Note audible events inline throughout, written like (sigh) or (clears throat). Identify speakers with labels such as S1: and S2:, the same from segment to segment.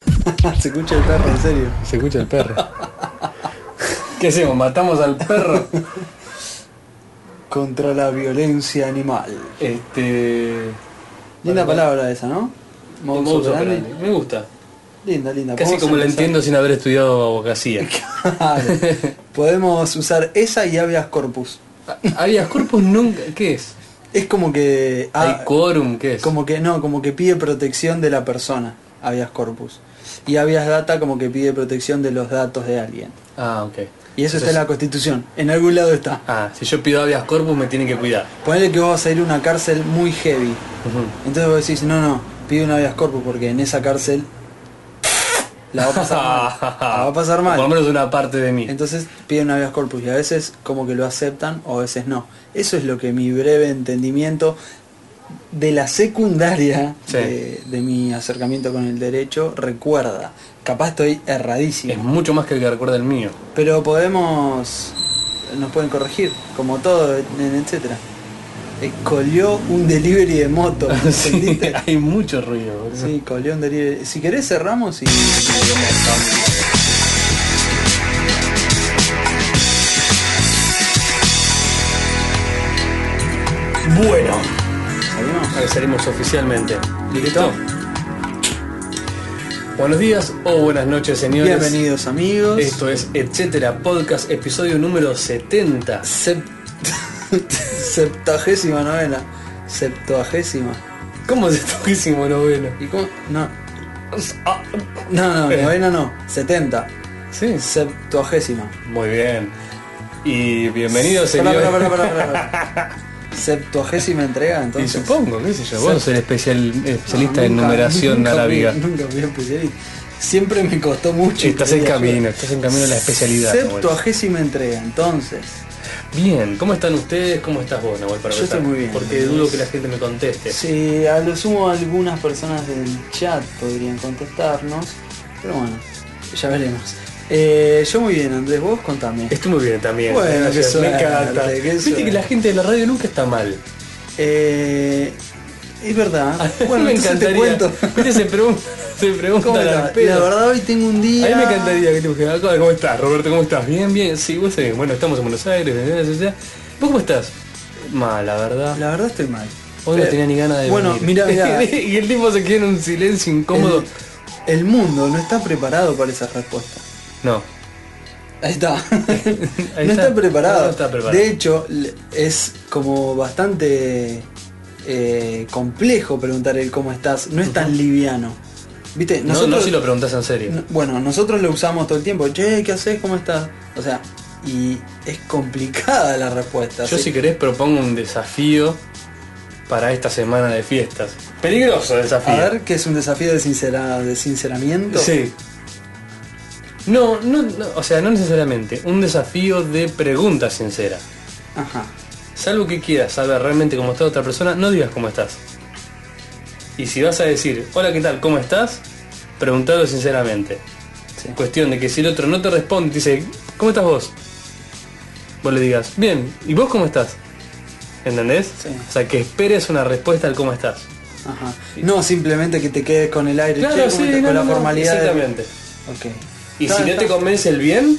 S1: (laughs) Se escucha el perro, en serio.
S2: Se escucha el perro.
S3: (laughs) ¿Qué hacemos? ¿Matamos al perro?
S1: Contra la violencia animal.
S3: Este.
S1: Linda
S3: Bueno,
S1: palabra esa, ¿no? Modus
S3: modus
S1: operandi.
S3: operandi. Me gusta.
S1: Linda, linda.
S3: Casi
S1: Podemos
S3: como la
S1: empezar- (laughs)
S3: entiendo sin haber estudiado abogacía. (laughs)
S1: Claro. Podemos usar esa y habeas corpus.
S3: Habeas corpus nunca. ¿Qué es?
S1: Es como que... ah,
S3: ¿Hay quórum? ¿Qué es?
S1: como que no, como que pide protección de la persona, habeas corpus. Y habeas data como que pide protección de los datos de alguien.
S3: Ah, ok.
S1: Y eso
S3: Entonces-
S1: está en la constitución, en algún lado está.
S3: Ah, si yo pido habeas corpus me tienen que cuidar.
S1: Ponele que vos vas a ir a una cárcel muy heavy.
S3: Ujú.
S1: Entonces vos decís, no, no, pide un habeas corpus porque en esa cárcel la va a pasar mal. (laughs) La va a pasar
S3: Por lo
S1: mal.
S3: menos una parte de mí.
S1: Entonces pide un habeas corpus y a veces como que lo aceptan o a veces no. Eso es lo que mi breve entendimiento de la secundaria
S3: Sí.
S1: de, de mi acercamiento con el derecho recuerda. Capaz estoy
S3: Es
S1: erradísimo.
S3: mucho más que el que recuerda
S1: (laughs)
S3: el mío.
S1: Pero podemos... Nos pueden corregir, como todo, en etcétera. Eh, Colió un delivery de moto,
S3: (laughs) Sí,
S1: ¿entendiste?
S3: hay mucho ruido. boludo.
S1: Sí, Coleón Delivery. Si querés cerramos y...
S3: Bueno,
S1: ¿Salimos?
S3: ahora salimos oficialmente.
S1: ¿Listo?
S3: Buenos días o buenas noches, señores.
S1: Bienvenidos amigos.
S3: Esto es Etcétera Podcast, episodio número
S1: (laughs)
S3: 70.
S1: Sep- Septuagésima novela. Septuagésima.
S3: ¿Cómo es esto que hicimos noveno?
S1: ¿Y cómo? No,
S3: Ah,
S1: no, no,
S3: Eh.
S1: novena no. 70.
S3: sí,
S1: Septuagésima.
S3: muy bien. Y bienvenidos,
S1: Pará,
S3: señores.
S1: pará, pará, pará,
S3: (laughs)
S1: pará. Septuagésima entrega
S3: Y
S1: entonces.
S3: supongo, qué sé yo, vos Ah, sos el especial, especialista
S1: No,
S3: en
S1: nunca-
S3: numeración
S1: nunca fui-
S3: arábiga.
S1: Nunca fui especialista. Siempre me costó mucho. y
S3: Estás en
S1: pedí ayuda.
S3: camino, estás en camino a la especialidad. Nahuel.
S1: Septuagésima entrega entonces.
S3: Bien, ¿cómo están ustedes? ¿Cómo estás vos, Nahuel? Para
S1: Yo estoy
S3: empezar?
S1: muy bien.
S3: Porque dudo que la gente me conteste.
S1: Sí, a lo sumo algunas personas del chat podrían contestarnos, pero bueno, ya veremos. Eh, yo muy bien, Andrés, vos contame.
S3: Estoy muy bien también.
S1: Bueno,
S3: gracias,
S1: qué suerte,
S3: me encanta.
S1: qué
S3: Viste
S1: suerte.
S3: que la gente de la radio nunca está mal.
S1: Eh, es verdad. Bueno,
S3: me
S1: entonces
S3: encantaría.
S1: te
S3: (laughs)
S1: cuento.
S3: Viste, se pregunta, se
S1: ¿Cómo
S3: pregunta
S1: estás?
S3: al
S1: La
S3: pedo.
S1: verdad hoy tengo un
S3: A
S1: día...
S3: mí me encantaría que te busquen. "Ah, ¿Cómo estás, Roberto? ¿Cómo estás? Bien, bien. Sí, vos sabés. Bueno, estamos en Buenos Aires. eh, eh, eh. ¿Vos cómo estás? Mal, la verdad.
S1: La verdad estoy mal.
S3: Hoy no
S1: Pero-
S3: tenía ni ganas de
S1: Bueno,
S3: venir.
S1: mira,
S3: (laughs)
S1: mira.
S3: y el tipo se queda en un silencio incómodo.
S1: el, el mundo no está preparado para esa respuesta.
S3: No.
S1: Ahí está.
S3: Ahí
S1: no
S3: está.
S1: está, preparado.
S3: No está preparado.
S1: De hecho, le- es como bastante eh, complejo preguntar el cómo estás. No es tan liviano. ¿Viste?
S3: No, no si lo preguntás en serio.
S1: no- bueno, nosotros lo usamos todo el tiempo. Che, ¿qué haces? ¿Cómo estás? O sea, y es complicada la respuesta.
S3: Yo
S1: así-
S3: si querés propongo un desafío para esta semana de fiestas. Peligroso desafío.
S1: A ver, que es un desafío de, sincera, de sinceramiento.
S3: Sí. No, no, no, o sea, no necesariamente. Un desafío de pregunta sincera.
S1: Ajá.
S3: Salvo que quieras saber realmente cómo está otra persona, no digas cómo estás. Y si vas a decir, hola, ¿qué tal? ¿Cómo estás? Preguntalo sinceramente.
S1: sí.
S3: Cuestión de que si el otro no te responde y te dice, ¿cómo estás vos? Vos le digas, bien, ¿y vos cómo estás? ¿Entendés?
S1: Sí.
S3: O sea, que esperes una respuesta al cómo estás.
S1: Ajá. No simplemente que te quedes con el aire, che, ¿cómo
S3: Claro, sí,
S1: estás?
S3: no,
S1: con
S3: no,
S1: la
S3: no,
S1: formalidad. de-
S3: Exactamente.
S1: Ok.
S3: Y
S1: Está-
S3: si no
S1: está-
S3: te convence el bien,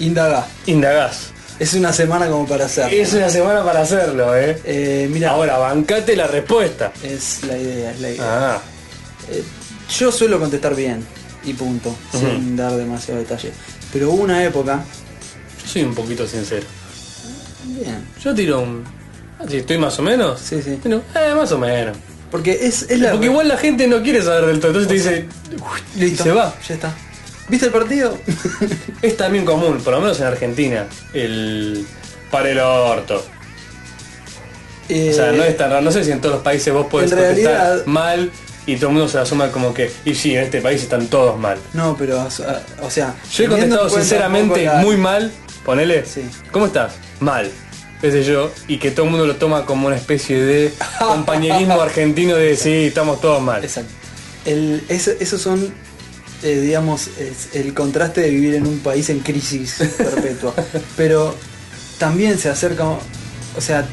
S1: Indagá.
S3: indagás.
S1: Es una semana como para hacer.
S3: Es una semana para hacerlo, ¿eh?
S1: Eh, mira,
S3: Ahora, bancate la respuesta.
S1: es la idea, es la idea.
S3: Ah,
S1: Eh, yo suelo contestar bien y punto, sin dar demasiado detalle. Pero hubo una época,
S3: yo soy un poquito sincero.
S1: bien,
S3: Yo tiro un... ah, Si estoy más o menos.
S1: Sí, sí.
S3: Bueno, eh, más o menos.
S1: porque es, es la
S3: Porque igual la gente no quiere saber del todo. Entonces te dice... "Uy", y
S1: Listo,
S3: se va.
S1: Ya está. ¿Viste el
S3: (laughs)
S1: partido?
S3: Es también común, por lo menos en Argentina, el para el orto.
S1: Eh,
S3: O sea, no es tan raro. No sé si en todos los países vos podés
S1: en
S3: protestar
S1: realidad-
S3: mal y todo el mundo se asuma como que, y sí, en este país están todos mal.
S1: no, pero o sea, o sea,
S3: Yo he
S1: teniendo en cuenta un
S3: contestado
S1: poco
S3: sinceramente
S1: la-
S3: muy mal, ponele,
S1: Sí.
S3: ¿cómo estás? Mal. Qué sé yo, y que todo el mundo lo toma como una especie
S1: (laughs)
S3: de compañerismo argentino de sí, estamos todos mal.
S1: Exacto. El, eso- esos son, eh, digamos, es el contraste de vivir en un país en
S3: (laughs)
S1: crisis perpetua. Pero también se acerca, o sea,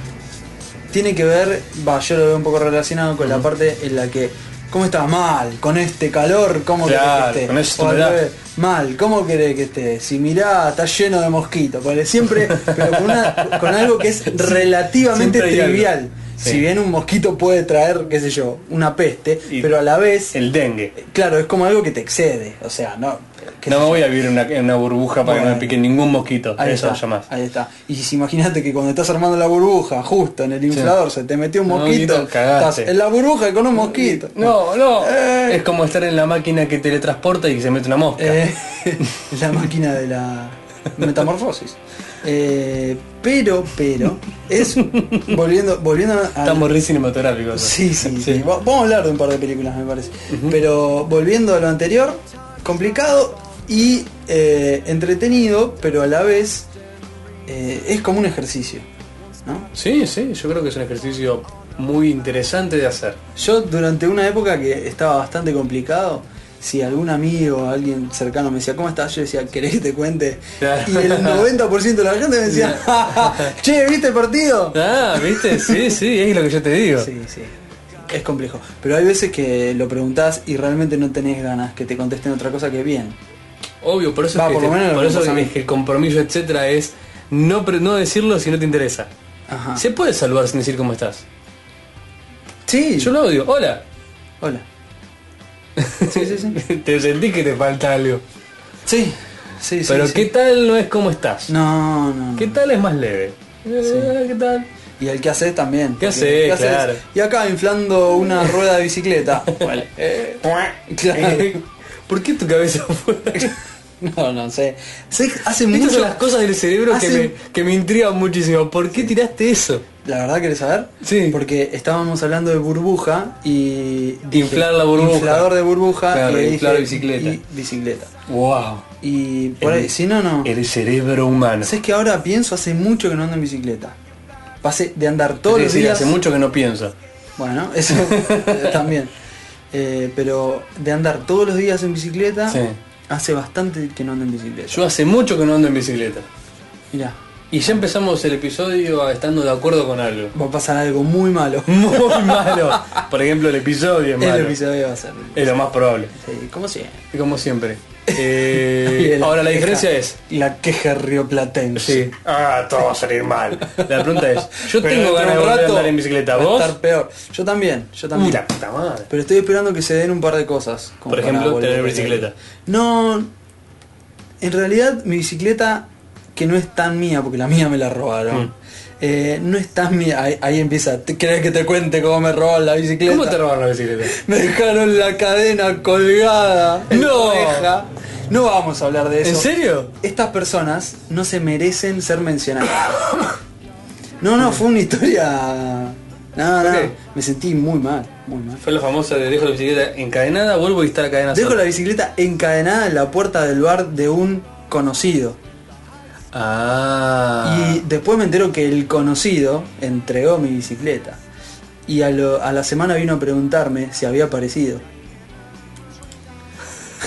S1: tiene que ver, va, yo lo veo un poco relacionado con la parte en la que ¿Cómo estás? Mal, con este calor, ¿cómo querés
S3: Claro,
S1: que esté?
S3: con esta
S1: O al
S3: humedad.
S1: revés, Mal, ¿cómo querés que esté? Si mirá, está lleno de mosquitos, ponele,
S3: (laughs)
S1: siempre, pero con, una- con algo que es relativamente
S3: siempre hay algo.
S1: trivial.
S3: Sí.
S1: Si bien un mosquito puede traer, qué sé yo, una peste,
S3: Y-
S1: pero a la vez,
S3: El dengue.
S1: claro, es como algo que te excede, o sea, no... qué
S3: No
S1: sé
S3: me
S1: yo.
S3: voy a vivir en una, en una burbuja para que no me
S1: Bueno.
S3: pique ningún mosquito.
S1: Ahí
S3: Eso
S1: está,
S3: llamás.
S1: Ahí está. Y si imagínate que cuando estás armando la burbuja, justo en el inflador, se te metió un
S3: Un
S1: mosquito,
S3: mosquito,
S1: estás
S3: cagaste.
S1: en la burbuja y con un mosquito.
S3: No, no.
S1: Eh.
S3: Es como estar en la máquina que teletransporta y que se mete una mosca.
S1: Eh, (laughs) la máquina de la metamorfosis. Eh, pero, pero, es volviendo, volviendo a.
S3: Estamos re cinematográficos.
S1: Sí, sí,
S3: (laughs)
S1: sí. Va- Vamos a hablar de un par de películas, me parece. Pero volviendo a lo anterior, complicado y eh, entretenido, pero a la vez eh, es como un ejercicio. ¿no?
S3: Sí, sí, yo creo que es un ejercicio muy interesante de hacer.
S1: Yo durante una época que estaba bastante complicado, si algún amigo o alguien cercano me decía, ¿cómo estás? Yo decía, ¿querés que te cuente?
S3: Claro.
S1: Y el 90% de la gente me decía, "Ja, ja, che, ¿viste el partido?
S3: Ah, ¿viste? Sí, sí, es lo que yo te digo.
S1: Sí, sí. Es complejo. Pero hay veces que lo preguntás y realmente no tenés ganas que te contesten otra cosa que bien.
S3: Obvio, por eso,
S1: Va,
S3: es, que
S1: por lo
S3: te-
S1: menos lo
S3: por
S1: que
S3: eso
S1: pasa a mí.
S3: es que el compromiso, etcétera, es no, pre- no decirlo si no te interesa.
S1: Ajá.
S3: Se puede saludar sin decir cómo estás.
S1: Sí.
S3: Yo lo odio. Hola.
S1: Hola. Sí, sí, sí.
S3: (laughs) te sentí que te falta algo.
S1: Sí, sí, sí.
S3: Pero
S1: sí.
S3: ¿qué tal no es cómo estás?
S1: No, no. no.
S3: ¿Qué tal es más leve? Eh, hola, ¿Qué tal?
S1: Y el que hace también. porque
S3: ¿Qué hace?
S1: el que hace es-
S3: Claro.
S1: Y acá inflando
S3: (laughs)
S1: una rueda de bicicleta. Vale. Eh, claro.
S3: Eh, ¿Por qué tu cabeza (laughs) fue?
S1: (laughs) No, no sé. Sé- hace
S3: Estas
S1: mucho.
S3: son las cosas del cerebro que
S1: Hace-
S3: me, que me intrigan muchísimo. ¿Por qué tiraste eso?
S1: La verdad querés saber?
S3: Sí.
S1: Porque estábamos hablando de burbuja y.
S3: Inflar la burbuja.
S1: Inflador de burbuja.
S3: Claro,
S1: y le
S3: inflar
S1: dije-
S3: bicicleta.
S1: Y bicicleta.
S3: ¡Wow!
S1: Y por ahí,
S3: El-
S1: si no, no.
S3: El cerebro humano.
S1: Sé que ahora pienso hace mucho que no ando en bicicleta. Pasé de andar todos
S3: Es
S1: los
S3: decir,
S1: días.
S3: hace mucho que no pienso.
S1: Bueno,
S3: (laughs)
S1: eso eh, también. Eh, pero de andar todos los días en bicicleta,
S3: Sí.
S1: hace bastante que no ando en bicicleta.
S3: Yo hace mucho que no ando en bicicleta.
S1: Mirá,
S3: Y ya empezamos el episodio estando de acuerdo
S1: (laughs)
S3: con algo.
S1: va a pasar algo muy malo. (laughs)
S3: Muy malo. Por ejemplo, el episodio es
S1: El
S3: malo. Eh,
S1: episodio va a ser.
S3: Es lo más probable.
S1: Sí, como siempre.
S3: Y
S1: (laughs)
S3: como siempre. Eh,
S1: Y la
S3: ahora la
S1: queja-
S3: diferencia es.
S1: La queja rioplatense.
S3: Sí. Ah, todo va a salir mal. La pregunta es, yo
S1: Pero dentro
S3: tengo ganas
S1: un
S3: de volver a
S1: rato
S3: andar en bicicleta.
S1: va a
S3: ¿Vos?
S1: Estar peor. Yo también, yo también.
S3: Uy, la puta madre.
S1: Pero estoy esperando que se den un par de cosas. como
S3: Por
S1: para
S3: ejemplo,
S1: volver
S3: tener
S1: a la-
S3: bicicleta.
S1: No, en realidad mi bicicleta, que no es tan mía, porque la mía me la robaron,
S3: Mm.
S1: eh, no es tan mía. Ahí, ahí empieza, ¿te crees que te cuente cómo me robaron la bicicleta?
S3: ¿Cómo te robaron la bicicleta?
S1: Me dejaron la cadena
S3: (laughs)
S1: colgada. en
S3: No.
S1: la oreja. No vamos a hablar de eso.
S3: ¿En serio?
S1: Estas personas no se merecen ser mencionadas. No, no, fue una historia... No, no,
S3: Ok.
S1: me sentí muy mal, muy mal.
S3: Fue la famosa de dejo la bicicleta encadenada, vuelvo y está la cadena
S1: Dejo
S3: sola.
S1: la bicicleta encadenada en la puerta del bar de un conocido.
S3: Ah.
S1: Y después me entero que el conocido entregó mi bicicleta. Y a, lo- a la semana vino a preguntarme si había aparecido.
S3: (laughs)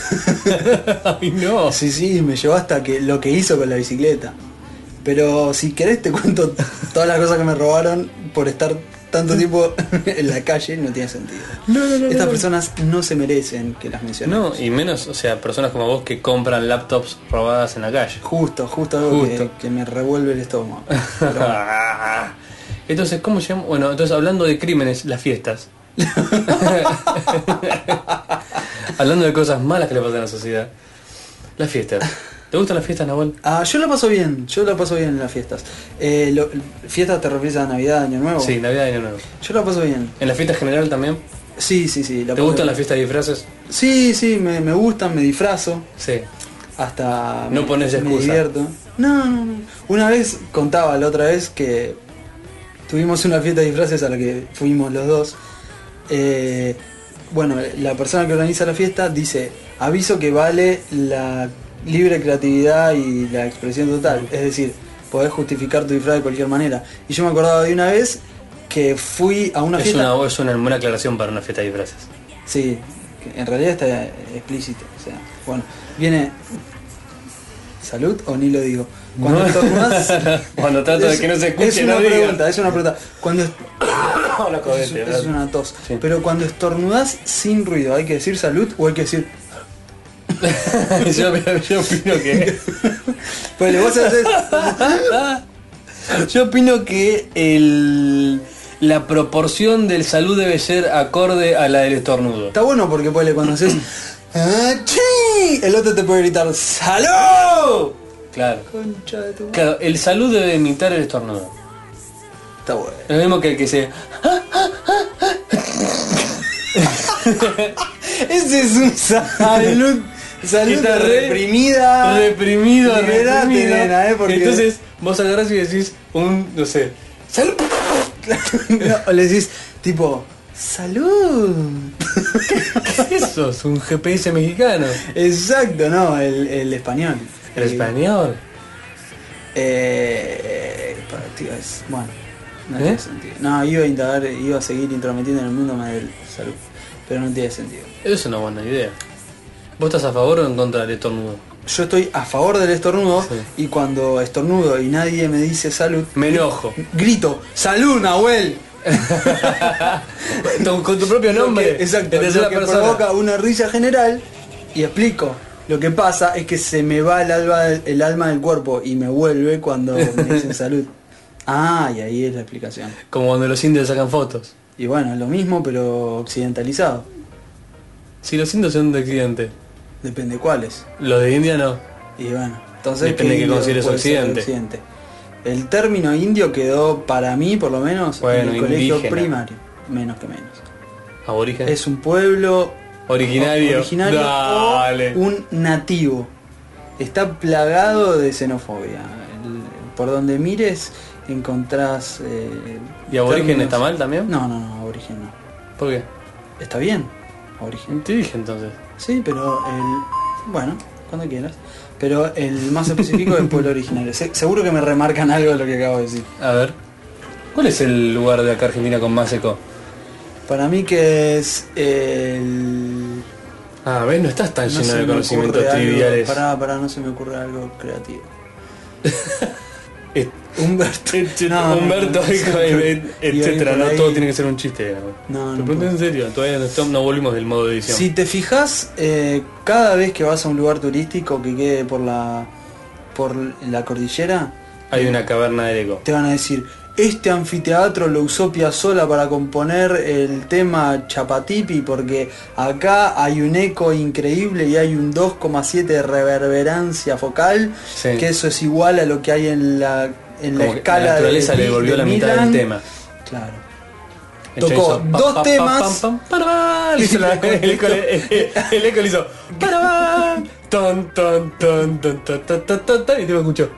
S3: Ay, no.
S1: Sí, sí, me llevó hasta que lo que hizo con la bicicleta. Pero si querés te cuento todas las cosas que me robaron por estar tanto tiempo (laughs) en la calle, no tiene sentido.
S3: No, no, no,
S1: Estas
S3: no.
S1: personas no se merecen que las mencionemos.
S3: No, y menos, o sea, personas como vos que compran laptops robadas en la (laughs) calle.
S1: Justo, justo algo
S3: Justo.
S1: Que, que me revuelve el estómago.
S3: (laughs) entonces, ¿cómo llegamos? Bueno, entonces hablando de crímenes, las (laughs) fiestas. hablando de cosas malas que le pasan a la sociedad. Las fiestas. ¿Te gustan las fiestas, Nahuel?
S1: Ah, yo la paso bien, yo la paso bien en las fiestas. Eh, lo- ¿Fiestas te refieres a Navidad, Año Nuevo?
S3: Sí, Navidad y Año Nuevo.
S1: Yo la paso bien.
S3: ¿En las fiestas general también?
S1: Sí, sí, sí. La
S3: ¿Te
S1: paso
S3: gustan las
S1: bien.
S3: fiestas de disfraces?
S1: Sí, sí, me, me gustan, me disfrazo.
S3: Sí.
S1: Hasta...
S3: No
S1: me-
S3: pones
S1: Me
S3: excusa.
S1: divierto. No, no, no. Una vez, contaba la otra vez que tuvimos una fiesta de disfraces a la que fuimos los dos. Eh, bueno, la persona que organiza la fiesta dice, aviso que vale la libre creatividad y la expresión total. Es decir, podés justificar tu disfraz de cualquier manera. Y yo me acordaba de una vez que fui a una
S3: es,
S1: fiesta...
S3: una, es una buena aclaración para una fiesta de disfraces.
S1: Sí, que en realidad está explícito. O sea, bueno, viene. ¿Salud o ni lo digo? Cuando
S3: No.
S1: estornudas-
S3: (laughs) Cuando trato de que no se escuche,
S1: Es una
S3: no digas.
S1: pregunta, es una pregunta. Cuando, est-
S3: Hola,
S1: Es,
S3: codete,
S1: es una tos.
S3: Sí.
S1: Pero cuando estornudás sin ruido, ¿hay que decir salud o hay que decir
S3: yo, (laughs) yo opino que.
S1: Pues vos haces.
S3: (laughs) Yo opino que el, la proporción del salud debe ser acorde a la del estornudo.
S1: Está bueno porque ponele, cuando haces. "Achí", El otro te puede gritar ¡Salud!
S3: Claro.
S1: Concha de tu madre.
S3: Claro, el salud debe imitar el estornudo.
S1: Está bueno.
S3: Lo mismo que el que se.
S1: Ese es un salud. Salud
S3: Está re- Ah,
S1: reprimida.
S3: reprimido,
S1: Liberate,
S3: reprimido.
S1: nena, eh, porque-
S3: Entonces, vos agarrás y decís un, no sé,
S1: Salud. (laughs) No, o le decís tipo. ¡Salud!
S3: (laughs) ¿qué sos? Un GPS mexicano.
S1: Exacto, no, el, el español.
S3: El español.
S1: Eh, para, tío, es, bueno, no
S3: ¿Eh?
S1: tiene sentido. No, iba a indagar, iba a seguir intrometiendo en el mundo más del salud, pero no tiene sentido.
S3: Eso es una buena idea. ¿Vos estás a favor o en contra del estornudo?
S1: Yo estoy a favor del estornudo
S3: Sí.
S1: y cuando estornudo y nadie me dice salud, (laughs)
S3: Me enojo.
S1: grito, salud, Nahuel.
S3: Tu- con tu propio nombre.
S1: Lo que- exacto,
S3: en tercera
S1: lo que
S3: persona.
S1: provoca una risa general y explico. Lo que pasa es que se me va el alma, el alma del cuerpo y me vuelve cuando me
S3: (laughs)
S1: dicen salud. Ah, y ahí es la explicación.
S3: Como cuando los indios sacan fotos.
S1: Y bueno, es lo mismo pero occidentalizado.
S3: Si los indios son de accidente,
S1: Depende cuáles.
S3: los de India no.
S1: Y bueno, entonces...
S3: Depende de qué
S1: indio
S3: consideres
S1: puede ser
S3: occidente?
S1: occidente? El término indio quedó para mí, por lo menos,
S3: Bueno,
S1: en el colegio
S3: indígena.
S1: primario. Menos que menos.
S3: Aborigen.
S1: Es un pueblo
S3: originario.
S1: o- originario o
S3: Dale.
S1: un nativo. Está plagado de xenofobia. El- por donde mires encontrás... eh,
S3: ¿Y aborigen
S1: términos-
S3: está mal también?
S1: No, no, no, aborigen no.
S3: ¿Por qué?
S1: Está bien, aborigen.
S3: Te dije entonces.
S1: Sí, pero el. Bueno, cuando quieras. Pero el más específico es pueblo originario. Se- seguro que me remarcan algo de lo que acabo de decir.
S3: A ver. ¿Cuál es el lugar de acá Argentina con más eco?
S1: Para mí que es el.
S3: Ah, ves, no estás tan
S1: no
S3: lleno
S1: se
S3: de
S1: me
S3: conocimientos
S1: ocurre algo-
S3: triviales.
S1: Pará, pará, no se me ocurre algo creativo.
S3: Et-
S1: Humberto. No, no,
S3: Humberto,
S1: no, no,
S3: Eco,
S1: no,
S3: et- etcétera,
S1: por
S3: no
S1: ahí-
S3: todo tiene que ser un chiste. ¿no?
S1: No,
S3: Te
S1: no
S3: pregunto
S1: puedo.
S3: en serio, todavía no, estamos- no volvimos del modo de edición.
S1: Si te fijas, eh, cada vez que vas a un lugar turístico que quede por la. por la cordillera,
S3: Hay una caverna de eco.
S1: te van a decir, este anfiteatro lo usó Piazzolla para componer el tema Chapatipi porque acá hay un eco increíble y hay un 2,7 de reverberancia focal,
S3: Sí.
S1: que eso es igual a lo que hay en la, en la
S3: Como que
S1: escala
S3: la naturaleza
S1: de
S3: le devolvió
S1: de
S3: la mitad del
S1: Milán.
S3: tema.
S1: Claro.
S3: El
S1: Tocó
S3: chabón hizo
S1: dos temas.
S3: pam, pam, pará, le (laughs) hizo la- el, eco, le- el eco le hizo. pará, Ton, ton, ton, ton, ton, ton, ton, ton, ton, y te escuchó.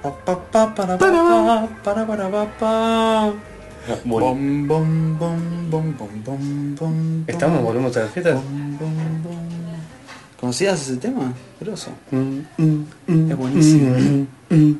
S1: Pa, pa, pa, para, pa, pa, para, para, pa, pa. Bom, bom, bom, bom, bom, bom, bom,
S3: ¿Estamos? ¿Volvemos a las fiestas?
S1: bom, bom, bom. ¿Conocías ese tema? Grosso.
S3: Es Mm,
S1: Es buenísimo.
S3: Mm,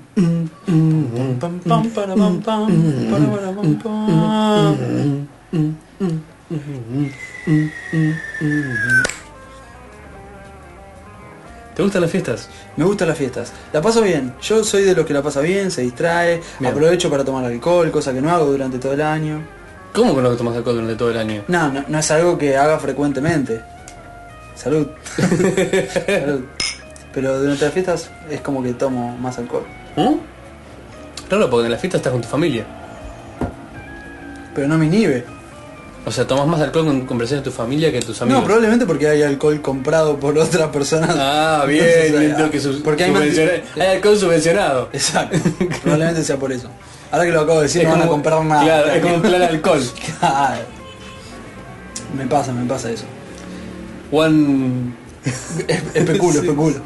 S3: ¿Te gustan las fiestas?
S1: Me gustan las fiestas. La paso bien. Yo soy de los que la pasa bien, se distrae,
S3: Bien.
S1: aprovecho para tomar alcohol, cosa que no hago durante todo el año.
S3: ¿Cómo con lo que tomas alcohol durante todo el año?
S1: No, no, no es algo que haga frecuentemente.
S3: (laughs)
S1: Salud. (laughs) Salud. Pero durante las fiestas es como que tomo más alcohol.
S3: ¿Mm? Claro, porque en las fiestas estás con tu familia.
S1: Pero no me inhibe.
S3: O sea, tomas más alcohol con conversaciones de tu familia que tus amigos.
S1: No, probablemente porque hay alcohol comprado por otras personas.
S3: Ah, bien,
S1: Entonces,
S3: lindo que su-
S1: porque hay más-
S3: subvenciona- hay alcohol subvencionado.
S1: (laughs) Exacto. Probablemente sea por eso. Ahora que lo acabo de decir, no van a comprar nada.
S3: Claro, es como un plan alcohol.
S1: (laughs) Claro. Me pasa, me pasa eso.
S3: One... (laughs)
S1: Especulo, especulo.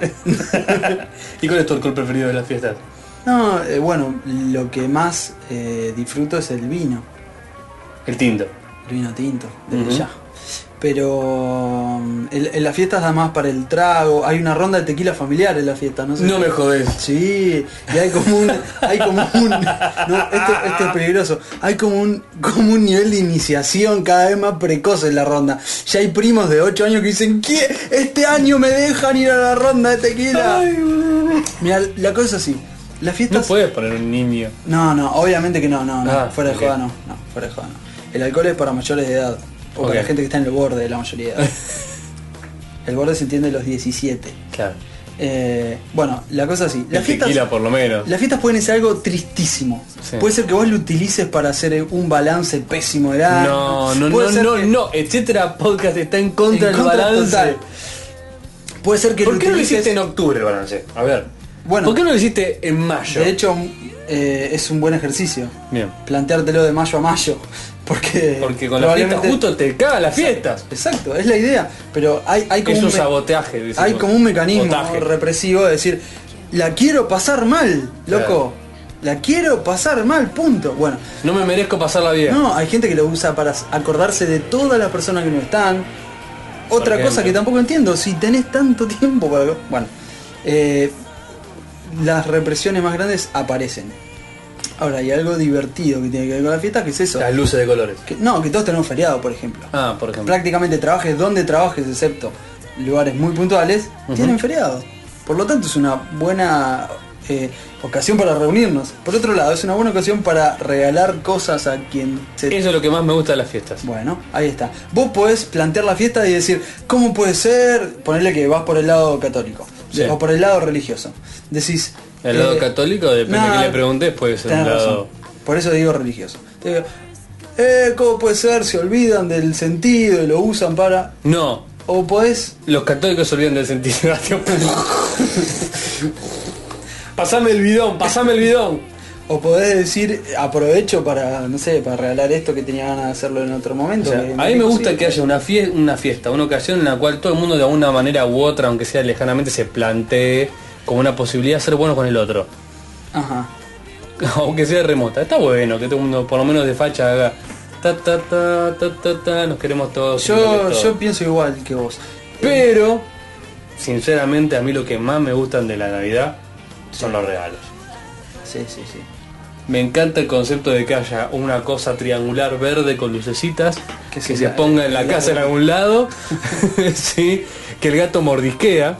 S3: ¿Y cuál es tu alcohol preferido de las fiestas?
S1: No, eh, bueno, lo que más eh, disfruto es el vino.
S3: El tinto.
S1: El vino tinto, desde
S3: Ujú.
S1: ya. Pero mm, en, en las fiestas da más para el trago. Hay una ronda de tequila familiar en la fiesta, no sé.
S3: No me jodés.
S1: Sí, y hay como un. Hay como un no, esto, esto es peligroso. Hay como un, como un nivel de iniciación cada vez más precoz en la ronda. Ya hay primos de 8 años que dicen: ¿Qué? Este año me dejan ir a la ronda de tequila. Mira, la cosa es así. Las
S3: No
S1: fiestas.
S3: puedes poner un niño.
S1: No, no, obviamente que no, no, no.
S3: Ah,
S1: fuera de
S3: ok.
S1: joda no, no, fuera de joda no. El alcohol es para mayores de edad. O para
S3: Ok.
S1: la gente que está en el borde de la mayoría
S3: (laughs)
S1: de edad. el borde se entiende los 17.
S3: Claro.
S1: Eh, bueno, la cosa es así.
S2: La
S1: Las fiestas,
S2: tequila por lo menos.
S1: las fiestas pueden ser algo tristísimo.
S3: Sí.
S1: Puede ser que vos lo utilices para hacer un balance pésimo de edad.
S3: No, no,
S1: Puede
S3: no,
S1: ser
S3: no,
S1: que-
S3: no. Etcétera Podcast está en contra
S1: En
S3: del
S1: contra
S3: balance.
S1: total. Puede ser que
S3: ¿Por qué no lo
S1: utilices-
S3: hiciste en octubre el balance? A ver.
S1: Bueno.
S3: ¿Por qué no lo hiciste en mayo?
S1: De hecho, eh, es un buen ejercicio.
S3: Bien.
S1: Planteártelo de mayo a mayo. (laughs) Porque,
S3: Porque con la fiesta
S1: probablemente-
S3: justo te cagan las fiestas.
S1: Exacto, es la idea. Pero hay, hay como
S3: Es un
S1: me-
S3: saboteaje. decimos.
S1: hay como un mecanismo
S3: Botaje.
S1: represivo de decir, la quiero pasar mal, loco. La quiero pasar mal, punto. Bueno,
S3: No me merezco pasarla bien.
S1: no, hay gente que lo usa para acordarse de todas las personas que no están. Otra
S3: ejemplo.
S1: cosa que tampoco entiendo, si tenés tanto (laughs) tiempo para... Bueno, eh, las represiones más grandes aparecen. Ahora, hay algo divertido que tiene que ver con la fiesta, que es eso.
S3: Las luces de colores.
S1: Que- no, que todos tenemos feriado, por ejemplo.
S3: Ah, por ejemplo.
S1: Prácticamente trabajes donde trabajes, excepto lugares muy puntuales, tienen feriado. Por lo tanto, es una buena eh, ocasión para reunirnos. Por otro lado, es una buena ocasión para regalar cosas a quien se...
S3: Eso es lo que más me gusta de las fiestas.
S1: Bueno, ahí está. Vos podés plantear la fiesta y decir, ¿cómo puede ser? Ponerle que vas por el lado católico
S3: Sí.
S1: o por el lado religioso. Decís...
S3: El lado católico, depende de
S1: que
S3: quién le preguntes, puede ser un
S1: eh, Tenés
S3: lado-
S1: razón. Por eso digo religioso. Te digo, eh, ¿cómo puede ser? Se olvidan del sentido y lo usan para...
S3: No.
S1: O podés...
S3: Los católicos se olvidan del sentido. pasame el bidón, pasame el bidón.
S1: O podés decir, aprovecho para, no sé, para regalar esto que tenía ganas de hacerlo en otro momento.
S3: O sea,
S1: que
S3: a mí me gusta
S1: consigue.
S3: que haya una fiesta, una fiesta, una ocasión en la cual todo el mundo de alguna manera u otra, aunque sea lejanamente, se plantee como una posibilidad de ser bueno con el otro. (laughs)
S1: Ajá.
S3: Aunque sea remota. Está bueno que todo el mundo, por lo menos de facha, haga... Ta, ta, ta, ta, ta, ta, nos queremos todos.
S1: Yo,
S3: todos.
S1: yo pienso igual que vos.
S3: Pero, sinceramente, a mí lo que más me gustan de la Navidad son los regalos.
S1: Sí, sí, sí.
S3: Me encanta el concepto de que haya una cosa triangular verde con lucecitas
S1: Que
S3: que,
S1: se
S3: se,
S1: la-
S3: ponga en la
S1: la-
S3: casa en algún lado, (laughs) sí, que el gato mordisquea.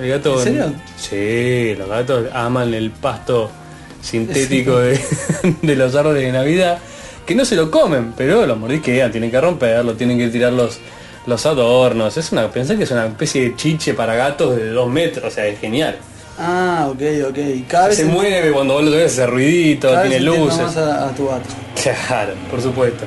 S3: El gato,
S1: ¿En serio?
S3: Sí, los gatos aman el pasto sintético de, de (laughs) los árboles de Navidad, que no se lo comen, pero lo mordisquean, tienen que romperlo, tienen que tirar los, los adornos. Es una, pensá que es una especie de chiche para gatos de dos metros, o sea, es genial.
S1: Ah, ok, ok. Cada vez
S3: Se mueve cuando vos lo ves, hace ruidito,
S1: cada vez
S3: tiene
S1: entiendo
S3: luces.
S1: más a, a tu gato.
S3: Claro, por supuesto.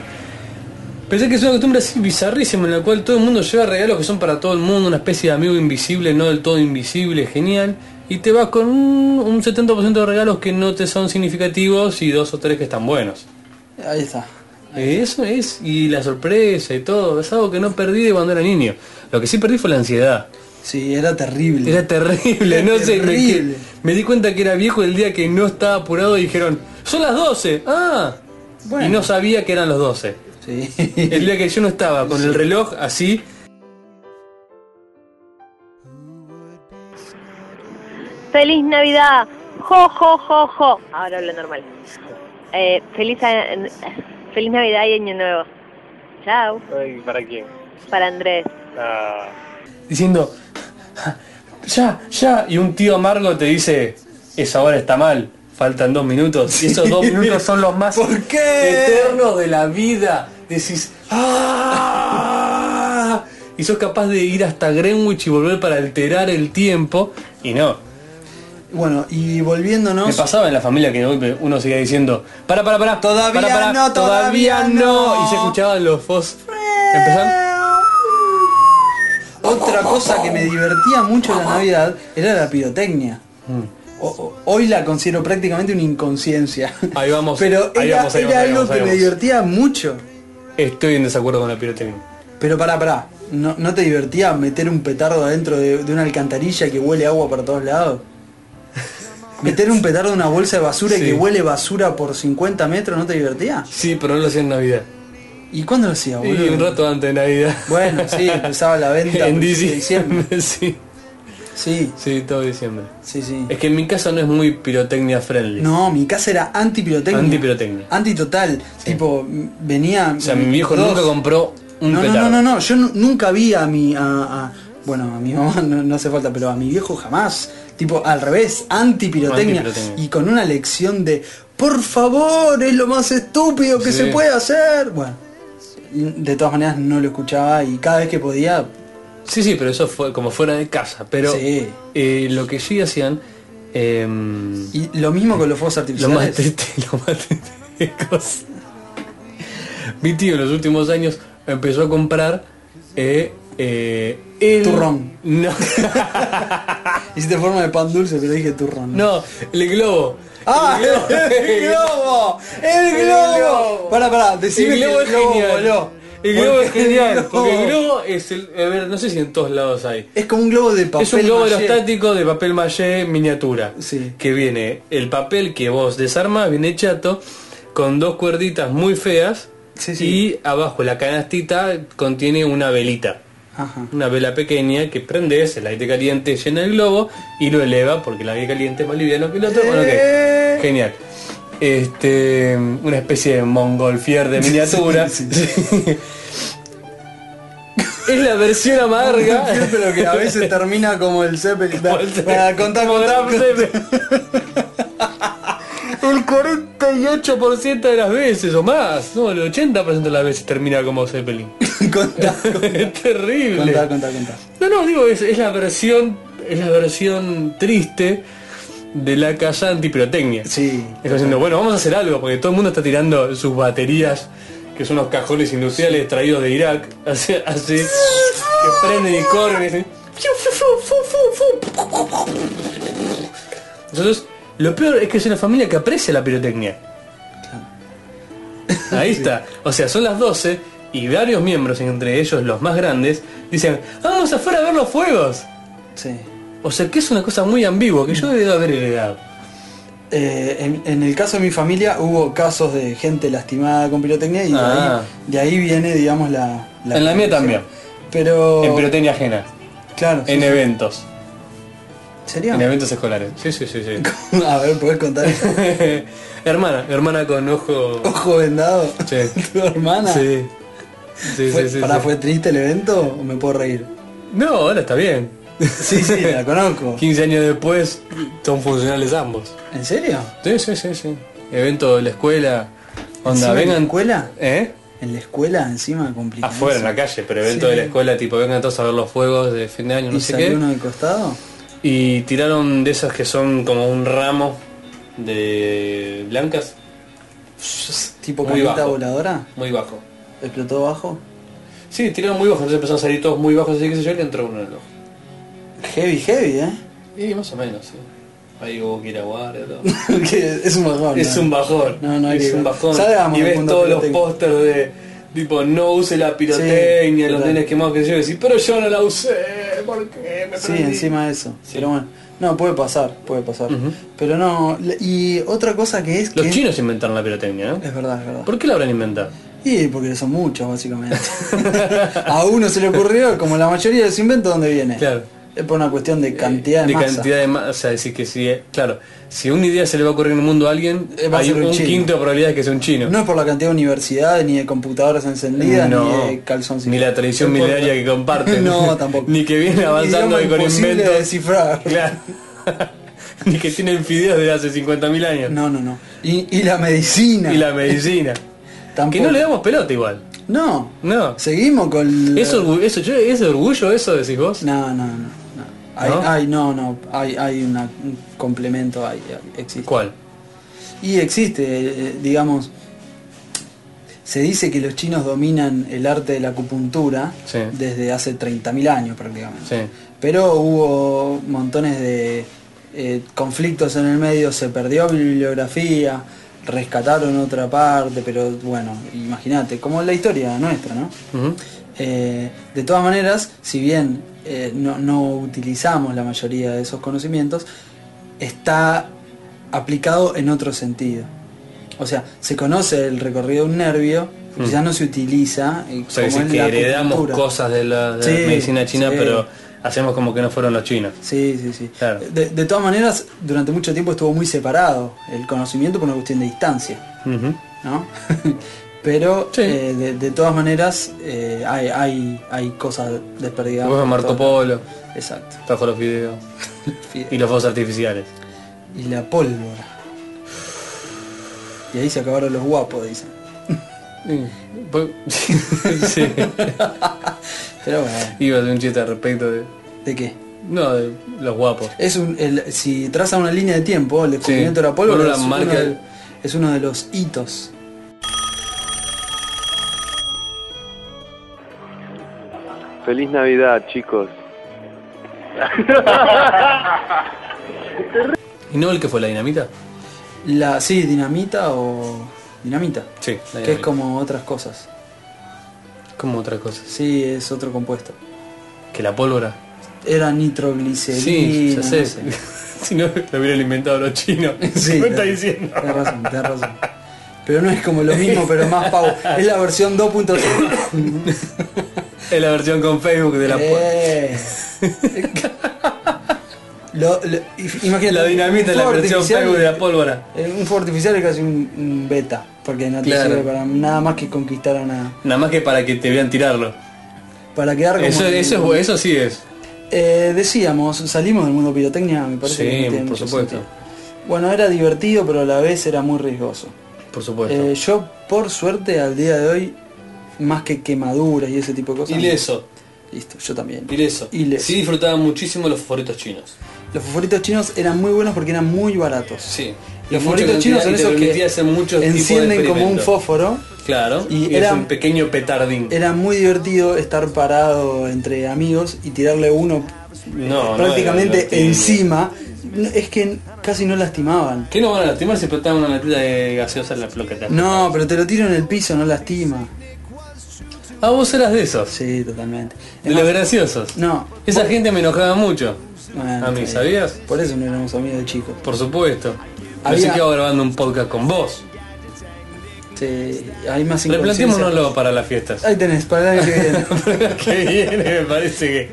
S3: Pensé que es una costumbre así bizarrísima en la cual todo el mundo lleva regalos que son para todo el mundo, una especie de amigo invisible, no del todo invisible, genial. Y te vas con un, un 70% de regalos que no te son significativos y dos o tres que están buenos.
S1: Ahí está.
S3: Eh, Eso es, y la sorpresa y todo, es algo que no perdí de cuando era niño. Lo que sí perdí fue la ansiedad.
S1: Sí, era terrible. (laughs)
S3: Era terrible, no sé. me-
S1: Terrible.
S3: Me, di cuenta que era viejo el día que no estaba apurado y dijeron, son las 12. Ah,
S1: Bueno.
S3: y no sabía que eran los 12.
S1: Sí. (laughs)
S3: El día que yo no estaba, con el reloj así.
S4: ¡Feliz Navidad! ¡Jo, jo, jo, jo! Ahora hablo normal. Eh, feliz, a- en- feliz Navidad y Año Nuevo. Chao.
S5: Ay, ¿Para quién?
S4: Para Andrés.
S5: Ah,
S3: diciendo "Ja, ya, ya, y un tío amargo te dice, esa hora está mal, faltan dos minutos, y esos dos minutos son los más
S1: ¿Por qué?
S3: eternos de la vida. Decís, "Ah", y sos capaz de ir hasta Greenwich y volver para alterar el tiempo, y no.
S1: Bueno, y
S3: Me
S1: volviéndonos...
S3: pasaba en la familia que uno seguía diciendo, para, para, para,
S1: Todavía
S3: para, para,
S1: no, todavía no".
S3: y se escuchaban los fos. Empezaban,
S1: Otra cosa que me divertía mucho en la Navidad era la pirotecnia.
S3: Mm.
S1: O- o- hoy la considero prácticamente una inconsciencia.
S3: Ahí vamos,
S1: Pero
S3: ahí
S1: era,
S3: vamos, ahí
S1: era algo
S3: vamos, ahí vamos, ahí
S1: que me
S3: vamos.
S1: divertía mucho.
S3: Estoy en desacuerdo con la pirotecnia.
S1: Pero pará, pará. ¿No, no te divertía meter un petardo adentro de, de una alcantarilla que huele agua por todos
S3: (laughs)
S1: lados? ¿Meter un petardo en una bolsa de basura y
S3: Sí.
S1: que huele basura por 50 metros no te divertía?
S3: Sí, pero no lo hacía en Navidad.
S1: ¿Y cuándo lo hacía,
S3: Y
S1: boludo?
S3: un rato antes de Navidad.
S1: Ah, Bueno,
S3: (laughs)
S1: sí, empezaba la venta
S3: en
S1: pero sí,
S3: diciembre. (laughs) sí,
S1: Sí,
S3: sí, todo diciembre.
S1: sí, sí.
S3: Es que en mi casa no es muy pirotecnia friendly.
S1: No, mi casa era antipirotecnia.
S3: Antipirotecnia.
S1: Antitotal. Tipo, m- venía.
S3: O sea, mi viejo nunca compró un
S1: no, no,
S3: petardo.
S1: no, no, no, yo nu- nunca vi a mi. A, a- bueno, a mi (laughs) mamá no, no hace falta, pero a mi viejo jamás. Tipo, al revés, antipirotecnia.
S3: Antipirotecnia.
S1: Y con una lección de. Por favor, es lo más estúpido que
S3: Sí.
S1: se puede hacer. Bueno, de todas maneras no lo escuchaba y cada vez que podía,
S3: Sí, sí, pero eso fue como fuera de casa. Pero
S1: Sí.
S3: eh, lo que sí hacían. em,
S1: y lo mismo con los fuegos
S3: Lo más
S1: artificiales.
S3: triste, (laughs) lo más triste de cosas. Mi tío en los últimos años empezó a comprar eh, eh, el...
S1: Turrón.
S3: No, (laughs)
S1: Hiciste forma de pan dulce, pero dije turrón.
S3: no, el globo.
S1: ¡Ah!
S3: El globo.
S1: (laughs) ¡El globo! ¡El
S3: El
S1: globo!
S3: globo.
S1: Pará, pará, decime
S3: el globo
S1: que
S3: es genial.
S1: voló.
S3: El globo es
S1: Porque
S3: genial.
S1: el
S3: Porque el
S1: globo-
S3: globo es el... A ver, no sé si en todos lados hay.
S1: Es como un globo de papel
S3: es un globo
S1: maché.
S3: aerostático de papel maché miniatura.
S1: Sí.
S3: Que viene el papel que vos desarmás, viene chato, con dos cuerditas muy feas.
S1: Sí, sí.
S3: Y abajo la canastita contiene una velita.
S1: Ajá.
S3: Una vela pequeña que prendes, el aire caliente llena el globo y lo eleva porque el aire caliente es más liviano que el otro. Bueno, ok.
S1: Eh.
S3: Genial. Este, una especie de mongolfier de miniatura.
S1: (laughs) Sí,
S3: (laughs) es la versión amarga.
S1: (laughs) Pero que a veces termina como el
S3: (laughs)
S1: Zeppelin. Para contar
S3: Como
S1: con
S3: Graham Zeppelin. El 48% de las veces o más, no, el 80% de las veces termina como Zeppelin.
S1: (laughs)
S3: (laughs)
S1: Contá,
S3: es terrible.
S1: contá, contá, contá.
S3: No, no, digo, es, es la versión es la versión triste de la casa antipirotecnia.
S1: Sí.
S3: Está diciendo, bueno, vamos a hacer algo, porque todo el mundo está tirando sus baterías, que son unos cajones industriales traídos de Irak, (laughs) así, así, que prenden y corren. y dicen, "Fiu, fiu, fiu, fiu, fiu, fiu". Entonces, lo peor es que es una familia que aprecia la pirotecnia. Ahí está. O sea, son las 12 y varios miembros, entre ellos los más grandes, dicen, vamos afuera a ver los fuegos.
S1: Sí.
S3: O sea, que es una cosa muy ambigua, que yo debo haber heredado.
S1: Eh, en, en el caso de mi familia hubo casos de gente lastimada con pirotecnia y de
S3: Ah.
S1: ahí- de, ahí, viene, digamos, la...
S3: En la mía también.
S1: Pero...
S3: En pirotecnia ajena.
S1: Claro. sí,
S3: En
S1: sí.
S3: eventos.
S1: ¿Sería?
S3: En eventos escolares. Sí, sí, sí, sí.
S1: (laughs) A ver, ¿podés
S3: (laughs)
S1: contar?
S3: hermana, hermana con ojo.
S1: Ojo vendado.
S3: Sí.
S1: (laughs) ¿Tu hermana?
S3: Sí. Sí,
S1: ¿Fue,
S3: sí, sí,
S1: pará,
S3: sí.
S1: ¿fue triste el evento o me puedo
S3: (laughs)
S1: reír?
S3: No, ahora está bien.
S1: Sí, sí, (laughs) la conozco.
S3: 15 años después son funcionales ambos.
S1: ¿En serio?
S3: Sí, sí, sí, sí. Evento de la escuela. Onda,
S1: ¿Encima en la
S3: vengan.
S1: escuela?
S3: ¿Eh?
S1: En la escuela encima complicado.
S3: Afuera, en la calle, pero evento
S1: Sí.
S3: de la escuela, tipo, vengan todos a ver los fuegos de fin de año, no
S1: ¿Y
S3: sé
S1: salió
S3: qué.
S1: uno de costado?
S3: Y tiraron de esas que son como un ramo de blancas.
S1: ¿Tipo
S3: muy
S1: camita
S3: bajo,
S1: voladora?
S3: Muy bajo.
S1: ¿Explotó bajo?
S3: Sí, tiraron muy bajo, entonces empezaron a salir todos muy bajos, así que sé yo, y le entró uno en el ojo.
S1: Heavy, heavy,
S3: (laughs)
S1: ¿eh?
S3: Y más o menos, sí. Ahí hubo que ir a guardia, todo.
S1: que es un bajón.
S3: es
S1: ¿no?
S3: un bajón.
S1: No, no hay
S3: es
S1: que-
S3: un bajón.
S1: Salgamos
S3: y
S1: del
S3: ves
S1: mundo
S3: todos los
S1: pirotecnia.
S3: pósters de tipo no use la pirotecnia,
S1: Sí,
S3: los
S1: total.
S3: nenes quemados que yo y decís, pero yo no la usé, ¿por qué? Me
S1: Sí,
S3: prendí?".
S1: encima de eso.
S3: Sí.
S1: Pero bueno, no, puede pasar, puede pasar.
S3: Ujú.
S1: Pero no, la- y otra cosa que es
S3: Los
S1: que...
S3: chinos inventaron la pirotecnia, ¿eh?
S1: Es verdad, es verdad.
S3: ¿Por qué la habrán inventado?
S1: Y porque son muchos,
S3: (laughs)
S1: básicamente. (laughs) a uno se le ocurrió, como la mayoría de los inventos, ¿dónde viene?
S3: Claro.
S1: Es por una cuestión de cantidad de,
S3: Eh, de
S1: masa.
S3: cantidad de masa, o sea, decir que si, eh, claro, si una idea se le va a ocurrir en el mundo a alguien,
S1: Eh, va a
S3: hay
S1: ser
S3: un,
S1: un chino.
S3: quinto de probabilidades que sea un chino.
S1: No es por la cantidad de universidades, ni de computadoras encendidas, ni de calzoncillos.
S3: Ni la tradición
S1: Tampoco.
S3: milenaria que
S1: (laughs)
S3: comparten.
S1: No, tampoco.
S3: (laughs) Ni que viene avanzando
S1: Idioma
S3: con
S1: imposible
S3: inventos.
S1: de descifrar.
S3: Claro. (laughs) Ni que tienen fideos de hace 50.000 años.
S1: No, no, no. Y, y la medicina.
S3: Y la medicina.
S1: Tampoco.
S3: Que no le damos pelota igual.
S1: No.
S3: No.
S1: Seguimos con... la-
S3: ¿Es, orgu- eso, yo- ¿Es orgullo eso decís vos?
S1: No, no, no. no. Hay,
S3: ¿No?
S1: hay- no, no, hay, hay una- un complemento, hay, hay- existe.
S3: ¿Cuál?
S1: Y existe, eh, digamos, se dice que los chinos dominan el arte de la acupuntura
S3: Sí.
S1: desde hace 30.000 años prácticamente.
S3: Sí.
S1: Pero hubo montones de eh, conflictos en el medio, se perdió bibliografía, rescataron otra parte, pero bueno, imagínate, como la historia nuestra, ¿no?
S3: Ujú.
S1: Eh, de todas maneras, si bien eh, no, no utilizamos la mayoría de esos conocimientos, está aplicado en otro sentido. O sea, se conoce el recorrido de un nervio,
S3: Mm.
S1: ya no se utiliza. eh,
S3: O sea, que,
S1: como en
S3: decís que
S1: la
S3: heredamos
S1: acupuntura.
S3: cosas de la, de la
S1: Sí,
S3: medicina china,
S1: sí.
S3: pero hacemos como que no fueron los chinos.
S1: Sí, sí, sí.
S3: Claro.
S1: De, de todas maneras, durante mucho tiempo estuvo muy separado el conocimiento por una cuestión de distancia,
S3: Ujú.
S1: ¿no? (laughs) Pero
S3: Sí.
S1: eh, de, de todas maneras eh, hay, hay, hay cosas desperdigadas.
S3: Después
S1: por
S3: Marco
S1: todos lados.
S3: Polo
S1: Exacto.
S3: trajo los fideos. Y los fuegos artificiales.
S1: y la pólvora. Y pues, ahí se acabaron los guapos, dicen. (laughs)
S3: (laughs) Sí.
S1: Pero bueno,
S3: Iba a hacer un chiste al respecto de.
S1: ¿de qué?
S3: No, de los guapos.
S1: Es un, el- si traza una línea de tiempo, el descubrimiento de la pólvora es,
S3: Pólvora marca
S1: uno
S3: el-
S1: de, es uno de los hitos.
S2: Feliz Navidad, chicos.
S3: ¿Y no el que fue la dinamita?
S1: La, sí, dinamita o dinamita,
S3: Sí, la
S1: que es
S3: dinamita.
S1: como otras cosas.
S3: Como otra cosa.
S1: Sí, es otro compuesto.
S3: Que la pólvora.
S1: Era nitroglicerina.
S3: Sí, ya (laughs) sé.
S1: no sé.
S3: si no, lo hubieran inventado los chinos.
S1: Sí,
S3: (laughs) ¿Qué está
S1: tenés-
S3: diciendo?
S1: Tenés razón, tenés razón. Pero no es como lo mismo, pero más pavo. Es la versión
S3: (laughs)
S1: 2.0.
S3: Es la versión con Facebook de la pólvora.
S1: Eh.
S3: (laughs)
S1: Lo- lo- if- imagínate,
S3: La dinamita
S1: un
S3: es la
S1: fuego
S3: versión
S1: artificial-
S3: Facebook de la pólvora.
S1: eh, Un fuego artificial es casi un, un beta, porque no te
S3: Claro.
S1: sirve para nada más que conquistar a una...
S3: Nada más que para que te vean tirarlo.
S1: Para quedar Ah, como...
S3: Eso,
S1: el-
S3: eso, es, bu- eso sí es.
S1: Eh, decíamos, salimos del mundo pirotecnia, me parece.
S3: Sí,
S1: que no tiene
S3: por
S1: mucho
S3: supuesto.
S1: Bueno, era divertido, pero a la vez era muy riesgoso.
S3: Por supuesto.
S1: Eh, yo, por suerte, al día de hoy, más que quemaduras y ese tipo de cosas...
S3: Ileso,
S1: Listo, yo también.
S3: ileso.
S1: Ileso.
S3: Sí disfrutaba muchísimo los favoritos chinos.
S1: Los favoritos chinos eran muy buenos porque eran muy baratos.
S3: Sí.
S1: Los
S3: Mucha
S1: favoritos
S3: cantidad
S1: chinos son
S3: y te
S1: esos que
S3: permitía hacer muchos tipos de
S1: encienden como un
S3: experimentos.
S1: fósforo.
S3: Claro.
S1: Y
S3: Y,
S1: era-
S3: es un pequeño petardín.
S1: Era muy divertido estar parado entre amigos y tirarle uno
S3: No, no era
S1: prácticamente
S3: divertido.
S1: encima. No, Es que casi no lastimaban.
S3: ¿Qué no van a lastimar si apretaba una latita de gaseosa en la plocata?
S1: No, pero te lo tiro en el piso, no lastima.
S3: Ah, vos eras de esos.
S1: Sí, totalmente.
S3: De los graciosos.
S1: No.
S3: Esa gente me enojaba mucho.
S1: Bueno,
S3: A mí,
S1: está bien.
S3: ¿sabías?
S1: Por eso no éramos amigos de chicos.
S3: Por supuesto.
S1: Había-
S3: Pensé que iba grabando un podcast con vos.
S1: Sí, hay más inconsciencia.
S3: Replanteémonoslo para las fiestas.
S1: (laughs)
S3: (laughs)
S1: Ahí tenés, para el año que viene.
S3: que viene, me parece que.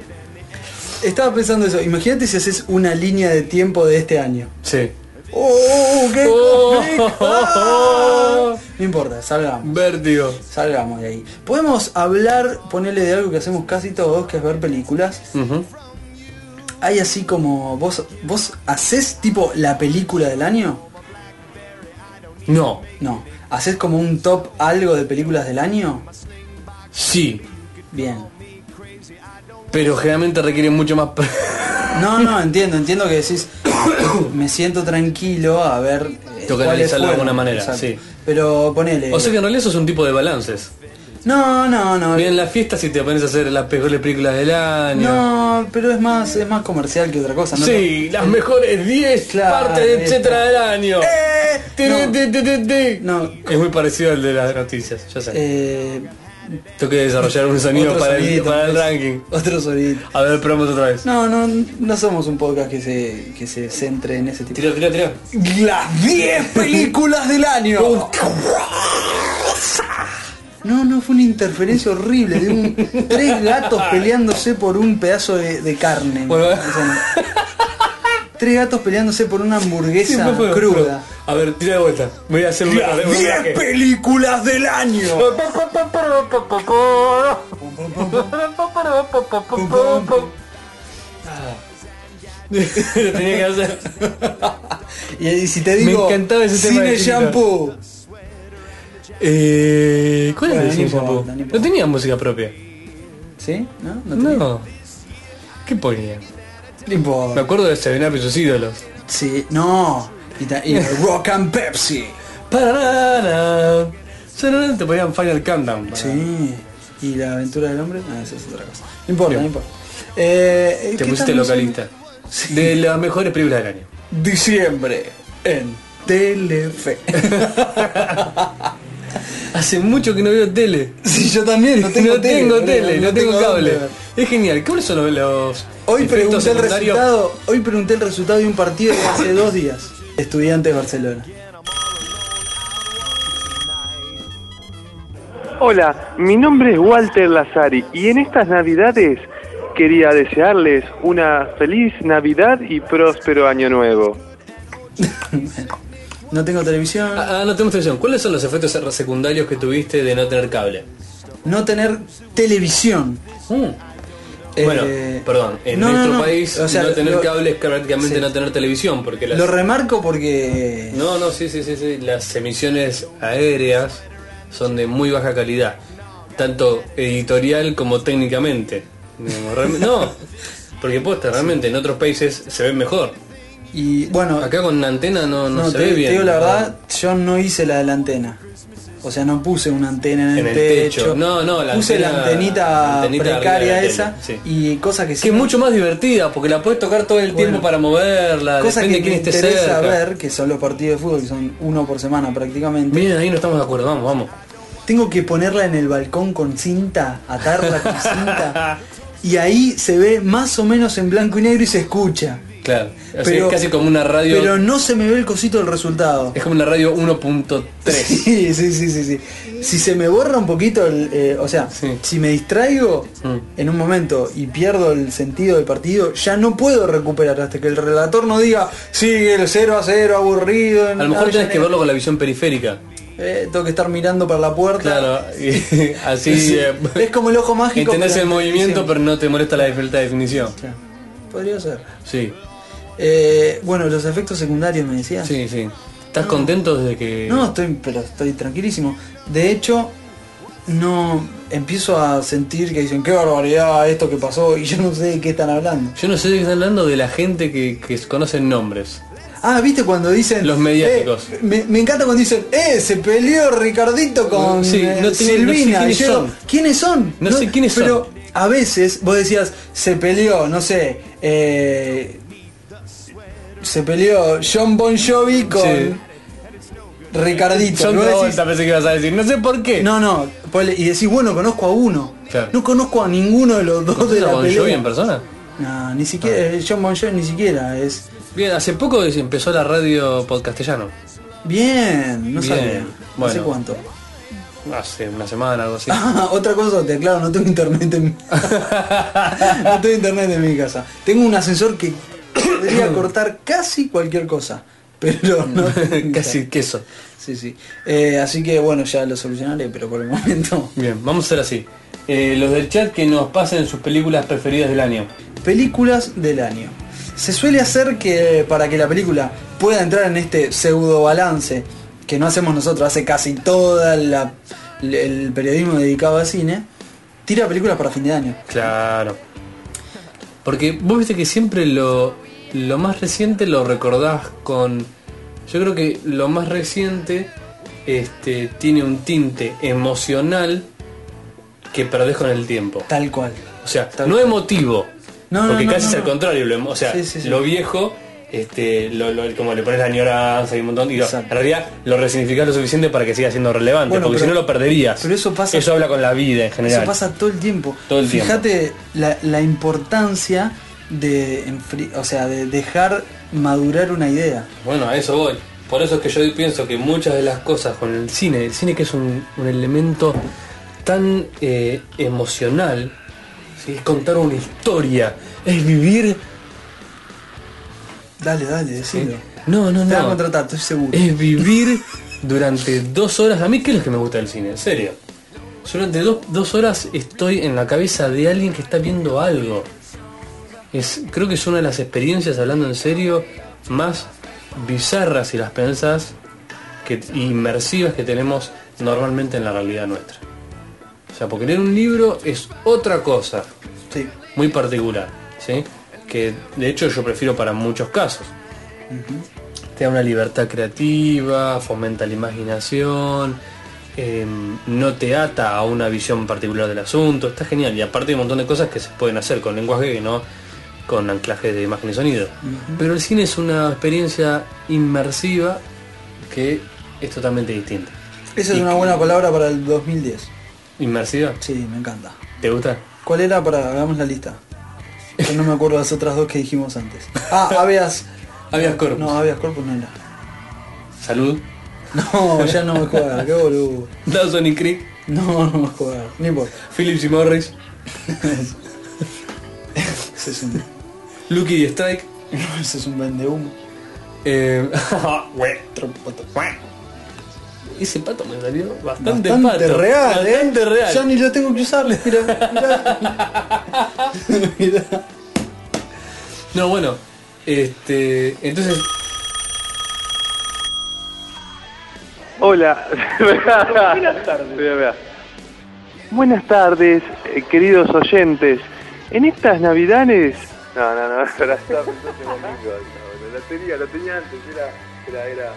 S1: Estaba pensando eso. Imagínate si haces una línea de tiempo de este año.
S3: Sí.
S1: ¡Oh, qué
S3: Oh. (laughs)
S1: complicado! No importa, salgamos.
S3: Vértigo.
S1: Salgamos de ahí. Podemos hablar, ponerle de algo que hacemos casi todos, que es ver películas.
S3: Ujú.
S1: Hay así como. ¿Vos, vos haces tipo la película del año?
S3: No.
S1: No. ¿Haces como un top algo de películas del año?
S3: Sí.
S1: Bien.
S3: Pero generalmente requiere mucho más. pre-
S1: No,
S3: (laughs)
S1: no, entiendo, entiendo que decís, (coughs) me siento tranquilo a ver. eh,
S3: Tengo que
S1: cuáles
S3: analizarlo de alguna
S1: fueron.
S3: manera, sí.
S1: Pero ponele.
S3: o sea que en realidad eso es un tipo de balances.
S1: No, no, no.
S3: Bien, en las fiestas si te pones a hacer las mejores películas del año.
S1: Ah. No, pero es más, es más comercial que otra cosa, ¿no?
S3: Sí, las mejores 10
S1: Claro,
S3: partes,
S1: esta.
S3: etcétera, del año. Ti,
S1: no.
S3: ti, ti, ti, ti.
S1: No.
S3: Es muy parecido al de las noticias, ya sé.
S1: Eh,
S3: Tengo que desarrollar un sonido
S1: otro
S3: para, el,
S1: sonidito,
S3: para el
S1: pues.
S3: ranking.
S1: Otro sonidito.
S3: A ver, probamos otra vez.
S1: No, no, no somos un podcast que se, que se centre en ese tipo.
S3: Tira, tira, tira.
S1: Las 10 películas del año. No, no, fue una interferencia horrible de un, tres gatos peleándose por un pedazo de, de carne.
S3: Bueno,
S1: O sea, tres gatos peleándose por una hamburguesa
S3: Siempre fue-
S1: cruda.
S3: A ver, tira de vuelta. Voy a hacer un,
S1: Las
S3: un
S1: 10
S3: viaje.
S1: películas del año.
S3: Lo tenía que hacer.
S1: Y, y si te
S3: Me
S1: digo,
S3: encantaba ese tema
S1: cine
S3: de chiquito.
S1: shampoo.
S3: Eh, ¿Cuál
S1: Bueno, no
S3: es el
S1: importa,
S3: shampoo?
S1: no importa.
S3: No tenía música propia.
S1: ¿Sí? ¿No? No. tenés?
S3: No. ¿Qué ponía?
S1: No importa.
S3: Me acuerdo de Seven Up y sus ídolos.
S1: Sí, no. Y, ta-
S3: (laughs)
S1: y Rock and Pepsi.
S3: Pararara. Sararán, Te ponían Final Countdown. para-
S1: Sí. ¿Y la aventura del hombre? No, esa es otra cosa. No importa,
S3: Bien.
S1: no importa. Eh,
S3: Te
S1: ¿qué
S3: pusiste
S1: estamos
S3: localista.
S1: Sí.
S3: De las mejores películas del año.
S1: en Diciembre en
S3: (laughs)
S1: Telefe.
S3: Hace mucho que no veo tele.
S1: sí, yo también. No tengo
S3: (laughs) no
S1: tele,
S3: tengo
S1: boludo,
S3: tele, no, tengo,
S1: dónde
S3: cable.
S1: ver.
S3: Es genial. ¿Cuáles son los, los
S1: Hoy
S3: efectos
S1: pregunté, el
S3: secundarios?
S1: resultado, hoy pregunté el resultado de un partido de hace dos días. Estudiantes Barcelona.
S2: Hola, mi nombre es Walter Lazari y en estas Navidades quería desearles una feliz Navidad y próspero Año Nuevo.
S1: No tengo televisión.
S3: Ah, ah, no tenemos televisión. ¿Cuáles son los efectos ser- secundarios que tuviste de no tener cable?
S1: No tener televisión.
S3: Mm. Bueno,
S1: Eh,
S3: perdón, en
S1: no, no,
S3: nuestro
S1: no.
S3: país
S1: O sea,
S3: no tener
S1: lo-
S3: cable es prácticamente
S1: sí.
S3: no tener televisión, porque las...
S1: Lo remarco porque
S3: No, no, sí, sí, sí, sí, las emisiones aéreas son de muy baja calidad, tanto editorial como técnicamente. Digamos,
S1: (laughs)
S3: realme- No, porque posta, realmente en otros países se ven mejor.
S1: Y bueno,
S3: Acá con una antena no, no
S1: no,
S3: se
S1: te,
S3: ve
S1: te
S3: bien.
S1: digo la verdad, yo no hice la de la antena. O sea, no puse una antena en,
S3: En el techo. No, no, la
S1: puse la
S3: antena-
S1: antenita,
S3: antenita arriba de la
S1: precaria
S3: tele,
S1: esa
S3: sí.
S1: y cosas que
S3: Que
S1: sí-
S3: es mucho más divertida, porque la puedes tocar todo el
S1: Bueno.
S3: tiempo para moverla,
S1: cosas
S3: depende
S1: que
S3: de quién
S1: me
S3: esté
S1: interesa
S3: cerca.
S1: ver, que son los partidos de fútbol, que son uno por semana prácticamente.
S3: Miren, ahí no estamos de acuerdo, vamos, vamos.
S1: Tengo que ponerla en el balcón con cinta, atarla con
S3: (laughs)
S1: cinta. Y ahí se ve más o menos en blanco y negro y se escucha.
S3: Claro, o sea, es casi como una radio.
S1: Pero no se me ve el cosito del resultado.
S3: Es como una radio 1.3.
S1: (laughs) Sí, sí, sí, sí, sí. Si se me borra un poquito, el, eh, o sea,
S3: Sí.
S1: si me distraigo
S3: Mm.
S1: en un momento y pierdo el sentido del partido, ya no puedo recuperar hasta que el relator no diga, sigue el 0 a 0, aburrido. Eh,
S3: A lo mejor tenés que verlo con la visión periférica.
S1: tengo que estar mirando para la puerta.
S3: Claro, y- (laughs) así
S1: Sí,
S3: eh,
S1: es como el ojo mágico.
S3: entendés
S1: pero-
S3: el movimiento,
S1: sí.
S3: pero no te molesta la falta de definición.
S1: Claro. Podría ser.
S3: Sí,
S1: Eh, bueno, los efectos secundarios me decías.
S3: sí, sí. ¿Estás contento desde que.?
S1: No, estoy, pero estoy tranquilísimo. De hecho, no empiezo a sentir que dicen, qué barbaridad esto que pasó y yo no sé de qué están hablando.
S3: Yo no sé si están hablando de la gente que, que conocen nombres.
S1: Ah, viste cuando dicen...
S3: Los mediáticos.
S1: "Eh, me, me encanta cuando dicen, eh, se peleó Ricardito con eh,
S3: Sí, no tengo- no sé
S1: Silvina. Y
S3: quiénes
S1: yo digo,
S3: son.
S1: "¿Quiénes son?
S3: No sé quiénes
S1: pero
S3: son.
S1: a veces vos decías, se peleó, no sé, eh, se peleó John Bon Jovi con...
S3: Sí.
S1: Ricardito.
S3: Son
S1: Y vos decís,
S3: pensé que ibas a decir. No sé por qué.
S1: No, no, ponele- y decís, bueno, conozco a uno.
S3: Claro.
S1: No conozco a ninguno de los dos de
S3: ¿Conoces a
S1: la
S3: Bon Jovi en
S1: pelea.
S3: persona? Ah.
S1: No, ni siquiera, eh, John Bon Jovi ni siquiera es...
S3: Bien, hace poco es- empezó la radio podcastellano.
S1: Bien, no
S3: Bien,
S1: sabía. No sé
S3: bueno.
S1: cuánto.
S3: Hace una semana, algo así.
S1: Ah, (laughs) otra cosa, te aclaro, no tengo internet en mi (laughs) No tengo internet en mi casa. Tengo un ascensor que
S3: (coughs)
S1: podría cortar casi cualquier cosa. Pero
S3: (laughs)
S1: no. tengo
S3: Casi
S1: internet.
S3: queso.
S1: Sí, sí. Eh, así que bueno, ya lo solucionaré, pero por el momento.
S3: Bien, vamos a hacer así. Eh, los del chat que nos pasen sus películas preferidas del año.
S1: Películas del año. Se suele hacer que para que la película pueda entrar en este pseudo balance que no hacemos nosotros, hace casi toda la- el periodismo dedicado a cine, tira películas para fin de año.
S3: Claro. Porque vos viste que siempre lo, lo más reciente lo recordás con... Yo creo que lo más reciente este, tiene un tinte emocional que perdés con el tiempo.
S1: Tal cual.
S3: O sea,
S1: Tal
S3: no
S1: cual.
S3: emotivo.
S1: No, no,
S3: porque
S1: no,
S3: casi
S1: no,
S3: es al
S1: no.
S3: contrario. lo emo- o sea,
S1: Sí, sí, sí.
S3: lo viejo, este, lo, lo- como le pones la añoranza y un montón. Y lo- en
S1: Exacto.
S3: realidad lo resignificás lo suficiente para que siga siendo relevante.
S1: Bueno,
S3: porque si
S1: pero-
S3: no lo perderías.
S1: pero eso pasa-
S3: Eso habla con la vida en general.
S1: Eso pasa todo el tiempo.
S3: Todo el tiempo.
S1: Fíjate la, la importancia de, enfri- o sea, de dejar madurar una idea.
S3: Bueno, a eso voy. Por eso es que yo pienso que muchas de las cosas con el cine, el cine que es un, un elemento tan eh, emocional, ¿sí? es contar una historia, es vivir...
S1: Dale, dale, decilo.
S3: No, no,
S1: Te van a
S3: no.
S1: contratar, estoy seguro.
S3: Es vivir durante dos horas. A mí, ¿qué es lo que me gusta del cine? En serio. Yo durante dos, dos horas estoy en la cabeza de alguien que está viendo algo. Es, creo que es una de las experiencias, hablando en serio, más bizarras si las pensás, que, inmersivas que tenemos normalmente en la realidad nuestra. O sea, porque leer un libro es otra cosa
S1: Sí.
S3: muy particular, ¿sí? Que de hecho yo prefiero para muchos casos. Te da una libertad creativa, fomenta la imaginación, eh, no te ata a una visión particular del asunto, está genial. Y aparte hay un montón de cosas que se pueden hacer con lenguaje que no con anclajes de imagen y sonido. Pero el cine es una experiencia inmersiva que es totalmente distinta.
S1: Esa es una buena palabra para el 2010.
S3: ¿Inmersiva?
S1: Sí, me encanta.
S3: ¿Te gusta?
S1: ¿Cuál era para hagamos la lista? Yo no me acuerdo las otras dos que dijimos antes. Ah, habeas.
S3: Habeas corpus.
S1: No, habeas corpus no era.
S3: Salud.
S1: No, ya no me juega, qué boludo.
S3: Dawson y Creek,
S1: No, no me juega. No importa.
S3: Phillips y Morris,
S1: Ese es un,
S3: Lucky y Strike.
S1: ese es un vendehumo.
S3: Eh, (laughs) güey.
S1: Trompato.
S3: Ese pato me salió bastante,
S1: Bastante,
S3: pato.
S1: real,
S3: bastante
S1: eh.
S3: real.
S1: Ya ni lo tengo que usar, mirá,
S3: (laughs)
S1: mirá. Mirá.
S3: No, bueno. Este. Entonces.
S2: Hola. (laughs) Buenas tardes. Buenas tardes, eh, queridos oyentes. En estas navidades...
S5: (laughs)
S2: No, no, no, espera.
S5: La tenía, la tenía antes, era, era, era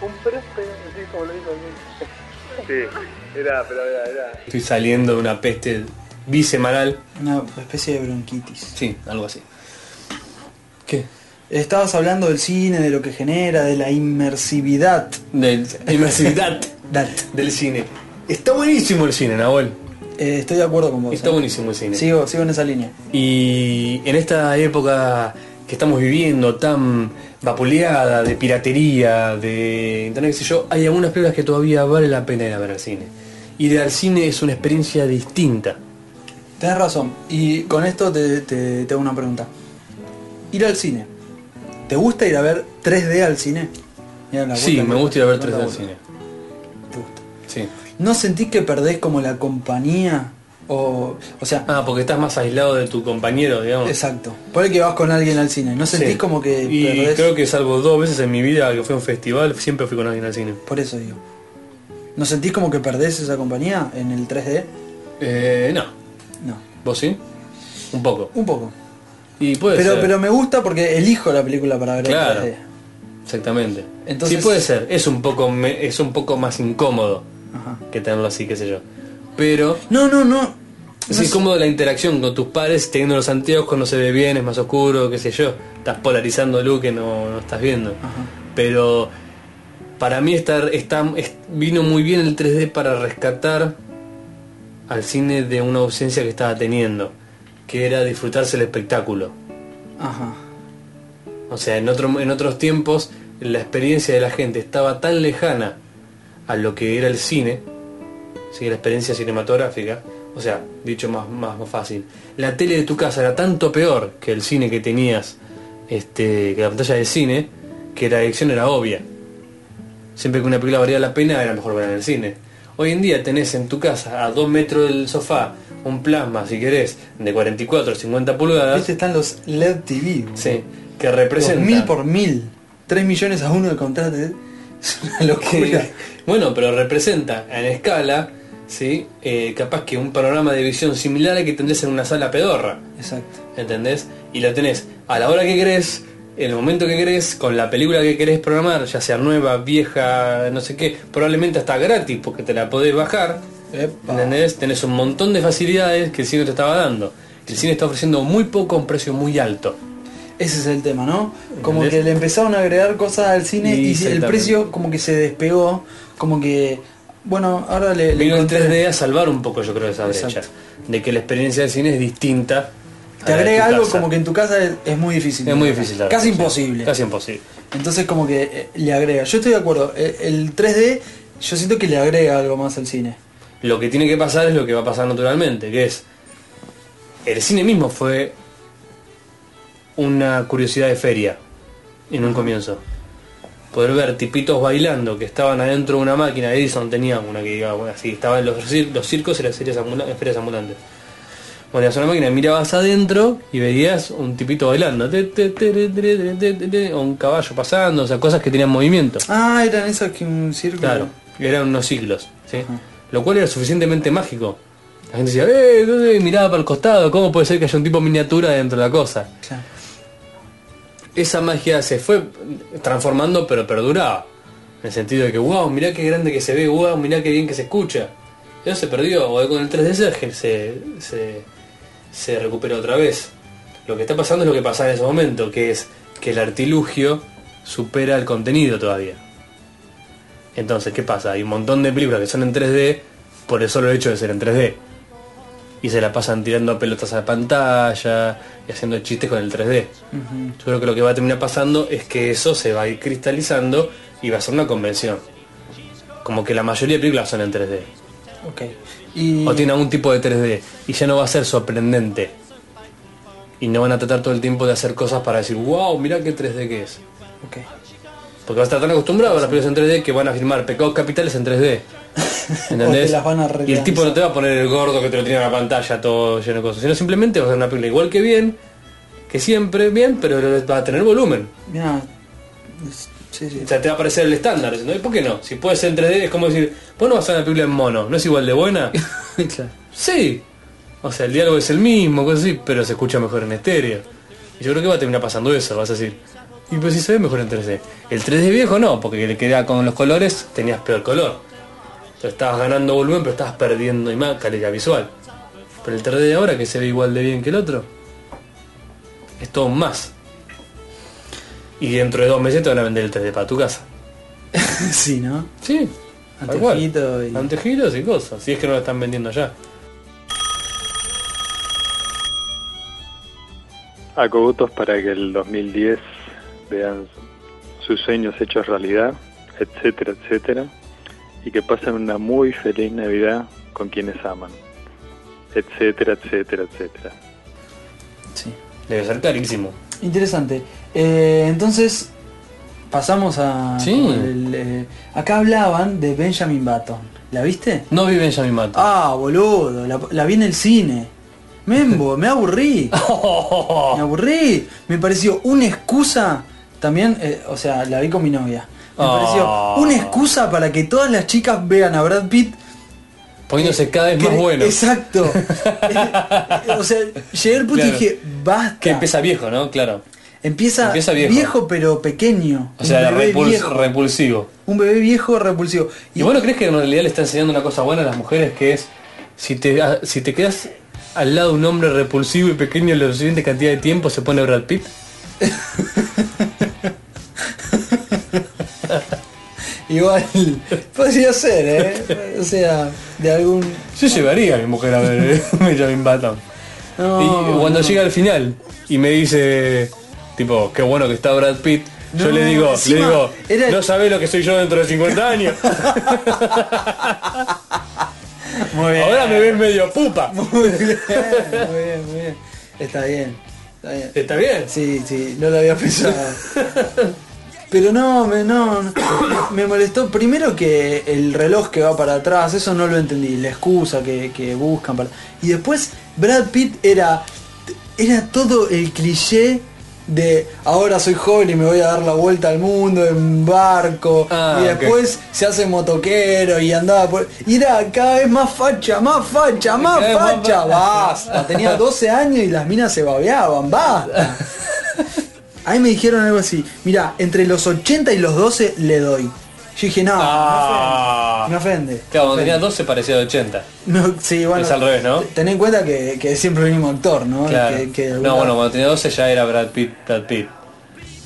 S5: un próspero, así como lo dijo bien. (laughs) Sí, era, pero era, era.
S3: Estoy saliendo de una peste bisemanal.
S1: Una especie de bronquitis.
S3: Sí, algo así. ¿Qué?
S1: Estabas hablando del cine, de lo que genera, de la inmersividad.
S3: De
S1: (laughs)
S3: la inmersividad
S1: Dat.
S3: del cine. Está buenísimo el cine, Nahuel.
S1: Eh, estoy de acuerdo con vos.
S3: Está
S1: eh.
S3: buenísimo el cine.
S1: Sigo, sigo en esa línea.
S3: Y en esta época que estamos viviendo tan vapuleada de piratería, de internet, qué sé yo, hay algunas películas que todavía vale la pena ir a ver al cine. Ir al cine es una experiencia distinta.
S1: Tenés razón. Y con esto te, te- te hago una pregunta. Ir al cine. ¿Te gusta ir a ver 3D al cine? Mirá la
S3: sí,
S1: vuelta,
S3: me gusta ir a ver
S1: la
S3: 3D al
S1: vuelta.
S3: cine.
S1: Te gusta.
S3: Sí.
S1: ¿No sentís que perdés como la compañía? O, o sea,
S3: Ah, porque estás más aislado de tu compañero, digamos.
S1: exacto. Por el que vas con alguien al cine. ¿No sentís
S3: Sí.
S1: como que
S3: Y
S1: perdés?
S3: creo que salvo dos veces en mi vida que fue a un festival, siempre fui con alguien al cine.
S1: Por eso digo. ¿No sentís como que perdés esa compañía en el 3D?
S3: Eh, no.
S1: No.
S3: ¿Vos sí? Un poco.
S1: Un poco.
S3: Y puede
S1: Pero,
S3: ser.
S1: pero me gusta porque elijo la película para ver
S3: Claro.
S1: en 3D.
S3: Exactamente.
S1: Entonces-
S3: sí puede ser, es un poco me- es un poco más incómodo
S1: Ajá.
S3: que tenerlo así, qué sé yo. Pero
S1: No, no, no.
S3: es
S1: No sé.
S3: incómodo la interacción con tus pares teniendo los anteojos, no se ve bien, es más oscuro, qué sé yo. Estás polarizando luz que no, no estás viendo.
S1: Ajá.
S3: Pero para mí estar, está, es- vino muy bien el 3D para rescatar al cine de una ausencia que estaba teniendo, que era disfrutarse el espectáculo.
S1: Ajá.
S3: O sea, en, otro, en otros tiempos la experiencia de la gente estaba tan lejana a lo que era el cine, ¿sí? la experiencia cinematográfica, o sea, dicho más, más, más fácil, la tele de tu casa era tanto peor que el cine que tenías, este, que la pantalla de cine, que la elección era obvia. Siempre que una película valía la pena era mejor verla en el cine. Hoy en día tenés en tu casa, a dos metros del sofá, un plasma, si querés, de 44 o 50 pulgadas,
S1: Viste, están los LED TV. boludo.
S3: sí,
S1: Este
S3: que
S1: Dos
S3: representa...
S1: mil por mil. Tres millones a uno de contrato. Es una (laughs) locura.
S3: que- bueno, pero representa en escala, ¿sí? Eh, capaz que un panorama de visión similar al que tendrías en una sala pedorra,
S1: Exacto.
S3: ¿entendés? Y la tenés a la hora que querés, en el momento que querés, con la película que querés programar, ya sea nueva, vieja, no sé qué, probablemente hasta gratis porque te la podés bajar,
S1: Epa.
S3: ¿entendés? Tenés un montón de facilidades que el cine te estaba dando. El cine está ofreciendo muy poco a un precio muy alto.
S1: Ese es el tema, ¿no? Como
S3: ¿Entendés?
S1: que le empezaron a agregar cosas al cine y el
S3: Exactamente.
S1: precio como que se despegó. Como que. Bueno, ahora le, le
S3: Vino el
S1: encontré-
S3: 3D a salvar un poco, yo creo, esa brecha.
S1: Exacto.
S3: De que la experiencia del cine es distinta.
S1: Te
S3: a la de
S1: agrega
S3: tu
S1: algo
S3: casa.
S1: como que en tu casa es, es muy difícil.
S3: Es muy difícil. la
S1: Casi
S3: verdad, sí.
S1: imposible.
S3: Casi imposible.
S1: Entonces como que eh, le agrega. Yo estoy de acuerdo. eh, El 3D yo siento que le agrega algo más al cine.
S3: Lo que tiene que pasar es lo que va a pasar naturalmente, que es... El cine mismo fue una curiosidad de feria en un comienzo. Poder ver tipitos bailando que estaban adentro de una máquina. Edison tenía una que iba bueno, así, estaban los, cir- los circos y las ferias ambula- ferias ambulantes. Bueno, una máquina, mirabas adentro y veías un tipito bailando, te, te, te, te, te, te, te, te, te, o un caballo pasando, o sea, cosas que tenían movimiento.
S1: Ah, eran esas que un círculo.
S3: Claro, eran unos siglos, ¿sí?
S1: Ajá.
S3: Lo cual era suficientemente mágico. La gente decía, eh, eh, eh", miraba para el costado, ¿cómo puede ser que haya un tipo miniatura dentro de la cosa?
S1: Claro.
S3: Esa magia se fue transformando pero perduraba. En el sentido de que, wow, mirá qué grande que se ve, wow, mirá qué bien que se escucha. Eso se perdió, o con el 3D se, se, se, se recuperó otra vez. Lo que está pasando es lo que pasa en ese momento, que es que el artilugio supera el contenido todavía. Entonces, ¿qué pasa? Hay un montón de películas que son en 3D por el solo hecho de ser en 3D. Y se la pasan tirando pelotas a la pantalla y haciendo chistes con el 3D. Yo creo que lo que va a terminar pasando es que eso se va a ir cristalizando y va a ser una convención. Como que la mayoría de películas son en 3D.
S1: Ok. Y
S3: O tienen algún tipo de 3D. Y ya no va a ser sorprendente. Y no van a tratar todo el tiempo de hacer cosas para decir, wow, mira qué 3D que es.
S1: ok.
S3: Porque vas a estar tan acostumbrado a las películas en 3D que van a firmar pecados capitales en 3D. ¿Entendés?
S1: (laughs) O te las van a
S3: y el tipo no te va a poner el gordo que te lo tiene en la pantalla todo lleno de cosas, sino simplemente va a ser una película igual que bien, que siempre bien, pero va a tener volumen.
S1: Mira, es- Sí, sí.
S3: O sea, te va a parecer el estándar. ¿no? ¿Y por qué no? Si puedes en 3D, es como decir, vos no vas a ver una película en mono, ¿no es igual de buena? (laughs)
S1: Claro.
S3: sí. O sea, el diálogo es el mismo, cosas así, pero se escucha mejor en estéreo. Y yo creo que va a terminar pasando eso, vas a decir. Y pues si se ve mejor en 3D. El 3D viejo no, porque le queda con los colores, tenías peor color. Entonces estabas ganando volumen, pero estabas perdiendo ima- calidad visual. Pero el 3D de ahora, que se ve igual de bien que el otro, es todo un más. Y dentro de dos meses te van a vender el 3D para tu casa.
S1: (laughs) sí, ¿no?
S3: Sí. tal cual.
S1: Antejito y...
S3: Anteojitos y cosas, si es que no lo están vendiendo ya.
S2: A Cogotos para que el 2010 vean sus sueños hechos realidad, etcétera, etcétera. Y que pasen una muy feliz Navidad con quienes aman, etcétera, etcétera, etcétera.
S1: sí.
S3: Debe ser carísimo.
S1: Interesante. Eh, entonces, pasamos a...
S3: Sí.
S1: con el, eh, acá hablaban de Benjamin Button. ¿La viste?
S3: No vi Benjamin Mato.
S1: Ah, boludo, la, la vi en el cine. Membo, me
S3: (laughs)
S1: aburrí. Me aburrí. Me pareció una excusa. También, eh, o sea, la vi con mi novia. Me
S3: Ah.
S1: pareció una excusa para que todas las chicas vean a Brad Pitt.
S3: Poniéndose cada vez
S1: que-
S3: más bueno. (laughs)
S1: Exacto. Eh, o sea, llegué al punto y
S3: Claro.
S1: dije, basta.
S3: Que empieza viejo, ¿no? Claro.
S1: Empieza,
S3: empieza viejo.
S1: viejo. pero pequeño.
S3: O sea,
S1: un bebé,
S3: repul-
S1: viejo,
S3: repulsivo.
S1: un bebé viejo repulsivo.
S3: ¿Y vos no crees que en realidad le está enseñando una cosa buena a las mujeres que es si te, ah, si te quedas al lado de un hombre repulsivo y pequeño la suficiente cantidad de tiempo se pone Brad Pitt?
S1: Igual, (laughs) podría ser, ¿eh? O sea, de algún...
S3: Yo llevaría a mi mujer a ver eh, (laughs) Benjamin Button.
S1: No,
S3: y cuando
S1: no.
S3: llega al final y me dice, tipo, qué bueno que está Brad Pitt, yo
S1: No,
S3: le digo, le
S1: encima
S3: digo,
S1: era-
S3: no sabés lo que soy yo dentro de
S1: (laughs)
S3: 50 años.
S1: Muy bien.
S3: Ahora me ves medio
S1: (laughs)
S3: pupa.
S1: Muy bien, muy bien, muy bien. Está bien, está bien.
S3: ¿Está bien?
S1: Sí, sí, no lo había pensado. Pero no, me, no, no. me molestó primero que el reloj que va para atrás, eso no lo entendí, la excusa que, que buscan para... Y después Brad Pitt era, era todo el cliché de ahora soy joven y me voy a dar la vuelta al mundo en barco
S3: Ah,
S1: y
S3: ok.
S1: después se hace motoquero y andaba por... Y era cada vez más facha, más facha, más
S3: Cada vez más
S1: facha,
S3: facha.
S1: basta. Tenía 12 años y las minas se babeaban, basta.
S3: (laughs)
S1: Ahí me dijeron algo así, mira, entre los 80 y los 12 le doy. Yo dije, no,
S3: (laughs) Ah.
S1: me ofende. Me
S3: Claro, cuando
S1: ofende.
S3: tenía 12 parecía de 80.
S1: No, sí, bueno,
S3: Es al revés, ¿no?
S1: Ten en cuenta que, que es siempre el mismo actor, ¿no?
S3: Claro.
S1: Que- que-
S3: no, bueno, cuando tenía 12 ya era Brad Pitt, Brad Pitt.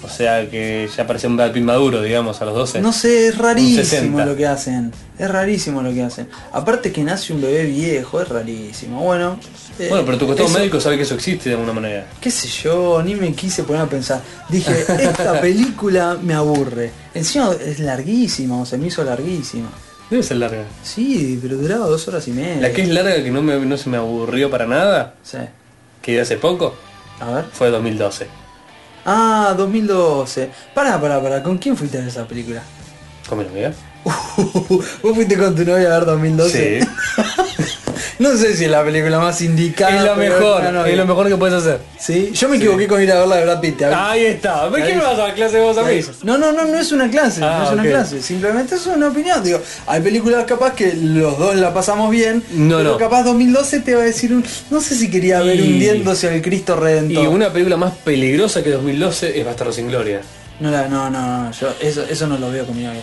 S3: O sea que ya parecía un Brad Pitt maduro, digamos, a los 12.
S1: No sé, es rarísimo
S3: 60.
S1: lo que hacen. Es rarísimo lo que hacen. Aparte que nace un bebé viejo, es rarísimo. Bueno, eh,
S3: Bueno, pero tu costado
S1: eso-
S3: médico sabe que eso existe de alguna manera.
S1: qué sé yo, ni me quise poner a pensar. Dije,
S3: (laughs)
S1: esta película me aburre. Encima es larguísima, o se me hizo larguísima.
S3: Debe ser larga.
S1: Sí, pero duraba dos horas y media.
S3: La que es larga que no, me, no se me aburrió para nada,
S1: Sí.
S3: que de hace poco,
S1: A ver.
S3: fue 2012.
S1: Ah, 2012. Pará, pará, pará. ¿Con quién fuiste a ver esa película? (laughs)
S3: ¿Cómo lo veas?
S1: Vos fuiste con tu novia a ver 2012.
S3: Sí.
S1: (laughs) no sé si es la película más indicada.
S3: es lo
S1: pero una
S3: mejor, Ah,
S1: novia.
S3: es lo mejor que puedes hacer.
S1: Sí, yo me equivoqué con ir a ver la de Brad Pitt. te aviso.
S3: Ahí está. ¿Por qué
S1: Ahí
S3: me vas a dar clase vos a mí?
S1: No, no, no, no es una clase,
S3: Ah,
S1: no es una
S3: ok.
S1: clase, simplemente es una opinión. Digo, hay películas capaz que los dos la pasamos bien,
S3: No,
S1: pero
S3: no.
S1: capaz 2012 te va a decir un, no sé si quería ver
S3: Y-
S1: hundiéndose al Cristo
S3: Y
S1: Redentor.
S3: una película más peligrosa que 2012 es Bastardo sin Gloria.
S1: No, la- no, no, no, yo eso, eso no lo veo con mi novia.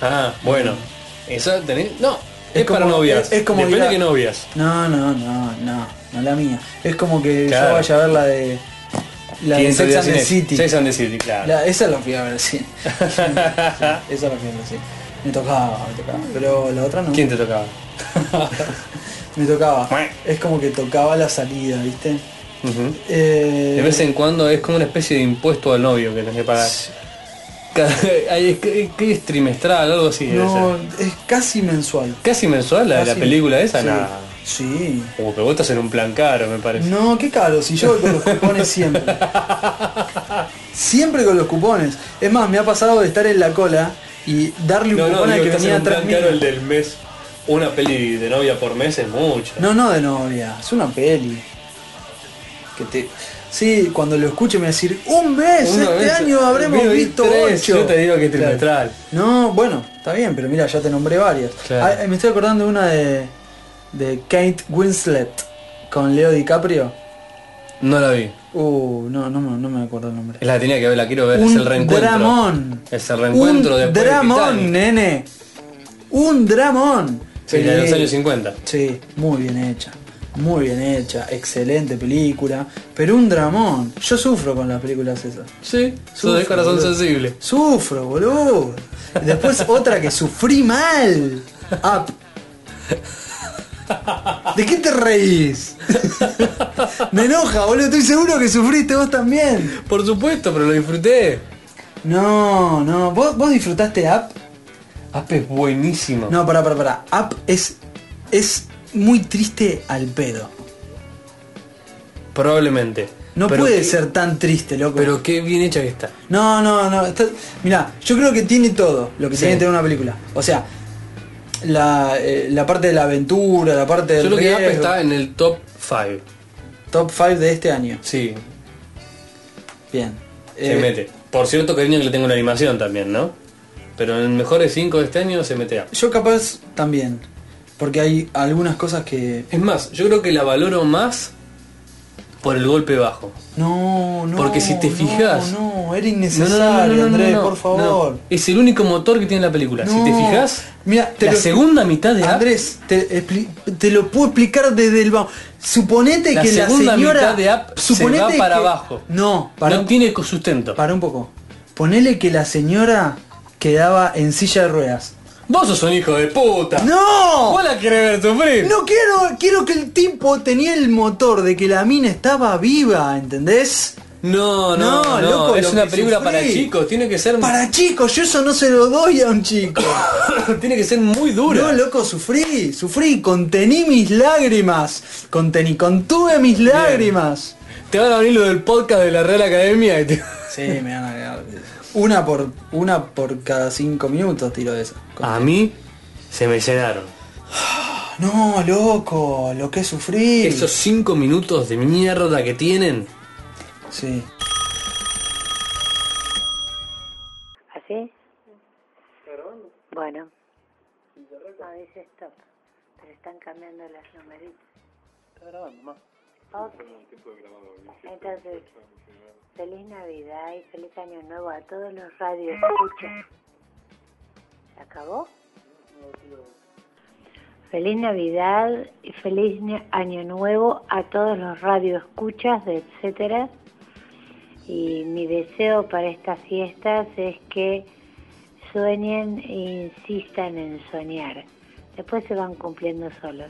S3: Ah, bueno. Eso tenés. No, es,
S1: Es como-
S3: para novias.
S1: es- es como
S3: Depende
S1: ir a-
S3: de qué novias.
S1: No, no, no, no, no la mía. Es como que
S3: Claro.
S1: yo vaya a ver la de la de
S3: 500
S1: Sex
S3: días
S1: and
S3: sin
S1: the
S3: él.
S1: City.
S3: Sex and the City, claro.
S1: La- esa la fui a ver,
S3: (laughs)
S1: sí. Sí, Esa la fui a ver, sí. Me tocaba, me tocaba. Pero la otra no.
S3: ¿Quién te tocaba?
S1: (laughs) Me tocaba.
S3: Mueh.
S1: Es como que tocaba la salida, ¿viste?
S3: Ujú.
S1: Eh,
S3: De vez en cuando es como una especie de impuesto al novio que tenés que pagar. Cada- (laughs) Ay, es que que es trimestral, algo así. debe
S1: No,
S3: ser.
S1: es casi mensual.
S3: Casi mensual la de la
S1: Casi-
S3: película esa,
S1: sí.
S3: nada.
S1: Sí.
S3: Como que vos estás en un plan caro, me parece.
S1: No, qué caro, si yo voy con los cupones siempre. Siempre con los cupones. Es más, me ha pasado de estar en la cola y darle un
S3: No, no,
S1: cupón al
S3: digo,
S1: que
S3: estás en
S1: venía
S3: un
S1: atrás
S3: plan
S1: mío.
S3: caro el del mes. Una peli de novia por mes es mucho.
S1: No, no de novia, es una peli. Que te... Sí, cuando lo escuche me va a decir, un mes,
S3: Uno
S1: este
S3: ve-
S1: año habremos
S3: veo ahí
S1: visto
S3: tres,
S1: ocho.
S3: Yo te digo que
S1: Claro.
S3: trimestral.
S1: No, bueno, está bien, pero mira, ya te nombré varias.
S3: Claro.
S1: Ah, eh, me estoy acordando de una de, de Kate Winslet con Leo DiCaprio.
S3: No la vi.
S1: Uh, no, no, me- no me acuerdo el nombre.
S3: Es la que tenía que ver, la quiero ver. es
S1: Un
S3: el reencuentro.
S1: Dramón.
S3: Es el reencuentro
S1: Un
S3: después
S1: dramón,
S3: del Titanic.
S1: nene. Un dramón.
S3: Sí, la de los
S1: Sí.
S3: años 50.
S1: Sí, muy bien hecha. Muy bien hecha, excelente película, pero un dramón. Yo sufro con las películas esas.
S3: Sí, soy de
S1: Sufro,
S3: corazón
S1: boludo.
S3: sensible.
S1: Sufro, boludo. Y
S3: (laughs)
S1: Después otra que sufrí mal. Up. ¿De qué te
S3: (laughs)
S1: reís? Me enoja, boludo. Estoy seguro que sufriste vos también.
S3: Por supuesto, pero lo disfruté.
S1: No, no. ¿Vos, vos disfrutaste Up?
S3: Ape es buenísimo.
S1: No, pará, pará, pará. Up es, es muy triste al pedo.
S3: Probablemente.
S1: No
S3: Pero
S1: puede
S3: qué-
S1: ser tan triste, loco.
S3: Pero qué bien hecha que está.
S1: No, no, no. está- Mirá, yo creo que tiene todo lo que
S3: Sí.
S1: tiene que tener una película. O sea, la, eh, la parte de la aventura, la parte del
S3: Yo lo que Ape
S1: riesgo.
S3: está en el top 5.
S1: Top 5 de este año.
S3: Sí,
S1: Bien.
S3: se
S1: Eh,
S3: mete. Por cierto, cariño que le tengo a la animación también, ¿no? Pero en el mejores 5 de este año se mete Ape.
S1: Yo capaz también. Porque hay algunas cosas que...
S3: Es más, yo creo que la valoro más por el golpe bajo.
S1: No, no.
S3: Porque si te
S1: no,
S3: fijas-
S1: No, era innecesario, Andrés,
S3: no, no.
S1: por favor.
S3: No. Es el único motor que tiene la película. Si te
S1: No.
S3: fijas,
S1: Mira, te
S3: la
S1: lo-
S3: segunda mitad de Ape-
S1: Andrés, te, expli- te lo puedo explicar desde el bajo. Suponete
S3: La
S1: que la
S3: segunda
S1: señora
S3: mitad de app se
S1: suponete
S3: va para
S1: que-
S3: abajo.
S1: No, para
S3: no
S1: un,
S3: tiene sustento.
S1: para un poco. Ponele que la señora quedaba en silla de ruedas.
S3: Vos sos un hijo de puta.
S1: ¡No!
S3: Vos la querés ver sufrir.
S1: No quiero, quiero que el tipo tenía el motor de que la mina estaba viva, ¿entendés?
S3: No, no,
S1: No,
S3: no,
S1: loco,
S3: es
S1: lo
S3: una
S1: que
S3: película
S1: sufrí.
S3: para chicos, tiene que ser
S1: Para chicos, yo eso no se lo doy a un chico.
S3: (coughs) tiene que ser muy dura.
S1: No, loco, sufrí, sufrí, contení mis lágrimas. Contení, contuve mis lágrimas.
S3: Te van a venir lo del podcast de la Real Academia y te-
S1: Sí, me van a quedar. Una por, una por cada cinco minutos tiro de esa.
S3: A mí se me llenaron.
S1: No, loco, lo que sufrí.
S3: Esos cinco minutos de mierda que tienen.
S1: Sí.
S4: ¿Así? Bueno. No, dice stop. Pero están cambiando los numeritos. Está grabando, Ok. Entonces, feliz Navidad y feliz Año Nuevo a todos los radios. Escucha. ¿Se acabó? Feliz Navidad y feliz ne- Año Nuevo a todos los radioescuchas de etcétera. Y mi deseo para estas fiestas es que sueñen e insistan en soñar. Después se van cumpliendo solos,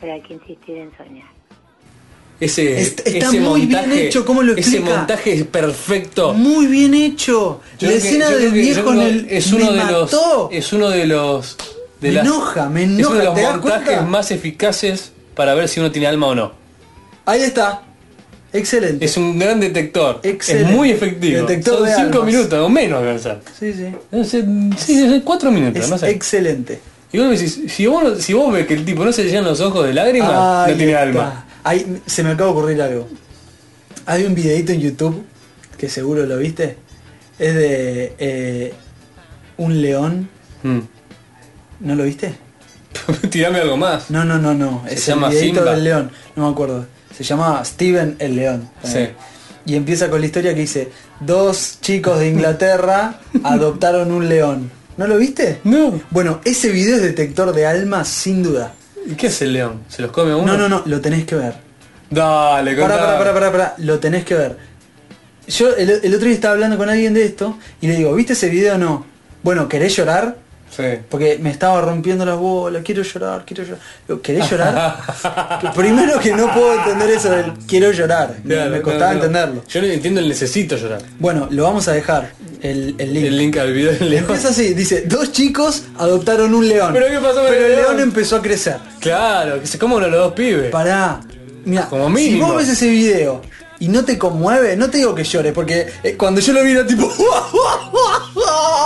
S4: pero hay que insistir en soñar.
S3: Ese,
S1: Est- está
S3: ese
S1: muy bien
S3: montaje,
S1: hecho, ¿cómo lo
S3: Ese
S1: explica?
S3: montaje es perfecto.
S1: Muy bien hecho.
S3: Yo
S1: la
S3: creo que-
S1: escena
S3: yo creo
S1: del
S3: que- yo
S1: viejo en
S3: creo
S1: el.
S3: es uno
S1: me
S3: de
S1: mató.
S3: los es uno de los de
S1: Me
S3: las-
S1: enoja, me
S3: es uno
S1: enoja,
S3: de los
S1: ¿te das
S3: montajes
S1: cuenta?
S3: más eficaces para ver si uno tiene alma o no.
S1: Ahí está. Excelente.
S3: Es un gran detector.
S1: Excelente.
S3: Es muy efectivo.
S1: Detector
S3: Son
S1: de
S3: cinco
S1: almas.
S3: minutos o menos alcanzar.
S1: Sí, sí.
S3: Sí, debe ser cuatro minutos,
S1: Es
S3: no sé.
S1: excelente.
S3: Y vos decís, si vos, no- si vos ves que el tipo no se le llenan los ojos de lágrimas,
S1: Ahí
S3: no tiene
S1: está.
S3: alma.
S1: Ahí se me acaba de ocurrir algo. Hay un videito en YouTube, que seguro lo viste, es de eh, un león.
S3: Mm. (laughs)
S1: ¿No lo viste?
S3: Tirame algo más.
S1: No, no, no, no.
S3: Se
S1: es
S3: llama
S1: el videito
S3: Simba.
S1: del león. No me acuerdo. Se llama Steven el León. Eh,
S3: Sí.
S1: Y empieza con la historia que dice, dos chicos de
S3: (laughs)
S1: Inglaterra adoptaron un león. ¿No lo viste?
S3: No.
S1: Bueno, ese video es detector de almas sin duda.
S3: ¿Y qué hace el león? ¿Se los come uno?
S1: No, no, no, lo tenés que ver.
S3: Dale,
S1: Pará,
S3: contá.
S1: pará, pará, pará, pará, lo tenés que ver. Yo el, el otro día estaba hablando con alguien de esto y le digo, ¿viste ese video o no? Bueno, ¿querés llorar?
S3: Sí.
S1: Porque me estaba rompiendo las bolas, quiero llorar, quiero llorar. Digo, ¿Querés
S3: (laughs)
S1: llorar? Que primero que no puedo entender eso del quiero llorar. Me-
S3: Claro,
S1: me
S3: no,
S1: costaba
S3: no.
S1: entenderlo.
S3: Yo no entiendo el necesito llorar.
S1: Bueno, lo vamos a dejar, el, el link.
S3: El link al video
S1: (laughs)
S3: del león.
S1: Empieza así, dice, dos chicos adoptaron un león.
S3: ¿Pero qué pasó con
S1: Pero
S3: el
S1: el león
S3: león?
S1: empezó a crecer.
S3: Claro, que se coman a los dos pibes.
S1: Pará. Mira,
S3: Como
S1: si
S3: mínimo.
S1: vos ves ese video y no te conmueve, no te digo (laughs) que llores, porque eh, cuando yo lo vi era tipo,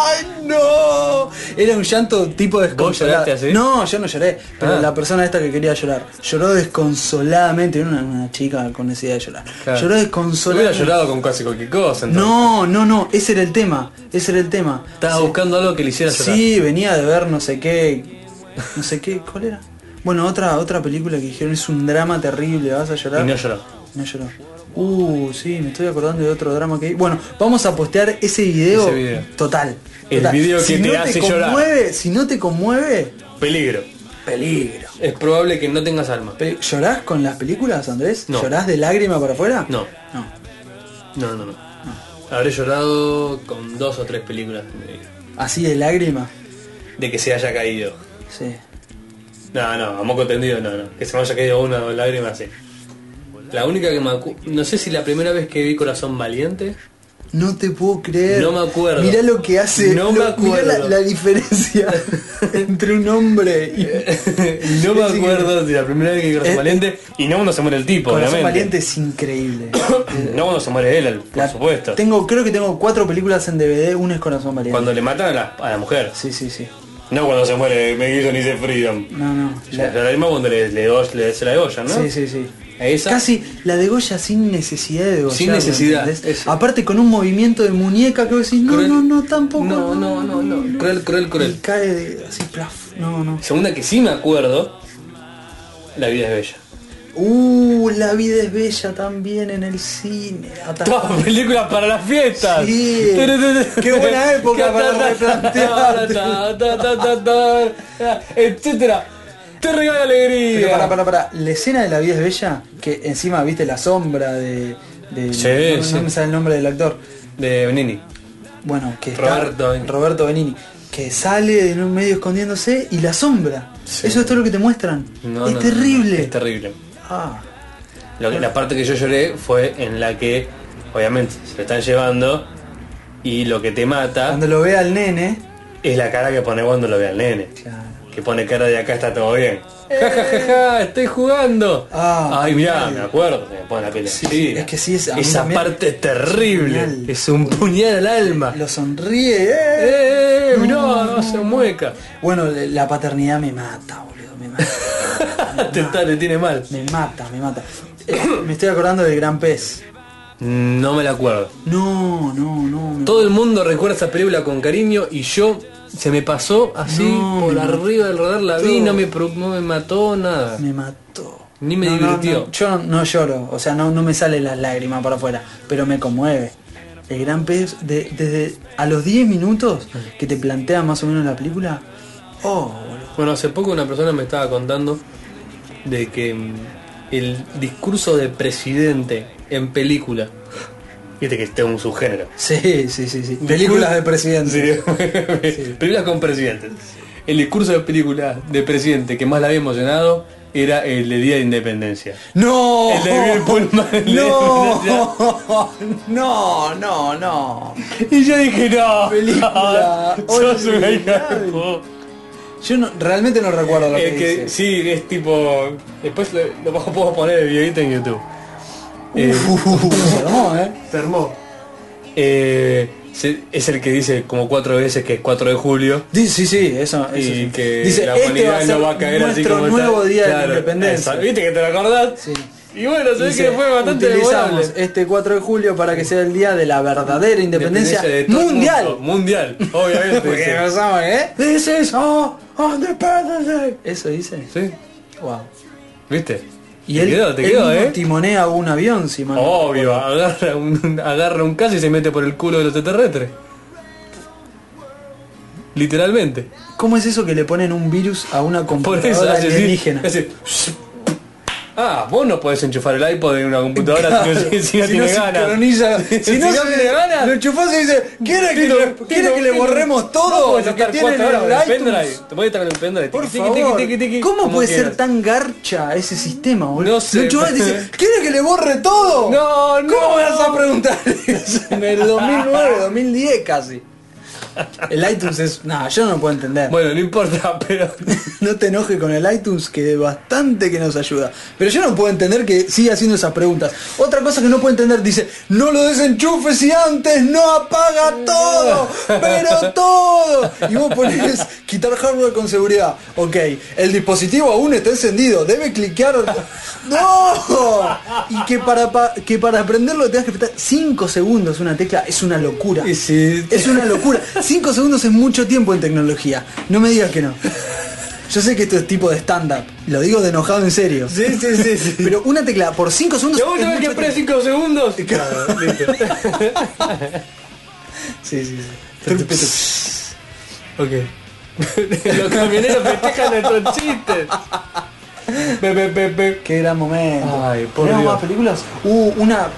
S1: ¡ay no! Era un llanto tipo desconsolado.
S3: lloraste así?
S1: No, yo no lloré. Pero
S3: Ah.
S1: la persona esta que quería llorar lloró desconsoladamente. Era una, una chica con necesidad de llorar.
S3: Claro.
S1: Lloró
S3: Hubiera
S1: desconsoladamente.
S3: llorado con casi cualquier cosa. entonces.
S1: No, no, no. Ese era el tema. Ese era el tema.
S3: Estaba buscando algo que le hiciera llorar.
S1: Sí, venía de ver no sé qué. No sé qué. ¿Cuál era? Bueno, otra, otra película que dijeron es un drama terrible, vas a llorar.
S3: Y no lloró.
S1: No lloró. Uh, sí, me estoy acordando de otro drama que vi. Bueno, vamos a postear ese video,
S3: Ese video.
S1: total.
S3: El
S1: total.
S3: video que
S1: si
S3: te
S1: no
S3: hace
S1: te
S3: llorar.
S1: conmueve, Si no te conmueve,
S3: Peligro.
S1: peligro.
S3: Es probable que no tengas alma.
S1: Pe- ¿Llorás con las películas, Andrés?
S3: No.
S1: ¿Llorás de lágrima para afuera?
S3: No.
S1: No.
S3: No, no, no.
S1: Ah.
S3: Habré llorado con dos o tres películas de mi vida.
S1: Así de lágrima.
S3: de que se haya caído.
S1: Sí.
S3: No, no, a moco tendido no, no. Que se me haya caído una o lágrima así. La única que me acu- No sé si la primera vez que vi Corazón Valiente.
S1: (laughs) No te puedo creer.
S3: No me acuerdo.
S1: Mirá lo que hace.
S3: No me
S1: lo- mirá la-
S3: acuerdo.
S1: la, diferencia (laughs) entre un hombre y.
S3: Eh, no me
S1: Sí,
S3: acuerdo de la primera vez que vi Corazón
S1: Eh, eh.
S3: Valiente. Y no cuando se muere el tipo,
S1: Corazón
S3: obviamente.
S1: valiente es increíble.
S3: (coughs) No cuando se muere él, por
S1: La-
S3: supuesto.
S1: Tengo, creo que tengo cuatro películas en DVD, una es Corazón Valiente.
S3: Cuando le matan a la, a la mujer.
S1: Sí, sí, sí.
S3: No cuando se muere Mel y dice Freedom.
S1: No, no.
S3: La,
S1: la-
S3: la misma cuando le, le, do- le se la degollan, ¿no?
S1: Sí, sí, sí.
S3: A esa-
S1: Casi la degolla sin necesidad de degollar.
S3: Sin necesidad,
S1: ¿entendés?
S3: eso.
S1: Aparte con un movimiento de muñeca que vos decís, no,
S3: Cruel.
S1: no, no, tampoco.
S3: No, no, no, no. Cruel, cruel,
S1: Y
S3: cruel.
S1: cae de- así, plaf. No, no.
S3: Segunda que sí me acuerdo, La vida es bella.
S1: Uh, la vida es bella también en el cine. Ah, Ata-
S3: Todas películas para las fiestas. (laughs)
S1: Sí. Qué buena época para replantearte.
S3: replantear. Etcétera. Te regala alegría.
S1: Pero para, para, para. La escena de la vida es bella, que encima viste la sombra de. de-
S3: Sí,
S1: no- no,
S3: sí.
S1: me sale el nombre del actor.
S3: De Benini.
S1: Bueno, que está
S3: Roberto Benigni.
S1: Roberto Benini. Que sale en un medio escondiéndose y la sombra.
S3: Sí.
S1: Eso es todo lo que te muestran.
S3: No,
S1: es
S3: no,
S1: terrible.
S3: no, es terrible.
S1: Ah.
S3: Lo que- la parte que yo lloré fue en la que, obviamente, se lo están llevando y lo que te mata
S1: Cuando lo ve al nene.
S3: es la cara que pone cuando lo ve al nene.
S1: Claro.
S3: Que pone cara de acá está todo bien. Ja, ja, ja, ja, Eh. estoy jugando.
S1: Ah,
S3: Ay, mirá,
S1: genial.
S3: me acuerdo, me pone la piel de
S1: Sí,
S3: gallina.
S1: es que sí, es- a mí
S3: Esa
S1: también-
S3: parte es terrible.
S1: Puñal.
S3: Es un puñal al alma.
S1: Lo sonríe. ¡eh!
S3: Eh, eh, mirá,
S1: No,
S3: no,
S1: (laughs)
S3: se mueca.
S1: Bueno, le- la paternidad me mata, boludo. Me mata.
S3: (laughs) te, está- te Este tiene mal.
S1: me mata, me mata. Eh, me estoy acordando del gran pez.
S3: No me la acuerdo.
S1: No, no, no. me-
S3: Todo el mundo recuerda esa película con cariño y yo se me pasó así
S1: No,
S3: por
S1: me
S3: arriba del radar, la vi,
S1: mató.
S3: no me, pro- no me mató nada.
S1: Me mató.
S3: Ni me
S1: No, no,
S3: divirtió.
S1: no, yo no lloro, o sea, no, no me salen las lágrimas para afuera, pero me conmueve. El gran pez, de- desde a los 10 minutos que te plantea más o menos la película, oh, boludo.
S3: Bueno, hace poco una persona me estaba contando de que mm, el discurso de presidente en película, viste que este es un subgénero.
S1: Sí, sí, sí, sí. Películas de presidente.
S3: (laughs) películas con presidentes. El discurso de película de presidente que más la había emocionado era el de Día de Independencia.
S1: No.
S3: El de Bill
S1: (laughs)
S3: Pullman, el de-
S1: No. (laughs) No, no, no.
S3: Y yo dije, no,
S1: Película
S3: (laughs) sos una hija de
S1: olvidable.
S3: puta".
S1: Yo no- realmente no recuerdo lo que,
S3: Es que
S1: dice.
S3: sí, es tipo. Después lo, lo bajo- puedo poner el videito en YouTube. Eh, (laughs)
S1: Uh, no, eh.
S3: se armó. Eh, se- es el que dice como cuatro veces que es 4 de julio.
S1: Dice, sí, sí, eso, eso
S3: Y
S1: sí.
S3: que
S1: Dice,
S3: la
S1: "Este
S3: humanidad
S1: ser
S3: no va a caer así
S1: nuestro
S3: como
S1: nuevo
S3: está".
S1: día de
S3: Claro,
S1: la independencia.
S3: esa- Viste que te lo acordás.
S1: Sí.
S3: Y bueno, se ve
S1: Dice,
S3: que fue bastante
S1: utilizamos
S3: memorable.
S1: este 4 de julio para que sea el día de la verdadera independencia,
S3: de todo el mundo.
S1: mundial.
S3: Mundial, obviamente.
S1: (laughs) Porque
S3: dice.
S1: pensamos, ¿eh? This is all independence day. Eso dice.
S3: Sí,
S1: Wow.
S3: ¿Viste?
S1: Y
S3: te
S1: él,
S3: quedó, te
S1: él
S3: quedó,
S1: mismo
S3: eh. Oh.
S1: timonea un avión, si mal no
S3: Obvio, agarra un, agarra un caso y se mete por el culo de los extraterrestres. Literalmente.
S1: ¿Cómo es eso que le ponen un virus a una
S3: Por eso
S1: computadora
S3: hace así,
S1: alienígena?
S3: hace- Ah, vos no podés enchufar el iPod en
S1: (laughs)
S3: una computadora si no- si, no tiene ganas.
S1: sincroniza-
S3: (laughs) Si no se-
S1: tiene ganas, lo enchufás y dice, ¿quiere que, le, quiere que le borremos todo lo que tiene en el
S3: pendrive.
S1: iTunes?
S3: Te podés estar con el pendrive.
S1: Por
S3: Tiqui, tiqui, tiqui,
S1: favor,
S3: tiqui, tiqui,
S1: ¿cómo
S3: como
S1: puede
S3: quieras.
S1: ser tan garcha ese sistema, boludo?
S3: No sé.
S1: Lo enchufás y te dice, ¿quiere que le borre todo?
S3: No, no.
S1: ¿Cómo me vas a preguntar eso? En el 2009, 2010 casi. El iTunes es. No, yo no lo puedo entender.
S3: Bueno, no importa, (laughs) pero
S1: (laughs) No te enojes con el iTunes, que bastante que nos ayuda. Pero yo no puedo entender que siga haciendo esas preguntas. Otra cosa que no puedo entender, dice, no lo desenchufes y antes no apaga todo, pero todo. Y vos (laughs) pones quitar hardware con seguridad. Ok, el dispositivo aún está encendido, debe (laughs) cliquear. ¡No! Y que para, pa- que para aprenderlo tengas que apretar 5 segundos una tecla, es una locura.
S3: Y si-
S1: Es una locura. 5 segundos es mucho tiempo en tecnología. No me digas que no. Yo sé que esto es tipo de stand-up. Lo digo de enojado en serio.
S3: Sí, sí, sí, sí.
S1: Pero una tecla por 5 segundos.
S3: ¿Y vos
S1: es
S3: tenés que
S1: mucho
S3: esperar
S1: tiempo.
S3: 5
S1: (laughs)
S3: segundos? Claro, listo.
S1: Sí, sí, sí.
S3: ok. (laughs) Los camioneros festejan nuestros chistes. Pe, pe, pe, pe.
S1: Qué gran momento.
S3: Ay, por
S1: ¿Tenemos
S3: Dios.
S1: más películas? Uh, una.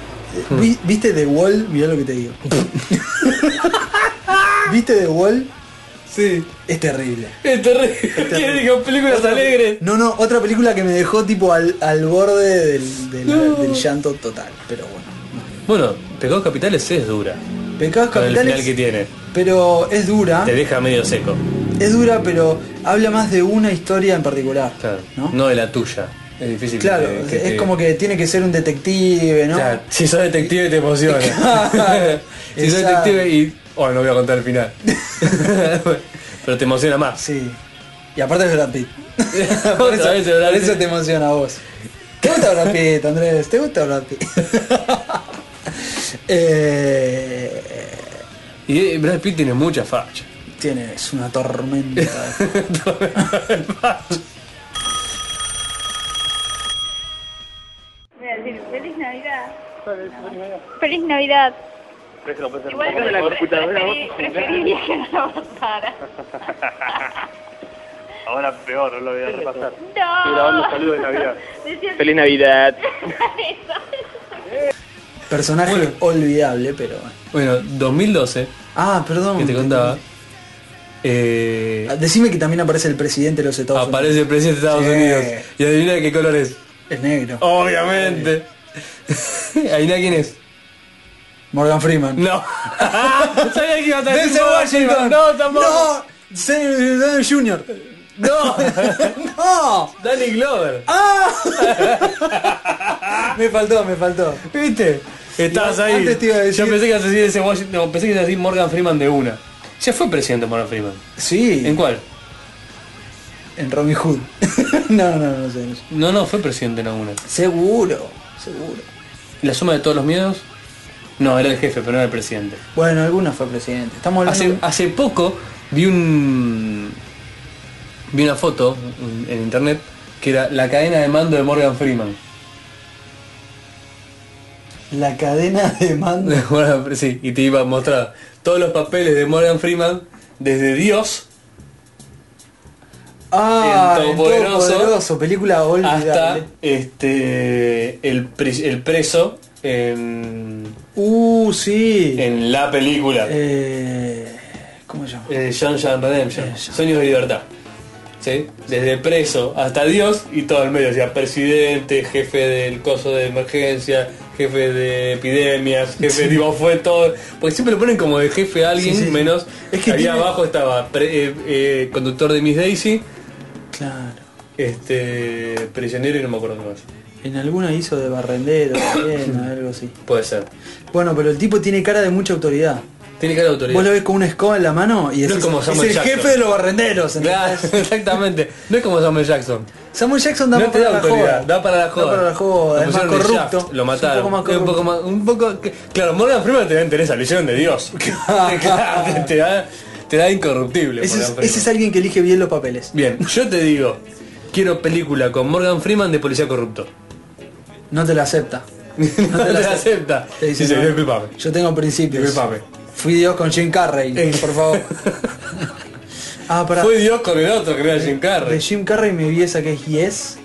S1: vi- ¿Viste The Wall? Mirá lo que te
S3: (laughs)
S1: digo. ¿Viste The Wall?
S3: Sí.
S1: Es terrible.
S3: Es (laughs) terrible. ¿Quién dijo películas alegres?
S1: No, no, otra película que me dejó tipo al, al borde del, del- del llanto total. Pero bueno.
S3: Bueno, Pecados Capitales es dura.
S1: Pecados
S3: Con el final
S1: Capitales.
S3: que tiene.
S1: Pero es dura.
S3: Te deja medio seco.
S1: Es dura, pero habla más de una historia en particular.
S3: Claro.
S1: ¿no?
S3: No, de la tuya. Es difícil.
S1: Claro,
S3: que-
S1: es
S3: que te-
S1: como que tiene que ser un detective, ¿no?
S3: Claro, si sos detective te
S1: (laughs)
S3: emociona.
S1: Claro,
S3: si sos
S1: exacto.
S3: detective y. Oh, no voy a contar
S1: (laughs)
S3: el final. Pero te emociona más.
S1: Sí. Y aparte es Brad Pitt.
S3: (laughs)
S1: por,
S3: Otra
S1: eso,
S3: vez es Brad
S1: por
S3: Pitt.
S1: eso te emociona a vos. ¿Te gusta Brad Pitt, Andrés? ¿Te gusta Brad
S3: (laughs)
S1: Pitt? eh,
S3: Y eh, Brad Pitt tiene mucha facha. (laughs)
S1: tienes una tormenta.
S6: Voy a decir, feliz Navidad. Feliz Navidad. Igual preferí- preferiría que no lo votara.
S5: Ahora peor, no lo voy a repasar. Estoy grabando un
S6: No.
S5: saludo de Navidad.
S6: (laughs) Decía
S7: Feliz Navidad.
S6: eso.
S1: Personaje
S3: Bueno.
S1: olvidable, pero bueno.
S3: Bueno, 2012,
S1: Ah, perdón.
S3: que te contaba. eh,
S1: Decime que también aparece el presidente de los Estados Unidos.
S3: aparece el presidente de Estados
S1: Sí.
S3: Unidos. Y adivina de qué color es.
S1: Es negro.
S3: Obviamente. (laughs) adivina quién es.
S1: Morgan Freeman.
S3: No. (laughs) Sabía
S1: (laughs)
S3: que iba a decir
S1: Denzel
S3: Boba
S1: Washington.
S3: Freeman. No, tampoco.
S1: No, Sam- Sam Jr.
S3: (laughs) No.
S1: No. Ah.
S3: Danny Glover. (laughs)
S1: Me faltó, me faltó.
S3: ¿Viste? Estabas
S1: Igual,
S3: ahí.
S1: antes te iba a decir-
S3: Yo pensé que ibas a decir ese Washington- no, pensé que ibas a decir Morgan Freeman de una. Ya fue presidente Morgan Freeman.
S1: Sí,
S3: ¿En
S1: en,
S3: cuál?
S1: Robin Hood. (laughs) no, no, no sé.
S3: No, no, fue presidente en alguna.
S1: Seguro, seguro.
S3: ¿La suma de todos los miedos? No, era el jefe, pero no era el presidente.
S1: Bueno, alguna fue presidente. Estamos hablando...
S3: Hace, ah. hace poco vi un. Vi una foto en- en internet que era la cadena de mando de Morgan Freeman.
S1: La cadena de mando.
S3: (laughs) De Morgan Fre- sí, y te iba a mostrar todos los papeles de Morgan Freeman desde Dios
S1: Ah, en
S3: En
S1: Todopoderoso.
S3: Todopoderoso.
S1: película olvidable.
S3: hasta este el, pres- el preso en,
S1: Uh, sí.
S3: en la película
S1: Eh, ¿Cómo se llama?
S3: eh, John John Redemption Sueños de Libertad ¿Sí? desde preso hasta Dios y todo el medio o sea presidente jefe del coso de emergencia jefe de epidemias jefe digo fue todo porque siempre lo ponen como de jefe a alguien
S1: Sí, sí.
S3: menos
S1: Es que
S3: ahí
S1: tiene-
S3: abajo estaba pre- eh, eh, conductor de Miss Daisy
S1: Claro.
S3: este prisionero y no me acuerdo qué más
S1: En alguna hizo de barrendero
S3: (clears throat)
S1: también, algo así.
S3: puede ser
S1: Bueno, pero el tipo tiene cara de mucha autoridad.
S3: tiene cara de autoridad
S1: Vos lo ves con una escoba en la mano y
S3: es
S1: decís,
S3: como
S1: es
S3: Samuel
S1: el
S3: Jackson".
S1: jefe de los barrenderos.
S3: Claro,
S1: ¿entendés?
S3: (laughs) exactamente. No es como Samuel Jackson.
S1: Samuel Jackson da
S3: No
S1: más
S3: te da
S1: para la
S3: autoridad,
S1: joda.
S3: da para la joda.
S1: Da para la joda,
S3: Lo
S1: es más
S3: pusieron en
S1: corrupto.
S3: Shaft, lo
S1: Es
S3: mataron.
S1: Un poco más corrupto.
S3: más- un poco- que- claro, Morgan Freeman te da interés a Legión
S1: (laughs)
S3: de Dios. (laughs) Claro, te, te da, te da incorruptible.
S1: Ese
S3: Morgan
S1: es,
S3: Freeman.
S1: ese es alguien que elige bien los papeles.
S3: Bien, yo te digo, quiero película con Morgan Freeman de policía corrupto.
S1: No te la acepta.
S3: (laughs) No te la acepta.
S1: Te dice,
S3: Dice,
S1: "No,
S3: disculpame".
S1: yo tengo principios.
S3: Disculpame.
S1: Fui Dios con Jim Carrey,
S3: Eh.
S1: por
S3: (laughs)
S1: favor. ah, para
S3: Fue Dios con el otro que era Jim
S1: De
S3: Carrey.
S1: Jim Carrey me vi esa que es Yes.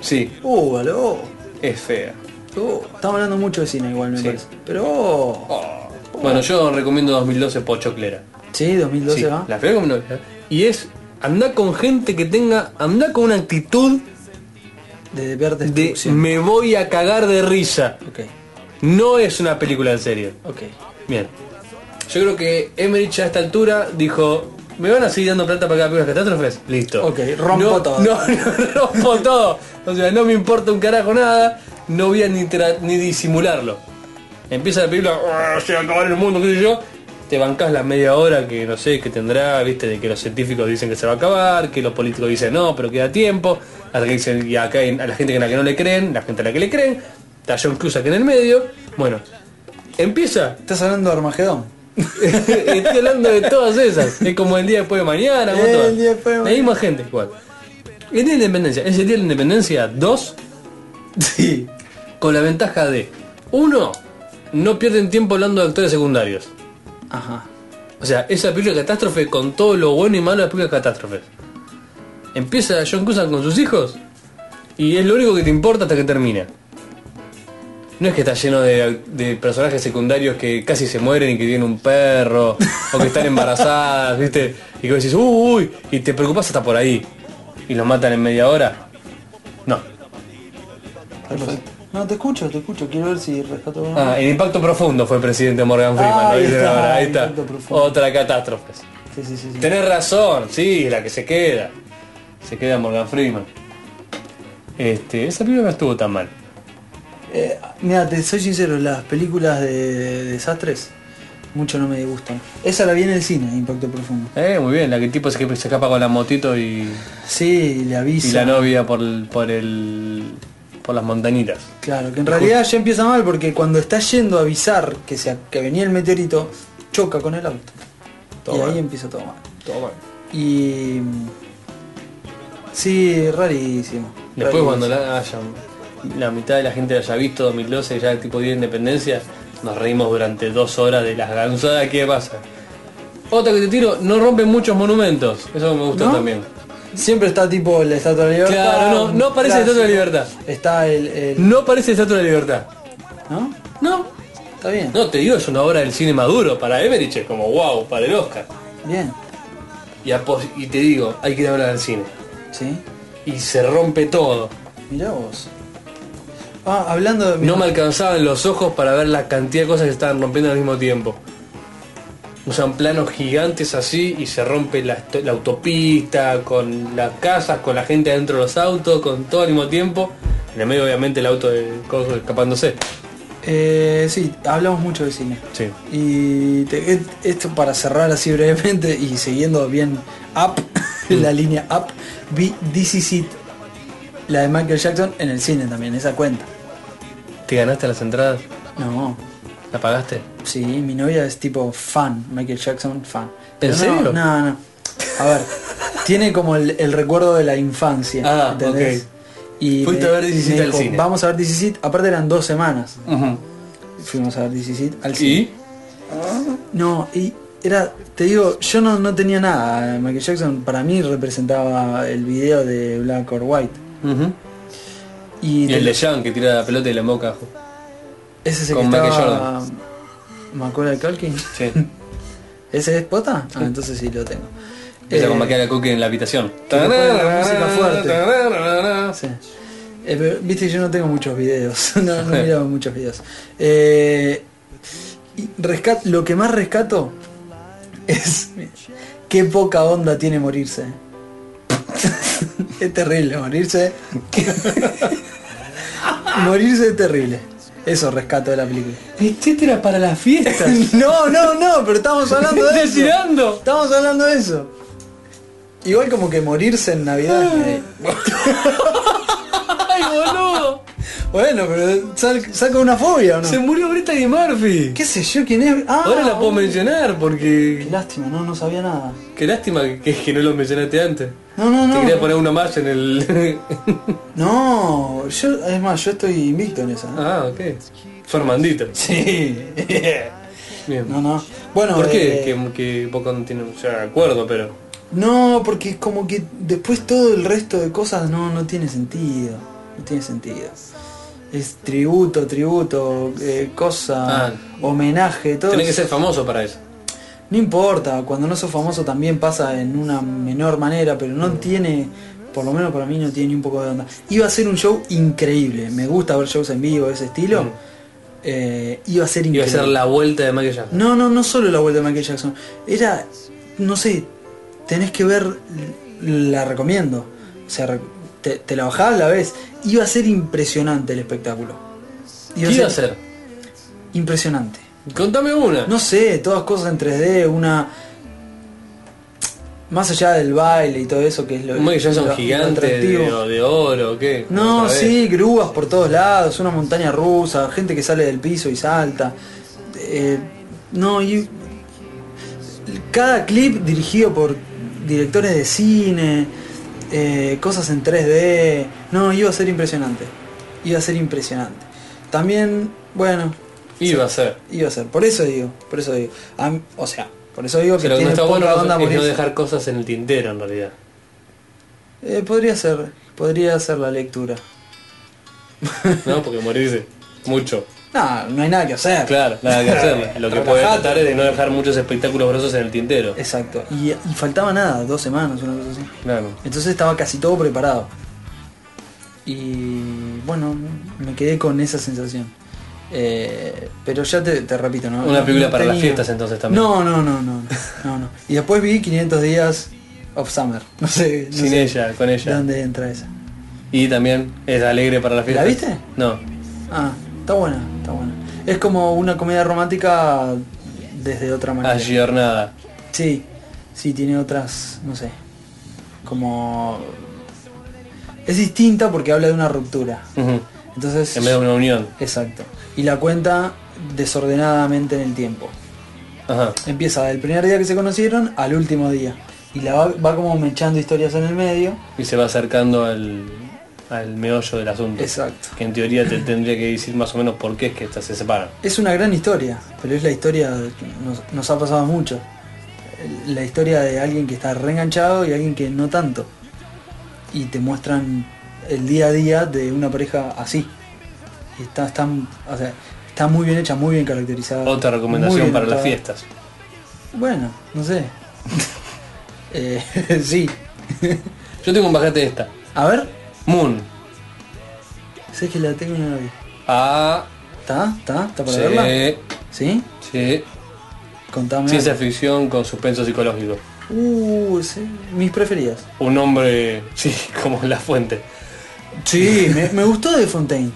S3: Sí,
S1: Uh, aló.
S3: es fea.
S1: Uh, estamos hablando mucho de cine igual, me
S3: Sí.
S1: parece. Pero... oh,
S3: Oh. Bueno, yo recomiendo 2012 Pochoclera.
S1: Sí, 2012
S3: Sí,
S1: va.
S3: La fui con mi novia. Y es andar con gente que tenga, andar con una actitud
S1: De ver
S3: de
S1: destrucción.
S3: me voy a cagar de risa.
S1: Ok,
S3: No es una película en serio.
S1: ok.
S3: Bien. Yo creo que Emerich a esta altura dijo, me van a seguir dando plata para cada película de catástrofes, listo.
S1: Ok, rompo
S3: No,
S1: todo.
S3: (laughs) No, no, rompo todo. O sea, no me importa un carajo nada, no voy a ni, tra- ni disimularlo. Empieza la película, "Ah, se va a acabar el mundo, qué sé yo. Te bancás la media hora que no sé, que tendrá, viste, de que los científicos dicen que se va a acabar, que los políticos dicen no, pero queda tiempo. Hasta que dicen, y acá hay- a la gente a la que no le creen, la gente a la que le creen. Está John Cusack en el medio. Bueno, empieza
S1: Estás hablando de Armagedón.
S3: (laughs) Estoy hablando de todas esas. Es como el día después de mañana. como
S1: El
S3: todas.
S1: día después de
S3: La misma gente, igual. El día de la independencia. Es el día de la independencia 2
S1: Sí.
S3: con la ventaja de... Uno, no pierden tiempo hablando de actores secundarios.
S1: Ajá.
S3: O sea, esa película de catástrofe con todo lo bueno y malo de las películas de catástrofes. Empieza John Cusack con sus hijos y es lo único que te importa hasta que termina. No es que está lleno de, de personajes secundarios que casi se mueren y que tienen un perro o que están embarazadas, ¿viste? Y que decís, uy, uy", y te preocupas hasta por ahí. Y los matan en media hora. No.
S1: Perfecto. No, te escucho, te escucho. Quiero ver si rescato algo.
S3: Ah, el impacto profundo fue el presidente Morgan Freeman.
S1: Ahí
S3: ¿no? Dicen
S1: está,
S3: ahora, ahí
S1: Impacto
S3: está.
S1: Profundo.
S3: Otra catástrofe.
S1: Sí, sí, sí. sí.
S3: Tenés razón, sí, la que se queda. Se queda Morgan Freeman. Este, esa película no estuvo tan mal.
S1: Eh, mira, te soy sincero, las películas de, de desastres mucho no me disgustan. Esa la vi en el cine, Impacto Profundo.
S3: Eh, muy bien, la que el tipo se, se escapa con la motito y,
S1: Sí, le
S3: y
S1: avisa.
S3: la novia por el, por el por las montañitas.
S1: Claro, que en realidad ya empieza mal porque cuando está yendo a avisar que, se, que venía el meteorito, choca con el auto.
S3: Todo
S1: y
S3: mal.
S1: ahí empieza todo mal. Y... mm, Sí, rarísimo.
S3: Después
S1: rarísimo.
S3: cuando la hayan- la mitad de la gente la haya visto 2012 ya el tipo día de independencia, nos reímos durante dos horas de las gansadas que pasa. Otra que te tiro, no rompen muchos monumentos. Eso me gustó
S1: ¿No?
S3: también.
S1: Siempre está tipo la Estatua de la Libertad.
S3: Claro, no, no aparece la Estatua de la Libertad.
S1: Está el... el-
S3: No parece Estatua de la Libertad.
S1: ¿No?
S3: No,
S1: Está bien.
S3: No, te digo, es una obra del cine maduro para Emerich, es como wow, para el Oscar.
S1: Bien.
S3: Y, apos- y te digo, hay que ir a hablar al cine.
S1: Sí.
S3: Y se rompe todo.
S1: Mirá vos. Ah, hablando de...
S3: No me alcanzaban los ojos para ver la cantidad de cosas que estaban rompiendo al mismo tiempo. Usan planos gigantes así y se rompe la, est- la autopista, con las casas, con la gente adentro de los autos, con todo al mismo tiempo. En el medio obviamente el auto de coso escapándose.
S1: Eh, sí, hablamos mucho de cine.
S3: Sí.
S1: Y te- et- esto para cerrar así brevemente y siguiendo bien up, (laughs) la
S3: Mm.
S1: línea up, vi This Is It, la de Michael Jackson en el cine también, esa cuenta.
S3: ¿Te ganaste las entradas?
S1: No,
S3: ¿La pagaste?
S1: sí, mi novia es tipo fan, Michael Jackson fan.
S3: ¿En serio?
S1: No, no, no. A ver, tiene como el, el recuerdo de la infancia.
S3: Ah,
S1: ¿entendés?
S3: ok.
S1: Y
S3: Fuiste a ver This Is
S1: me
S3: It al
S1: dijo,
S3: cine.
S1: Vamos a ver This Is It", aparte eran dos semanas. Fuimos a ver This Is It al cine.
S3: ¿Y?
S1: No, y era, te digo, yo no, no tenía nada. Michael Jackson para mí representaba el video de Black or White.
S3: Ujú.
S1: Y,
S3: Y
S1: te-
S3: el de Jean que tira la pelota y la emboca. abajo.
S1: ese es el que
S3: con Michael
S1: estaba Macaulay Culkin.
S3: Sí.
S1: ¿Ese es Pota? Ah, entonces sí lo tengo.
S3: Empieza
S1: Eh,
S3: con maquiar a Cookie en la habitación.
S1: que le ponen la música fuerte.
S3: Sí.
S1: sí. Eh, pero, Viste, yo no tengo muchos videos. (laughs) No, no miraba muchos videos. Eh, y rescat- lo que más rescato es qué poca onda tiene morirse. (laughs) es terrible morirse. (laughs) morirse es terrible. Eso rescato de la película.
S3: Etcétera para las fiestas.
S1: (laughs) No, no, no, pero estamos hablando de
S3: (laughs) ¡Estoy
S1: eso.
S3: tirando!
S1: Estamos hablando de eso. Igual como que morirse en Navidad. eh.
S3: ¡Ay, boludo!
S1: Bueno, pero sal- saca una fobia o no.
S3: Se murió Brittany Murphy.
S1: ¿Qué sé yo quién es? Ah,
S3: Ahora la puedo mencionar
S1: Qué
S3: porque...
S1: lástima, no, no sabía nada.
S3: Qué lástima que, que no lo mencionaste antes.
S1: No, no,
S3: Te quería
S1: no.
S3: poner uno más en el... (laughs)
S1: No, yo, es más, yo estoy invicto en esa. ¿eh?
S3: ah, ok. Formandito.
S1: Sí. (laughs)
S3: Bien.
S1: no, no. Bueno,
S3: ¿Por qué?
S1: eh,
S3: Que, que Boca no tiene... O sea, de acuerdo, pero...
S1: no, porque como que después todo el resto de cosas no, no tiene sentido. No tiene sentido. Es tributo, tributo, eh, cosa,
S3: Ah.
S1: homenaje, todo.
S3: Tenés que
S1: eso.
S3: ser famoso para eso.
S1: No importa, cuando no sos famoso también pasa en una menor manera, pero no tiene, por lo menos para mí no tiene ni un poco de onda. Iba a ser un show increíble, me gusta ver shows en vivo de ese estilo, eh, iba a ser
S3: Iba a
S1: increíble.
S3: ser la vuelta de Michael Jackson.
S1: No, no, no solo la vuelta de Michael Jackson. Era, no sé, tenés que ver, la recomiendo. O sea, re- te, te la bajás, la ves. Iba a ser impresionante el espectáculo.
S3: ¿Qué iba a ser?
S1: Impresionante.
S3: Contame una.
S1: No sé, todas cosas en 3D, una... Más allá del baile y todo eso que es lo...
S3: Un Michael Jackson
S1: lo- lo
S3: gigante de,
S1: atractivo.
S3: de oro, ¿qué?
S1: No,
S3: Otra vez.
S1: sí, grúas por todos lados, una montaña rusa, gente que sale del piso y salta. Eh, no, y cada clip dirigido por directores de cine, eh, cosas en 3D. No, iba a ser impresionante. Iba a ser impresionante. También, bueno,
S3: Iba a ser.
S1: iba a ser. Por eso digo, por eso digo. A mí- o sea, por eso digo que
S3: Pero no
S1: tiene
S3: está bueno
S1: poca
S3: no-
S1: onda
S3: es
S1: por
S3: no
S1: eso.
S3: dejar cosas en el tintero en realidad.
S1: Eh, podría ser, podría ser la lectura.
S3: No, porque morirse mucho.
S1: No, no hay nada que hacer.
S3: Claro, nada que
S1: (laughs)
S3: hacer. Lo que puede
S1: Relajate.
S3: tratar es de no dejar muchos espectáculos grosos en el tintero.
S1: Exacto. Y, y faltaba nada, dos semanas, una cosa así.
S3: Claro.
S1: Entonces estaba casi todo preparado. Y bueno, me quedé con esa sensación. Eh, pero ya te, te repito, ¿no?
S3: Una
S1: No-
S3: película
S1: no
S3: para las
S1: tenía-
S3: fiestas entonces también.
S1: No, no, no, no, no, no. Y después vi 500 días of summer. No sé, no
S3: Sin
S1: sé
S3: ella, con ella.
S1: dónde entra esa.
S3: Y también es alegre para la fiesta.
S1: ¿La viste?
S3: No.
S1: Ah, está buena, está buena. Es como una comedia romántica desde otra
S3: Ah,
S1: manera.
S3: Aggiornada.
S1: Sí, sí, tiene otras, no sé, como... Es distinta porque habla de una ruptura.
S3: Ujú.
S1: Entonces...
S3: En vez de una unión.
S1: Exacto. Y la cuenta desordenadamente en el tiempo.
S3: Ajá.
S1: Empieza del primer día que se conocieron al último día. Y la va, va como mechando historias en el medio.
S3: Y se va acercando al, al meollo del asunto.
S1: Exacto.
S3: Que en teoría te tendría que decir más o menos por qué es que estas se separan.
S1: Es una gran historia, pero es la historia, que nos, nos ha pasado mucho. La historia de alguien que está reenganchado y alguien que no tanto. Y te muestran el día a día de una pareja así. Y está, está, o sea, está muy bien hecha, muy bien caracterizada.
S3: Otra
S1: muy
S3: recomendación
S1: bien
S3: para las
S1: actuada.
S3: fiestas.
S1: Bueno, no sé. (laughs) Eh, (laughs) sí.
S3: Yo tengo un bajate de esta.
S1: A ver,
S3: Moon.
S1: sé que la tengo y no la vi.
S3: Ah,
S1: ¿Está? ¿Está? ¿Está para
S3: sí,
S1: verla? ¿Sí?
S3: sí.
S1: Contame.
S3: Ciencia ficción con suspenso psicológico.
S1: Uh, sí, mis preferidas.
S3: Un hombre, (laughs) sí, como la fuente.
S1: Sí, me, me gustó de Fontaine.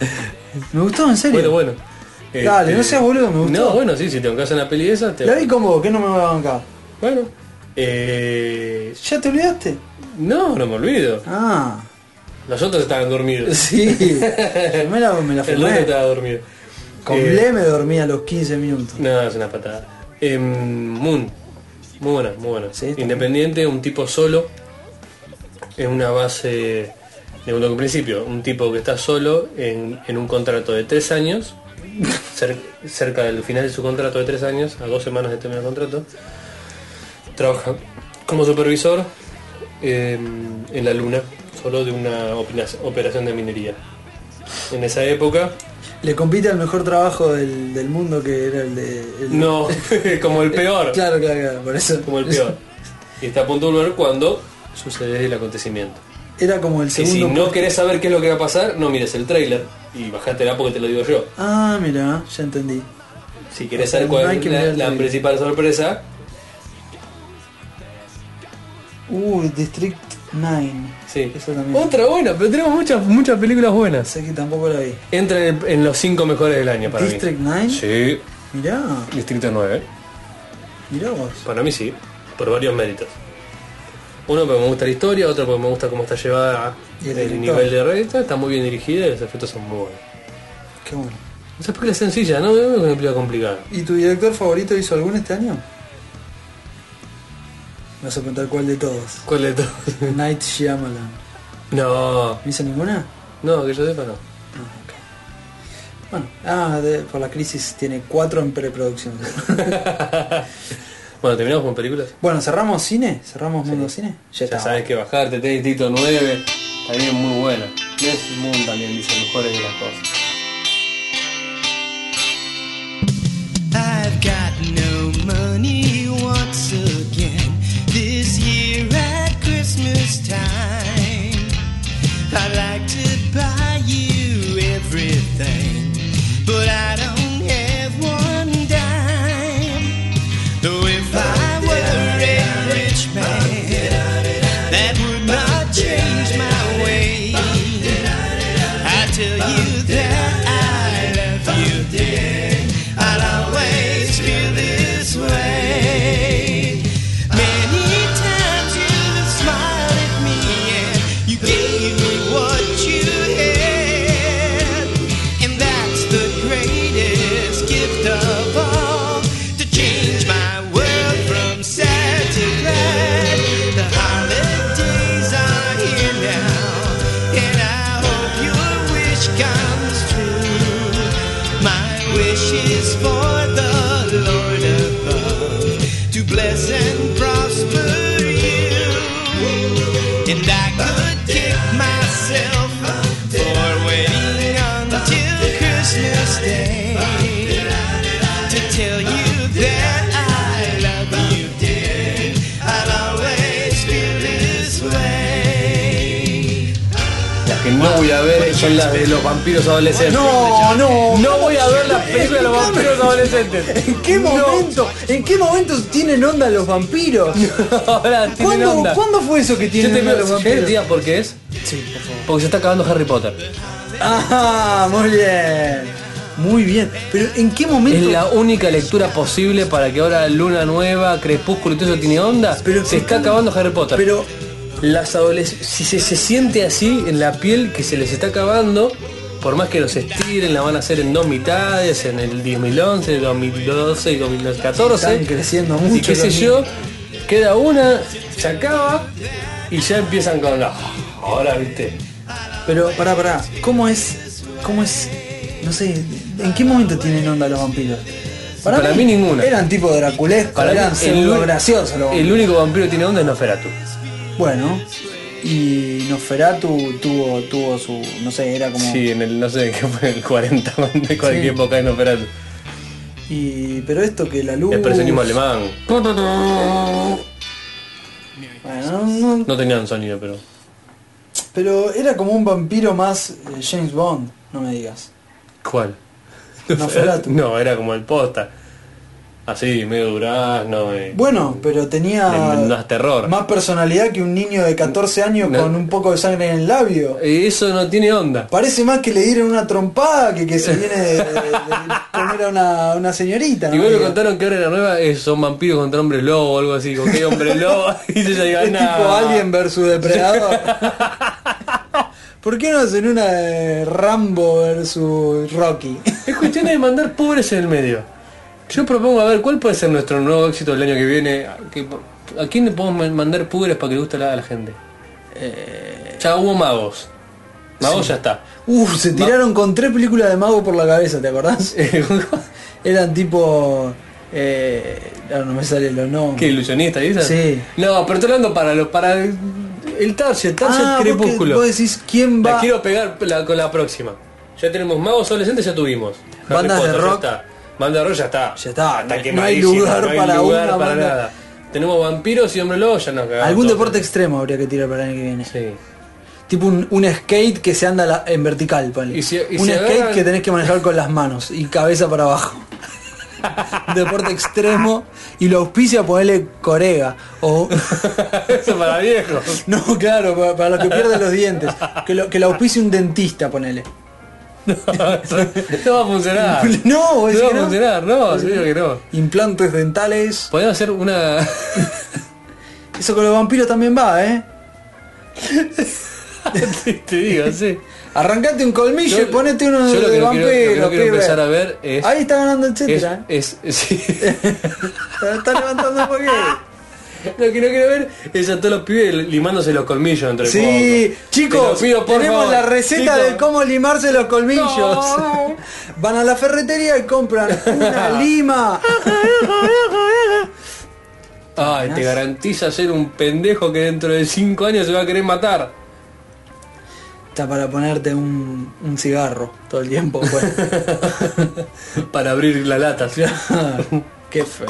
S1: Me gustó, en serio.
S3: Bueno, bueno.
S1: Dale, no seas boludo, me gustó.
S3: No, bueno, sí, si te bancas en la peli esa, te...
S1: La vi con vos, que no me va a bancar.
S3: Bueno. Eh,
S1: ¿Ya te olvidaste?
S3: No, no me olvido.
S1: Ah,
S3: Los otros estaban dormidos.
S1: sí. Yo me la, me la
S3: El otro
S1: fumé.
S3: estaba dormido.
S1: Con
S3: Eh,
S1: Ble me dormí a los 15 minutos.
S3: No, es una patada. Em, Moon. Muy buena, muy buena.
S1: Sí, está
S3: Independiente, un tipo solo. En una base de un principio. Un tipo que está solo en, en un contrato de tres años. cer- cerca del final de su contrato de tres años, a dos semanas de terminar el contrato. Trabaja como supervisor em, en la luna, solo de una opina- operación de minería. En esa época
S1: Le compite al mejor trabajo del, del mundo que era el de... el-
S3: No, (laughs) como el peor.
S1: Claro, claro, claro, por eso.
S3: Como el peor. Y está a punto de volver cuando sucede el acontecimiento.
S1: Era como el
S3: Y si
S1: segundo...
S3: no querés saber qué es lo que va a pasar, no mires el tráiler y bajátela porque te lo digo yo.
S1: Ah, mira, ya entendí.
S3: Si querés
S1: O sea,
S3: saber
S1: no
S3: cuál
S1: hay
S3: es
S1: que mirar
S3: la,
S1: el
S3: la
S1: tráiler.
S3: principal sorpresa,
S1: Uh, District 9.
S3: sí.
S1: Eso también.
S3: Otra buena, pero tenemos muchas, muchas películas buenas.
S1: Sé que tampoco la vi.
S3: Entra en, el- en los cinco mejores del año para
S1: ¿District
S3: mí.
S1: 9?
S3: Sí,
S1: Mirá,
S3: Distrito 9.
S1: mirá vos.
S3: Para mí sí, por varios méritos. Uno porque me gusta la historia, otro porque me gusta cómo está llevada
S1: Y el
S3: el,
S1: director.
S3: nivel de reta, está muy bien dirigida y los efectos son muy buenos.
S1: Qué bueno.
S3: Esa película es sencilla, no es una película complicada.
S1: ¿Y tu director favorito hizo alguno este año? Me vas a preguntar cuál de todos.
S3: ¿Cuál de todos? (laughs)
S1: Night Shyamalan.
S3: No,
S1: ¿No hizo ninguna?
S3: no, que yo sepa
S1: No,
S3: no. (laughs)
S1: ok. Bueno, ah, de- por la crisis tiene cuatro en preproducción.
S3: Bueno, terminamos con películas.
S1: bueno, ¿cerramos cine? ¿Cerramos mundo cine? Ya,
S3: Ya
S1: está.
S3: sabes que bajarte, tenés Tito 9, también muy buena. Les Moon también dice mejores de las cosas.
S7: I've got no money once again this year at Christmas time. I'd like to buy you everything, but I don't If I were a rich man, that would not change my way. I tell you that I love you, dear. I'll always feel this way. Many times you smiled at me and you gave me what you had. And that's the greatest gift of all to change my world from sad to glad. The holidays are here now, and I hope your wish comes true. My wish is for the Lord above to bless and prosper you. And I could kick myself for waiting until Christmas Day to tell you that I love you, dear. I'll always feel this way.
S3: Las que no voy a ver son las de los vampiros adolescentes.
S1: No, no.
S3: No voy a ver (laughs) las películas de los vampiros adolescentes.
S1: ¿En qué
S3: No.
S1: momento? ¿En qué momento tienen onda los vampiros?
S3: Ahora tienen
S1: ¿Cuándo,
S3: onda.
S1: cuándo fue eso que
S3: Yo
S1: tienen
S3: te
S1: onda los
S3: pido, ¿querés que te
S1: vampiros?
S3: diga por qué es?
S1: Sí, por favor.
S3: Porque se está acabando Harry Potter.
S1: Ah, muy bien. Muy bien. Pero ¿en qué momento?
S3: Es la única lectura posible para que ahora Luna Nueva, Crepúsculo y todo eso tiene onda.
S1: Pero-
S3: se está acabando Harry Potter.
S1: Pero
S3: las adoles si se, se siente así en la piel que se les está acabando, por más que los estiren, la van a hacer en dos mitades, en el 2011, 2012 y 2014.
S1: Están creciendo
S3: Y
S1: mucho
S3: qué sé
S1: también.
S3: yo, queda una, se acaba y ya empiezan con la... Ahora, viste.
S1: Pero pará, pará, ¿cómo es? ¿Cómo es? No sé, ¿en qué momento tienen onda los vampiros?
S3: Para mí ninguna.
S1: Eran tipo draculescos,
S3: Para mí,
S1: eran pseudo
S3: uni-
S1: graciosos los
S3: el
S1: vampiros.
S3: único vampiro que tiene onda es Noferatu.
S1: Bueno, y Nosferatu tuvo, tuvo su, no sé, era como...
S3: Sí, en el, no sé, (laughs) qué fue el 40, de cualquier
S1: Sí.
S3: época de Noferatu.
S1: Y, pero esto que la luz...
S3: Expresionismo alemán.
S1: Bueno, no- no-
S3: No tenían sonido, pero...
S1: pero era como un vampiro más eh, James Bond, no me digas.
S3: ¿Cuál? (laughs)
S1: Nosferatu.
S3: No, era como el posta. Así, medio durazno. eh.
S1: Bueno, pero tenía
S3: Le das terror.
S1: más personalidad que un niño de 14 años
S3: No.
S1: con un poco de sangre en el labio.
S3: Eh, Eso no tiene onda.
S1: Parece más que le dieron una trompada que
S3: (laughs)
S1: que se viene de, de- de comer a una, una señorita. ¿no?
S3: Igual lo
S1: Que-
S3: contaron que ahora en la nueva es- son vampiros contra hombres lobo o algo así. Con que hombre lobo. (laughs) y yo ya digo,
S1: Es
S3: "No".
S1: tipo Alien versus
S3: (laughs)
S1: Depredador. (laughs) ¿Por qué no hacen una de Rambo versus Rocky? (laughs)
S3: Es cuestión de mandar pobres en el medio. Yo propongo a ver cuál puede ser nuestro nuevo éxito del año que viene. ¿A, qué- a quién le podemos man- mandar pobres para que le guste a la, a la gente?
S1: Eh.
S3: Ya hubo magos. Magos ya está. (laughs)
S1: Uf, se tiraron con tres películas de mago por la cabeza, ¿te acordás? (laughs) Eran tipo... Eh, ahora no me sale los nombres.
S3: ¿Qué ilusionista dices?
S1: Sí.
S3: No, pero estoy hablando para los para el el target, target
S1: Ah, vos que-
S3: crepúsculo.
S1: Vos, decís quién va...
S3: La quiero pegar la- con la próxima. Ya tenemos magos adolescentes, ya tuvimos. Harry
S1: Bandas de
S3: Potter, ya
S1: rock.
S3: está. Banda de rock ya está.
S1: Ya está, no- no hay
S3: quemadísima,
S1: lugar
S3: no hay
S1: para
S3: lugar
S1: una
S3: para
S1: banda.
S3: nada. Tenemos vampiros y hombre lobo, ya nos cagamos.
S1: Algún
S3: todos.
S1: deporte extremo habría que tirar para el año que viene.
S3: Sí. (laughs)
S1: Tipo un, un skate que se anda la- en vertical, ponle.
S3: Y si- y
S1: un
S3: si
S1: skate
S3: agarran-
S1: que tenés que manejar con las manos y cabeza para abajo. (laughs) Un Deporte extremo y lo auspicia ponerle corega. O. (laughs)
S3: Eso para viejos.
S1: No, claro, para, para los que pierden los dientes. Que lo, que lo auspicie un dentista, ponele.
S3: (laughs) no va a funcionar.
S1: (laughs) No, vos decís
S3: Ah. no va
S1: que no.
S3: a funcionar, no, yo digo que no.
S1: Implantes dentales.
S3: Podemos hacer una. (laughs)
S1: Eso con los vampiros también va, ¿eh?
S3: te, te digo,
S1: (laughs)
S3: sí.
S1: Arrancate un colmillo y ponete uno
S3: yo lo
S1: de
S3: que no
S1: vampiro.
S3: quiero- lo que no quiero
S1: pibe.
S3: empezar a ver es-
S1: Ahí está ganando el
S3: Es,
S1: Chetra. ¿eh?
S3: es, (laughs) sí.
S1: Está- Está levantando un poquito.
S3: Lo que no quiero ver es a todos los pibes limándose los colmillos entre
S1: Sí,
S3: Te lo
S1: chicos,
S3: pido, por
S1: tenemos
S3: favor.
S1: la receta
S3: Chicos.
S1: de cómo limarse los colmillos.
S3: No.
S1: (laughs) Van a la ferretería y compran
S3: (laughs)
S1: una lima.
S3: Ay, te garantiza ser un pendejo que dentro de 5 años se va a querer matar. (laughs)
S1: Está para ponerte un, un cigarro todo el tiempo.
S3: (laughs)
S1: pues.
S3: Para abrir la lata, ¿sí?
S1: Qué feo.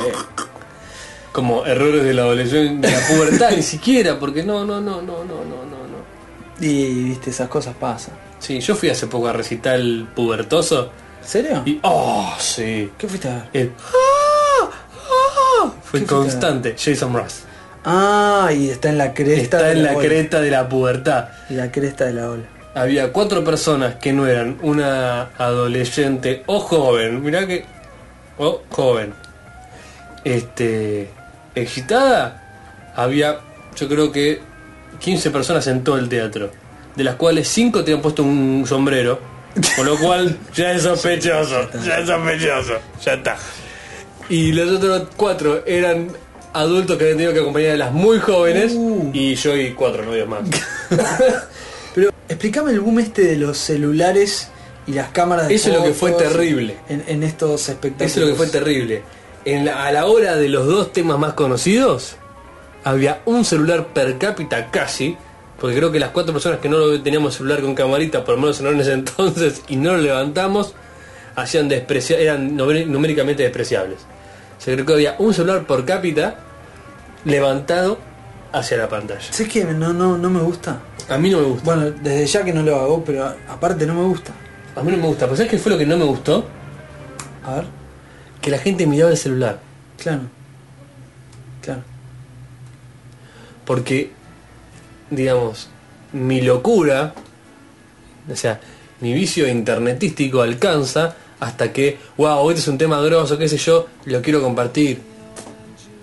S3: Como errores de la adolescencia, de la pubertad, ni siquiera, porque no, no, no, no, no, no, no, no.
S1: Y viste, esas cosas pasan.
S3: Sí, yo fui hace poco a recital pubertoso
S1: ¿En serio?
S3: y. ¡Oh, sí!
S1: ¿Qué fuiste a ver?
S3: El- ¡Ah! ¡Ah! Fue
S1: ¿Qué fue
S3: constante. Jason Mraz.
S1: Ah, y está en la cresta.
S3: Está
S1: de
S3: en la
S1: ola.
S3: creta de la pubertad.
S1: Y la cresta de la ola.
S3: Había cuatro personas que no eran una adolescente o joven. Mirá que. O joven. Este. Excitada. Había, yo creo que 15 personas en todo el teatro. De las cuales 5 tenían puesto un sombrero. Con lo cual ya es sospechoso. Ya es sospechoso. Ya está. Y los otros cuatro eran adultos que habían tenido que acompañar a las muy jóvenes.
S1: Uh.
S3: Y yo y cuatro novios más.
S1: Pero explícame el boom este de los celulares y las cámaras de
S3: Eso es lo que fue
S1: fotos
S3: terrible.
S1: En, en estos espectáculos.
S3: Eso es lo que fue terrible. En la- a la hora de los dos temas más conocidos, había un celular per cápita casi, porque creo que las cuatro personas que no lo- teníamos celular con camarita, por lo menos en ese (laughs) entonces, y no lo levantamos, hacían desprecia- eran numé- numéricamente despreciables. Se creo que había un celular por cápita levantado hacia la pantalla.
S1: ¿Sabes qué? No, no, no me gusta.
S3: A mí no me gusta.
S1: Bueno, desde ya que no lo hago, pero a- aparte no me gusta.
S3: A mí no me gusta. ¿Pero sabes qué fue lo que no me gustó?
S1: A ver,
S3: Que la gente miraba el celular.
S1: claro. Claro.
S3: porque, digamos, mi locura, o sea, mi vicio internetístico alcanza hasta que, wow, este es un tema grosso, qué sé yo, lo quiero compartir.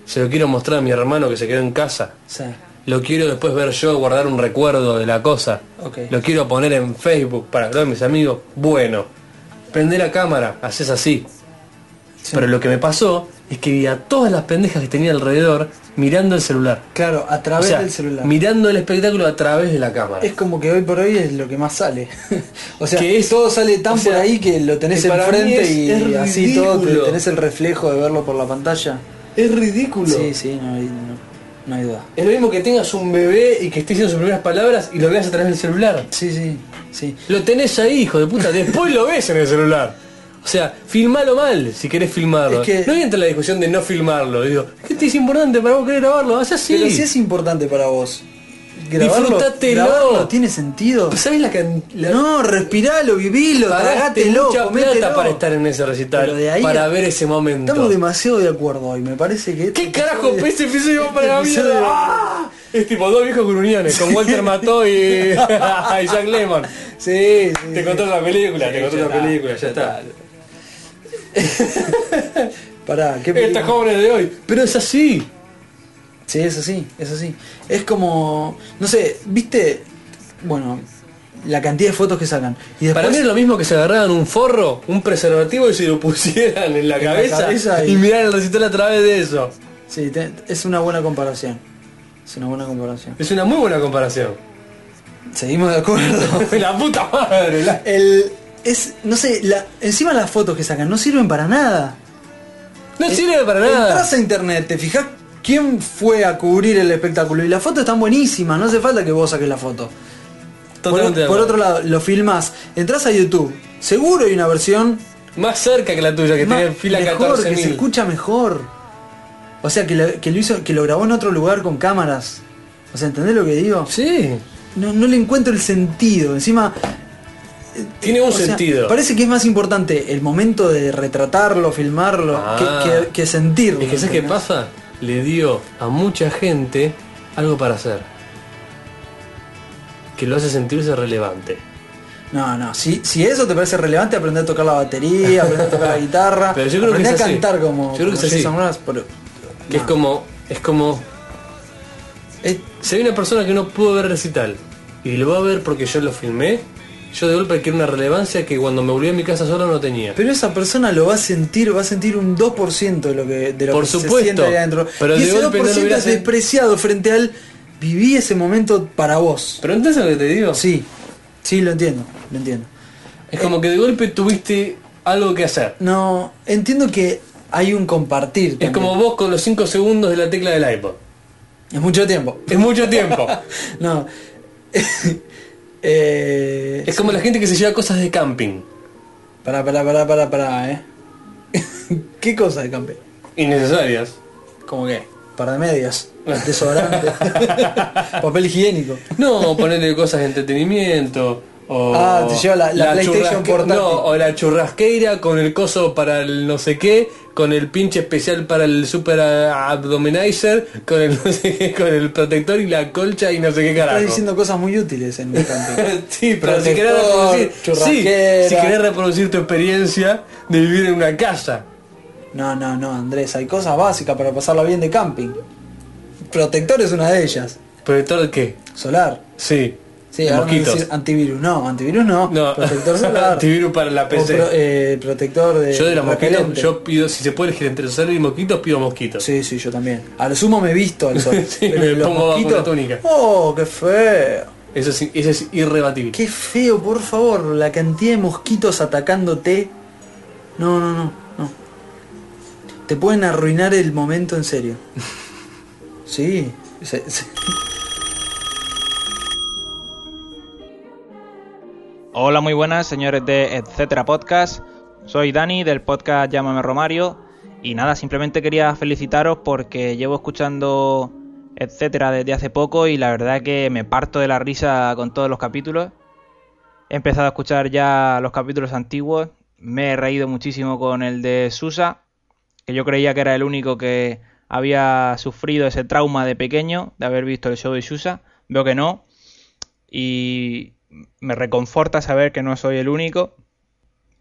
S3: Se lo quiero mostrar a mi hermano que se quedó en casa.
S1: O sea,
S3: Lo quiero después ver yo, guardar un recuerdo de la cosa.
S1: Ok.
S3: Lo quiero poner en Facebook para hablar a mis amigos. Bueno, prende la cámara, haces así.
S1: sí.
S3: Pero lo que me pasó es que vi a todas las pendejas que tenía alrededor mirando el celular.
S1: Claro, a
S3: O
S1: través
S3: sea,
S1: del celular.
S3: Mirando el espectáculo a través de la cámara.
S1: Es como que hoy por hoy es lo que más sale. (laughs) o sea,
S3: Que es-
S1: todo sale tan
S3: o sea,
S1: por ahí que lo tenés
S3: que para mí
S1: enfrente
S3: es-
S1: y
S3: es
S1: así todo te-
S3: ridículo.
S1: tenés el reflejo de verlo por la pantalla.
S3: Es ridículo.
S1: Sí, sí, no hay, no- no hay duda.
S3: Es lo mismo que tengas un bebé y que esté diciendo sus primeras palabras y lo veas a través del celular.
S1: Sí, sí, sí.
S3: Lo tenés ahí, hijo de puta. Después lo ves en el celular. O sea, filmalo mal si querés filmarlo.
S1: Es que-
S3: No entra en la discusión de no filmarlo. Digo, ¿qué te es importante para vos querer grabarlo? Haz así.
S1: Pero si es importante para vos. Grabarlo,
S3: Disfrútatelo.
S1: grabarlo tiene sentido.
S3: ¿Sabés la cantidad?
S1: No, respiralo, vivilo,
S3: Pagaste
S1: tragátelo,
S3: mucha plata
S1: comételo.
S3: para estar en ese recital.
S1: Pero de ahí-
S3: para ver ese momento.
S1: Estamos demasiado de acuerdo hoy, me parece que... (laughs)
S3: ¿Qué carajo ese episodio va para la
S1: Este episodio-
S3: mierda? ¡Ah! Es tipo dos viejos gruniones, con Walter Mató y, (laughs) y Jack Lemmon.
S1: Sí, sí.
S3: Te contó la película, te contó
S1: ya
S3: la
S1: está,
S3: película,
S1: ya
S3: ya está.
S1: (laughs) Pará, ¿qué
S3: Estas
S1: película?
S3: jóvenes de hoy. Pero es así.
S1: Sí, es así, es así. Es como, no sé, viste, bueno, la cantidad de fotos que sacan. Y después,
S3: Para mí es lo mismo que se agarraran un forro, un preservativo y se lo pusieran en la
S1: la
S3: cabeza,
S1: cabeza
S3: y...
S1: y-
S3: miraran el recital a través de eso.
S1: sí, te- es una buena comparación. Es una buena comparación.
S3: Es una muy buena comparación. (laughs)
S1: Seguimos de acuerdo.
S3: la puta madre. la-
S1: El, es, no sé, la, encima las fotos que sacan no sirven para nada.
S3: No
S1: Eh,
S3: sirve para nada.
S1: Entras a internet, te fijas quién fue a cubrir el espectáculo y las fotos están buenísimas, no hace falta que vos saques la foto. Por,
S3: Totalmente de
S1: por
S3: acuerdo.
S1: otro lado, lo filmás, entras a YouTube, seguro hay una versión
S3: Más cerca que la tuya, que
S1: más-
S3: tiene fila
S1: mejor, que se
S3: 14.000.
S1: escucha mejor. O sea, que lo, que lo hizo, que lo grabó en otro lugar con cámaras. O sea, ¿entendés lo que digo?
S3: Sí.
S1: No, no le encuentro el sentido. Encima,
S3: Tiene un
S1: o sea,
S3: sentido.
S1: parece que es más importante el momento de retratarlo, filmarlo,
S3: Ah.
S1: que, que- que sentirlo.
S3: Es que ¿sabes qué
S1: ¿entendés?
S3: pasa? Le dio a mucha gente algo para hacer. Que lo hace sentirse relevante.
S1: No, no, si, si eso te parece relevante, aprender a tocar la
S3: (laughs)
S1: batería, aprender a tocar la guitarra,
S3: Pero yo creo que
S1: aprender
S3: es
S1: a
S3: así.
S1: cantar como,
S3: Yo creo que
S1: como
S3: es así.
S1: Jason Mraz, pero-
S3: Que es
S1: no.
S3: como. Es como.
S1: Es-
S3: Si hay una persona que no pudo ver recital y lo va a ver porque yo lo filmé, yo de golpe quiero una relevancia que cuando me volví a mi casa solo no tenía.
S1: Pero esa persona lo va a sentir, va a sentir un 2% de lo que, de lo
S3: Por
S1: que
S3: supuesto,
S1: se siente ahí adentro.
S3: pero
S1: y
S3: de
S1: ese
S3: golpe no lo
S1: 2%
S3: hubiera
S1: es
S3: sen-
S1: despreciado frente al viví ese momento para vos.
S3: ¿Pero entendés lo que te digo?
S1: Sí, sí, lo entiendo, lo entiendo.
S3: Es como que de golpe tuviste algo que hacer.
S1: No, entiendo que hay un compartir.
S3: Es
S1: también.
S3: como vos con los 5 segundos de la tecla del iPod.
S1: Es mucho tiempo. (laughs)
S3: Es mucho (laughs) tiempo.
S1: no. (laughs) eh,
S3: es como la gente que se lleva cosas de camping.
S1: Pará, pará, pará, pará, pará, eh. (laughs) ¿Qué cosa de campeón?
S3: Innecesarias.
S1: ¿Cómo qué? Para medias,
S3: (laughs)
S1: desodorante, papel higiénico.
S3: No, ponerle cosas de entretenimiento. O
S1: Ah, te lleva la- la PlayStation
S3: churrasque-
S1: portátil.
S3: No, o la churrasqueira con el coso para el no sé qué, con el pinche especial para el super ah, abdominizer, con el no sé qué, con el protector y la colcha y no sé qué
S1: Estás
S3: carajo.
S1: diciendo cosas muy útiles en mi campo.
S3: (laughs) sí, pero si querés,
S1: Protector,
S3: reproducir, sí,
S1: churrasquera.
S3: si querés reproducir tu experiencia de vivir en una casa.
S1: No, no, no, Andrés, hay cosas básicas para pasarla bien de camping. Protector es una de ellas.
S3: ¿Protector qué?
S1: Solar.
S3: Sí.
S1: Sí, ahora me van a
S3: mosquitos.
S1: decir antivirus. No, antivirus no.
S3: No, (laughs)
S1: Protector solar.
S3: antivirus para la
S1: O
S3: PC.
S1: pro- eh, protector de...
S3: yo de los mosquitos,
S1: repelente.
S3: yo pido, si se puede elegir entre solar y mosquitos, pido mosquitos.
S1: Sí, sí, yo también. A lo sumo me visto al sol.
S3: (laughs) Sí, me pongo bajo la túnica.
S1: Oh, qué feo.
S3: Eso, es, eso es irrebatible.
S1: Qué feo, por favor. La cantidad de mosquitos atacándote. No, no, no, no. Te pueden arruinar el momento en
S3: (laughs)
S1: serio. Sí. se- se-
S8: Hola, muy buenas, señores de Etcétera Podcast. Soy Dani del podcast Llámame Romario. Y nada, simplemente quería felicitaros porque llevo escuchando Etcétera desde hace poco y la verdad que me parto de la risa con todos los capítulos. He empezado a escuchar ya los capítulos antiguos. Me he reído muchísimo con el de Susa, que yo creía que era el único que había sufrido ese trauma de pequeño de haber visto el show de Susa. Veo que no, y me reconforta saber que no soy el único.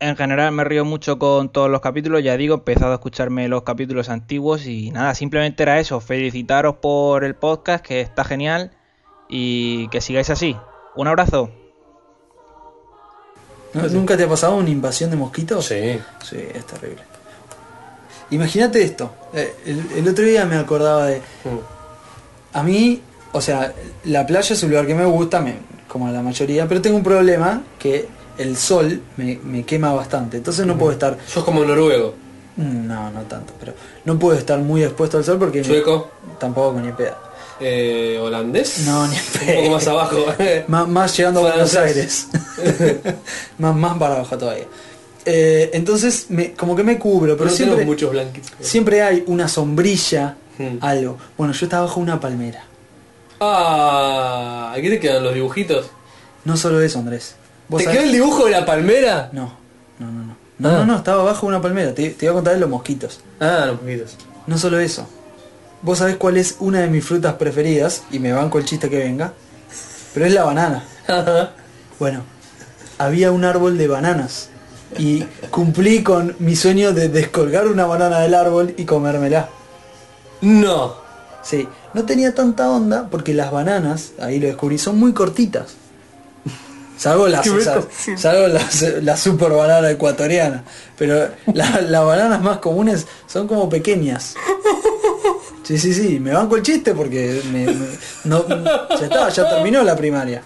S8: En general me río mucho con todos los capítulos, ya digo, he empezado a escucharme los capítulos antiguos y nada, simplemente era eso, felicitaros por el podcast, que está genial y que sigáis así. Un abrazo.
S1: ¿No- ¿Nunca te ha pasado una invasión de mosquitos?
S3: Sí.
S1: Sí, es terrible. Imagínate esto. eh, el, el otro día me acordaba de. A mí, o sea, la playa es un lugar que me gusta, me- como a la mayoría, pero tengo un problema que el sol me, me quema bastante. Entonces no puedo estar. mm,
S3: Sos como noruego.
S1: No, no tanto, pero no puedo estar muy expuesto al sol porque. me-
S3: Sueco.
S1: tampoco ni en pedo.
S3: Eh, holandés.
S1: No, ni en
S3: Un
S1: pedo.
S3: poco más
S1: (laughs)
S3: abajo.
S1: Má- más llegando a Buenos
S3: Francés.
S1: Aires. (laughs) más, más para abajo todavía. Eh, entonces, me, como que me cubro, pero
S3: Pero no
S1: siempre.
S3: tenemos muchos blanquitos.
S1: Siempre hay una sombrilla,
S3: Hmm.
S1: algo. Bueno, yo estaba bajo una palmera.
S3: Ah, aquí te quedan los dibujitos.
S1: No solo eso, Andrés. ¿Vos
S3: ¿Te
S1: sabés?
S3: quedó Ah. el dibujo de la palmera?
S1: No, no, no, no. No, no, no, estaba bajo una palmera. Te, te iba a contar de los mosquitos.
S3: Ah, los poquitos.
S1: No solo eso. Vos sabés cuál es una de mis frutas preferidas, y me banco el chiste que venga, pero es la banana. Bueno, había un árbol de bananas. Y cumplí con mi sueño de descolgar una banana del árbol y comérmela.
S3: (laughs) No.
S1: Sí, no tenía tanta onda porque las bananas, ahí lo descubrí, son muy cortitas. (laughs) Salvo las,
S3: me
S1: sa- salvo las, la super banana ecuatoriana. Pero (laughs) la- las bananas más comunes son como pequeñas. Sí, sí, sí, me banco el chiste porque me- me- no, ya está, ya terminó la primaria.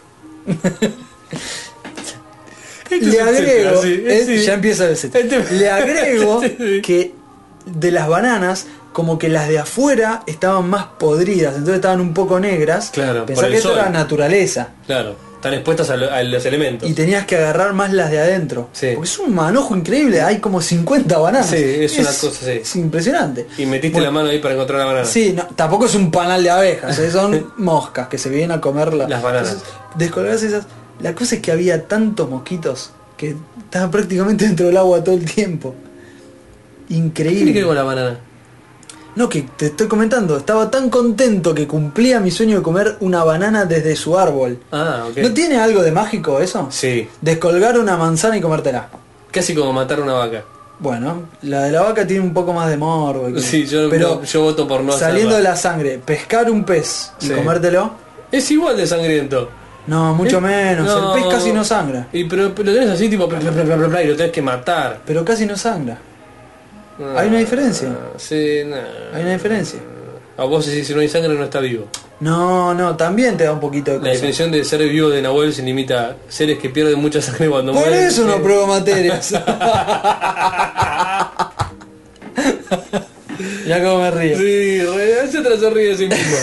S1: Le agrego, eh, ya empieza el Z.
S3: Este-
S1: Le agrego
S3: (laughs) Sí.
S1: que de las bananas, como que las de afuera estaban más podridas, entonces estaban un poco negras.
S3: Claro,
S1: Pensá
S3: por el
S1: que eso
S3: sol.
S1: era naturaleza.
S3: Claro, están expuestas a, lo- a los elementos.
S1: Y tenías que agarrar más las de adentro.
S3: Sí.
S1: Porque es un manojo increíble, hay como 50 bananas.
S3: Sí, es una cosa, sí.
S1: Es impresionante.
S3: Y metiste la mano ahí para encontrar la banana.
S1: Sí, no, tampoco es un panal de abejas, ¿eh?
S3: (laughs)
S1: son moscas que se vienen a comer la-
S3: Las bananas.
S1: Entonces, descolgás esas. La cosa es que había tantos mosquitos que estaban prácticamente dentro del agua todo el tiempo.
S3: ¿Qué tiene que
S1: Increíble.
S3: ver con la banana?
S1: No, que te estoy comentando, estaba tan contento que cumplía mi sueño de comer una banana desde su árbol.
S3: Ah, ok.
S1: ¿No tiene algo de mágico eso?
S3: Sí,
S1: Descolgar una manzana y comértela.
S3: casi como matar una vaca.
S1: Bueno, la de la vaca tiene un poco más de morbo. y que-
S3: Sí, yo,
S1: pero
S3: no- yo voto por no
S1: saliendo de
S3: hacerla.
S1: la sangre, pescar un pez y
S3: Sí.
S1: comértelo,
S3: Es igual de sangriento.
S1: no, mucho
S3: Eh,
S1: menos. El pez casi no sangra.
S3: Y pero, pero lo tenés así tipo bla, bla, bla, bla, bla, bla, y lo tenés que matar.
S1: Pero casi no sangra. Hay una diferencia.
S3: Ah, Sí, nah.
S1: Hay una diferencia.
S3: A vos si, si no hay sangre no está vivo.
S1: No, no, también te da un poquito de
S3: La
S1: cosa.
S3: definición de ser vivo de Nahuel se limita a seres que pierden mucha sangre cuando
S1: Por
S3: mueren.
S1: eso no
S3: Sí.
S1: pruebo
S3: (laughs)
S1: materias. ya como me río.
S3: Sí, re- ese otro se ríe de
S1: (laughs)
S3: sí mismo.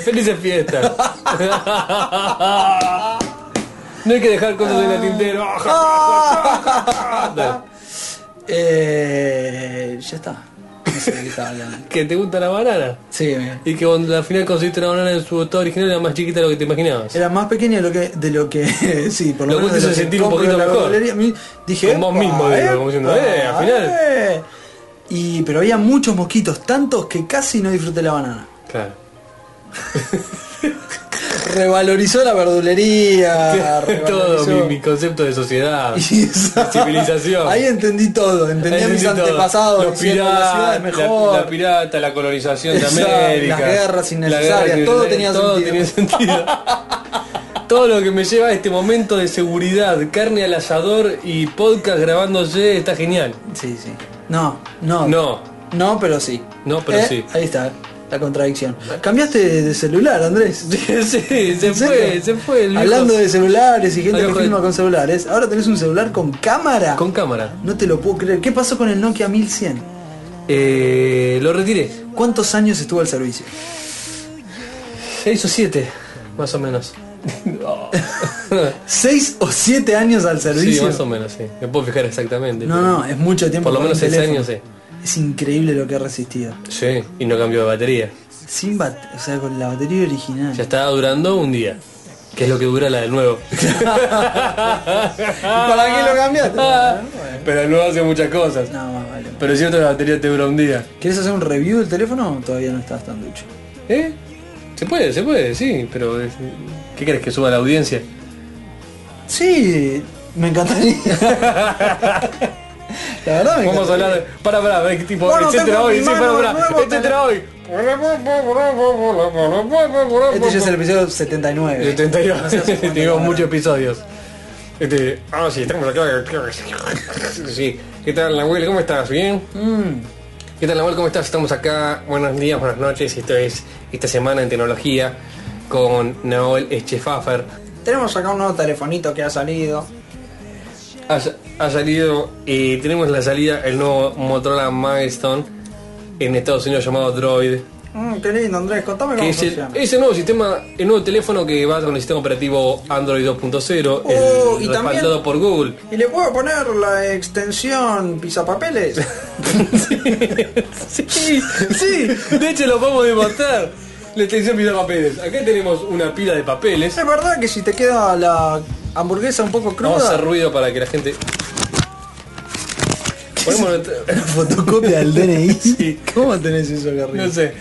S3: Felices fiestas. (laughs) no hay que dejar cosas en el tintero.
S1: (laughs)
S3: Dale.
S1: Eh, ya está. No sé de qué estaba hablando.
S3: que te gusta la banana.
S1: Sí, me-
S3: Y que cuando al final conseguiste una banana en su estado original era más chiquita de lo que te imaginabas.
S1: Era más pequeño de lo que, de lo que (laughs) sí, por lo,
S3: Lo
S1: menos de
S3: cual te hizo
S1: que
S3: sentir un
S1: compro
S3: poquito
S1: en la
S3: mejor.
S1: verdulería. Mi- Dije,
S3: Con vos
S1: "Epa,
S3: mismo", digo, como diciendo, "Eh,
S1: epa,
S3: al final".
S1: eh". Y, pero había muchos mosquitos, tantos que casi no disfruté la banana. (laughs)
S3: Claro.
S1: Revalorizó la
S3: (laughs)
S1: verdulería. (laughs)
S3: todo mi,
S1: revalorizó-
S3: mi concepto de sociedad, de
S1: Y esa-
S3: civilización.
S1: Ahí entendí todo, entendí a mis
S3: Entendí todo.
S1: antepasados,
S3: los
S1: diciendo, la ciudad
S3: piratas,
S1: es mejor.
S3: La, pirata, la colonización de
S1: Exacto, (laughs)
S3: América,
S1: las guerras innecesarias,
S3: la guerra
S1: todo
S3: innecesa-
S1: tenía
S3: todo
S1: sentido. (laughs)
S3: tenía sentido. Todo lo que me lleva a este momento de seguridad, carne al asador y podcast grabándose está genial.
S1: Sí, sí. No, no.
S3: No, (laughs)
S1: No, pero sí.
S3: No, pero
S1: Eh,
S3: sí.
S1: Ahí está, la contradicción. Cambiaste de celular, Andrés.
S3: sí, se
S1: ¿En serio?
S3: fue, se fue. el viejo
S1: Hablando de celulares y gente que
S3: Al ojo
S1: filma
S3: de-
S1: con celulares, ahora tenés un celular con cámara.
S3: Con cámara.
S1: No te lo puedo creer. ¿Qué pasó con el Nokia 1100?
S3: Eh, lo retiré.
S1: ¿Cuántos años estuvo al servicio?
S3: Seis o siete, más o
S1: (laughs)
S3: menos. (laughs)
S1: ¿Seis o siete años al
S3: Sí,
S1: servicio?
S3: más o menos, sí. Me puedo fijar exactamente.
S1: No,
S3: pero-
S1: no, es mucho tiempo.
S3: Por lo
S1: con
S3: menos
S1: un
S3: seis
S1: teléfono.
S3: años, sí.
S1: Es increíble lo que ha resistido.
S3: Sí, y no cambió de batería.
S1: Sin bat o sea, con la batería original.
S3: Ya estaba durando un día. Que es lo que dura la del nuevo.
S1: (laughs)
S3: (laughs)
S1: ¿Para qué lo cambiaste?
S3: Pero el nuevo hace muchas cosas.
S1: No, más vale.
S3: Pero es cierto que la batería te dura un día.
S1: ¿Quieres hacer un review del teléfono o todavía no estás tan ducho?
S3: ¿Eh? Se puede, se puede, sí. Pero es- ¿qué crees que suba la audiencia?
S1: Sí, me
S3: (laughs)
S1: encantaría. la verdad me
S3: Vamos a
S1: encantaría.
S3: hablar de. Para, para, para, qué tipo.
S1: Bueno,
S3: etcétera
S1: tengo
S3: hoy,
S1: en
S3: sí,
S1: mi
S3: para,
S1: mano
S3: para.
S1: el nuevo
S3: etcétera hoy.
S1: Este ya es el episodio 79.
S3: 72.
S1: No sé
S3: (laughs)
S1: hace cuánto
S3: Digo,
S1: lo harán.
S3: muchos episodios. Este, ah, sí, estamos acá. Sí. (laughs) ¿Qué tal, Nahuel? ¿Cómo estás? ¿Bien?
S1: Mm.
S3: ¿Qué tal, Nahuel? ¿Cómo estás? Estamos acá. Buenos días, buenas noches. Esto es esta semana en tecnología con Nahuel Echefafer.
S1: Tenemos acá un nuevo telefonito que ha salido.
S3: Ha, ha salido y tenemos la salida el nuevo Motorola Milestone en Estados Unidos llamado Droid.
S1: Mm, qué lindo, Andrés, contame
S3: Que
S1: cómo
S3: es el,
S1: funciona.
S3: es el nuevo sistema, el nuevo teléfono que va con el sistema operativo Android 2.0,
S1: Oh,
S3: el
S1: y también-
S3: respaldado por Google.
S1: ¿Y le puedo poner la extensión pisapapeles?
S3: (laughs) Sí, sí, de hecho lo podemos demostrar. La extensión pide papeles. Acá tenemos una pila de papeles.
S1: es verdad que si te queda la hamburguesa un poco
S3: Vamos a hacer
S1: cruda...
S3: ruido para que la gente. Ponemos nuestra-
S1: (laughs) Fotocopia del
S3: (laughs)
S1: DNI. ¿Cómo tenés eso acá arriba?
S3: No sé.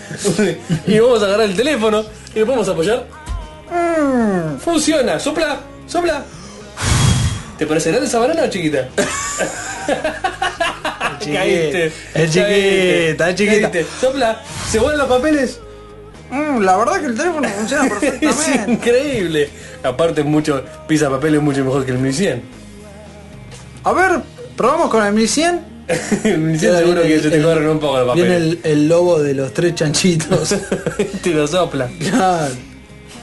S3: Y vamos a agarrar el teléfono y lo podemos apoyar. Funciona, sopla, sopla. ¿Te parece grande esa banana o chiquita? Caíste.
S1: Es chiquita, es chiquita.
S3: Caíste. Sopla, se vuelven los papeles.
S1: Mm, la verdad que el teléfono
S3: (laughs)
S1: funciona
S3: Es
S1: perfectamente.
S3: increíble. Aparte, mucho pizza papel es mucho mejor que el 1100.
S1: A ver, probamos con el 1100.
S3: (laughs) el 1100
S1: Ahora viene
S3: seguro que
S1: el-
S3: se te
S1: el-
S3: corren un poco los
S1: Viene
S3: papeles.
S1: el, el lobo de los tres
S3: (laughs)
S1: chanchitos. (laughs)
S3: te lo sopla.
S1: Claro.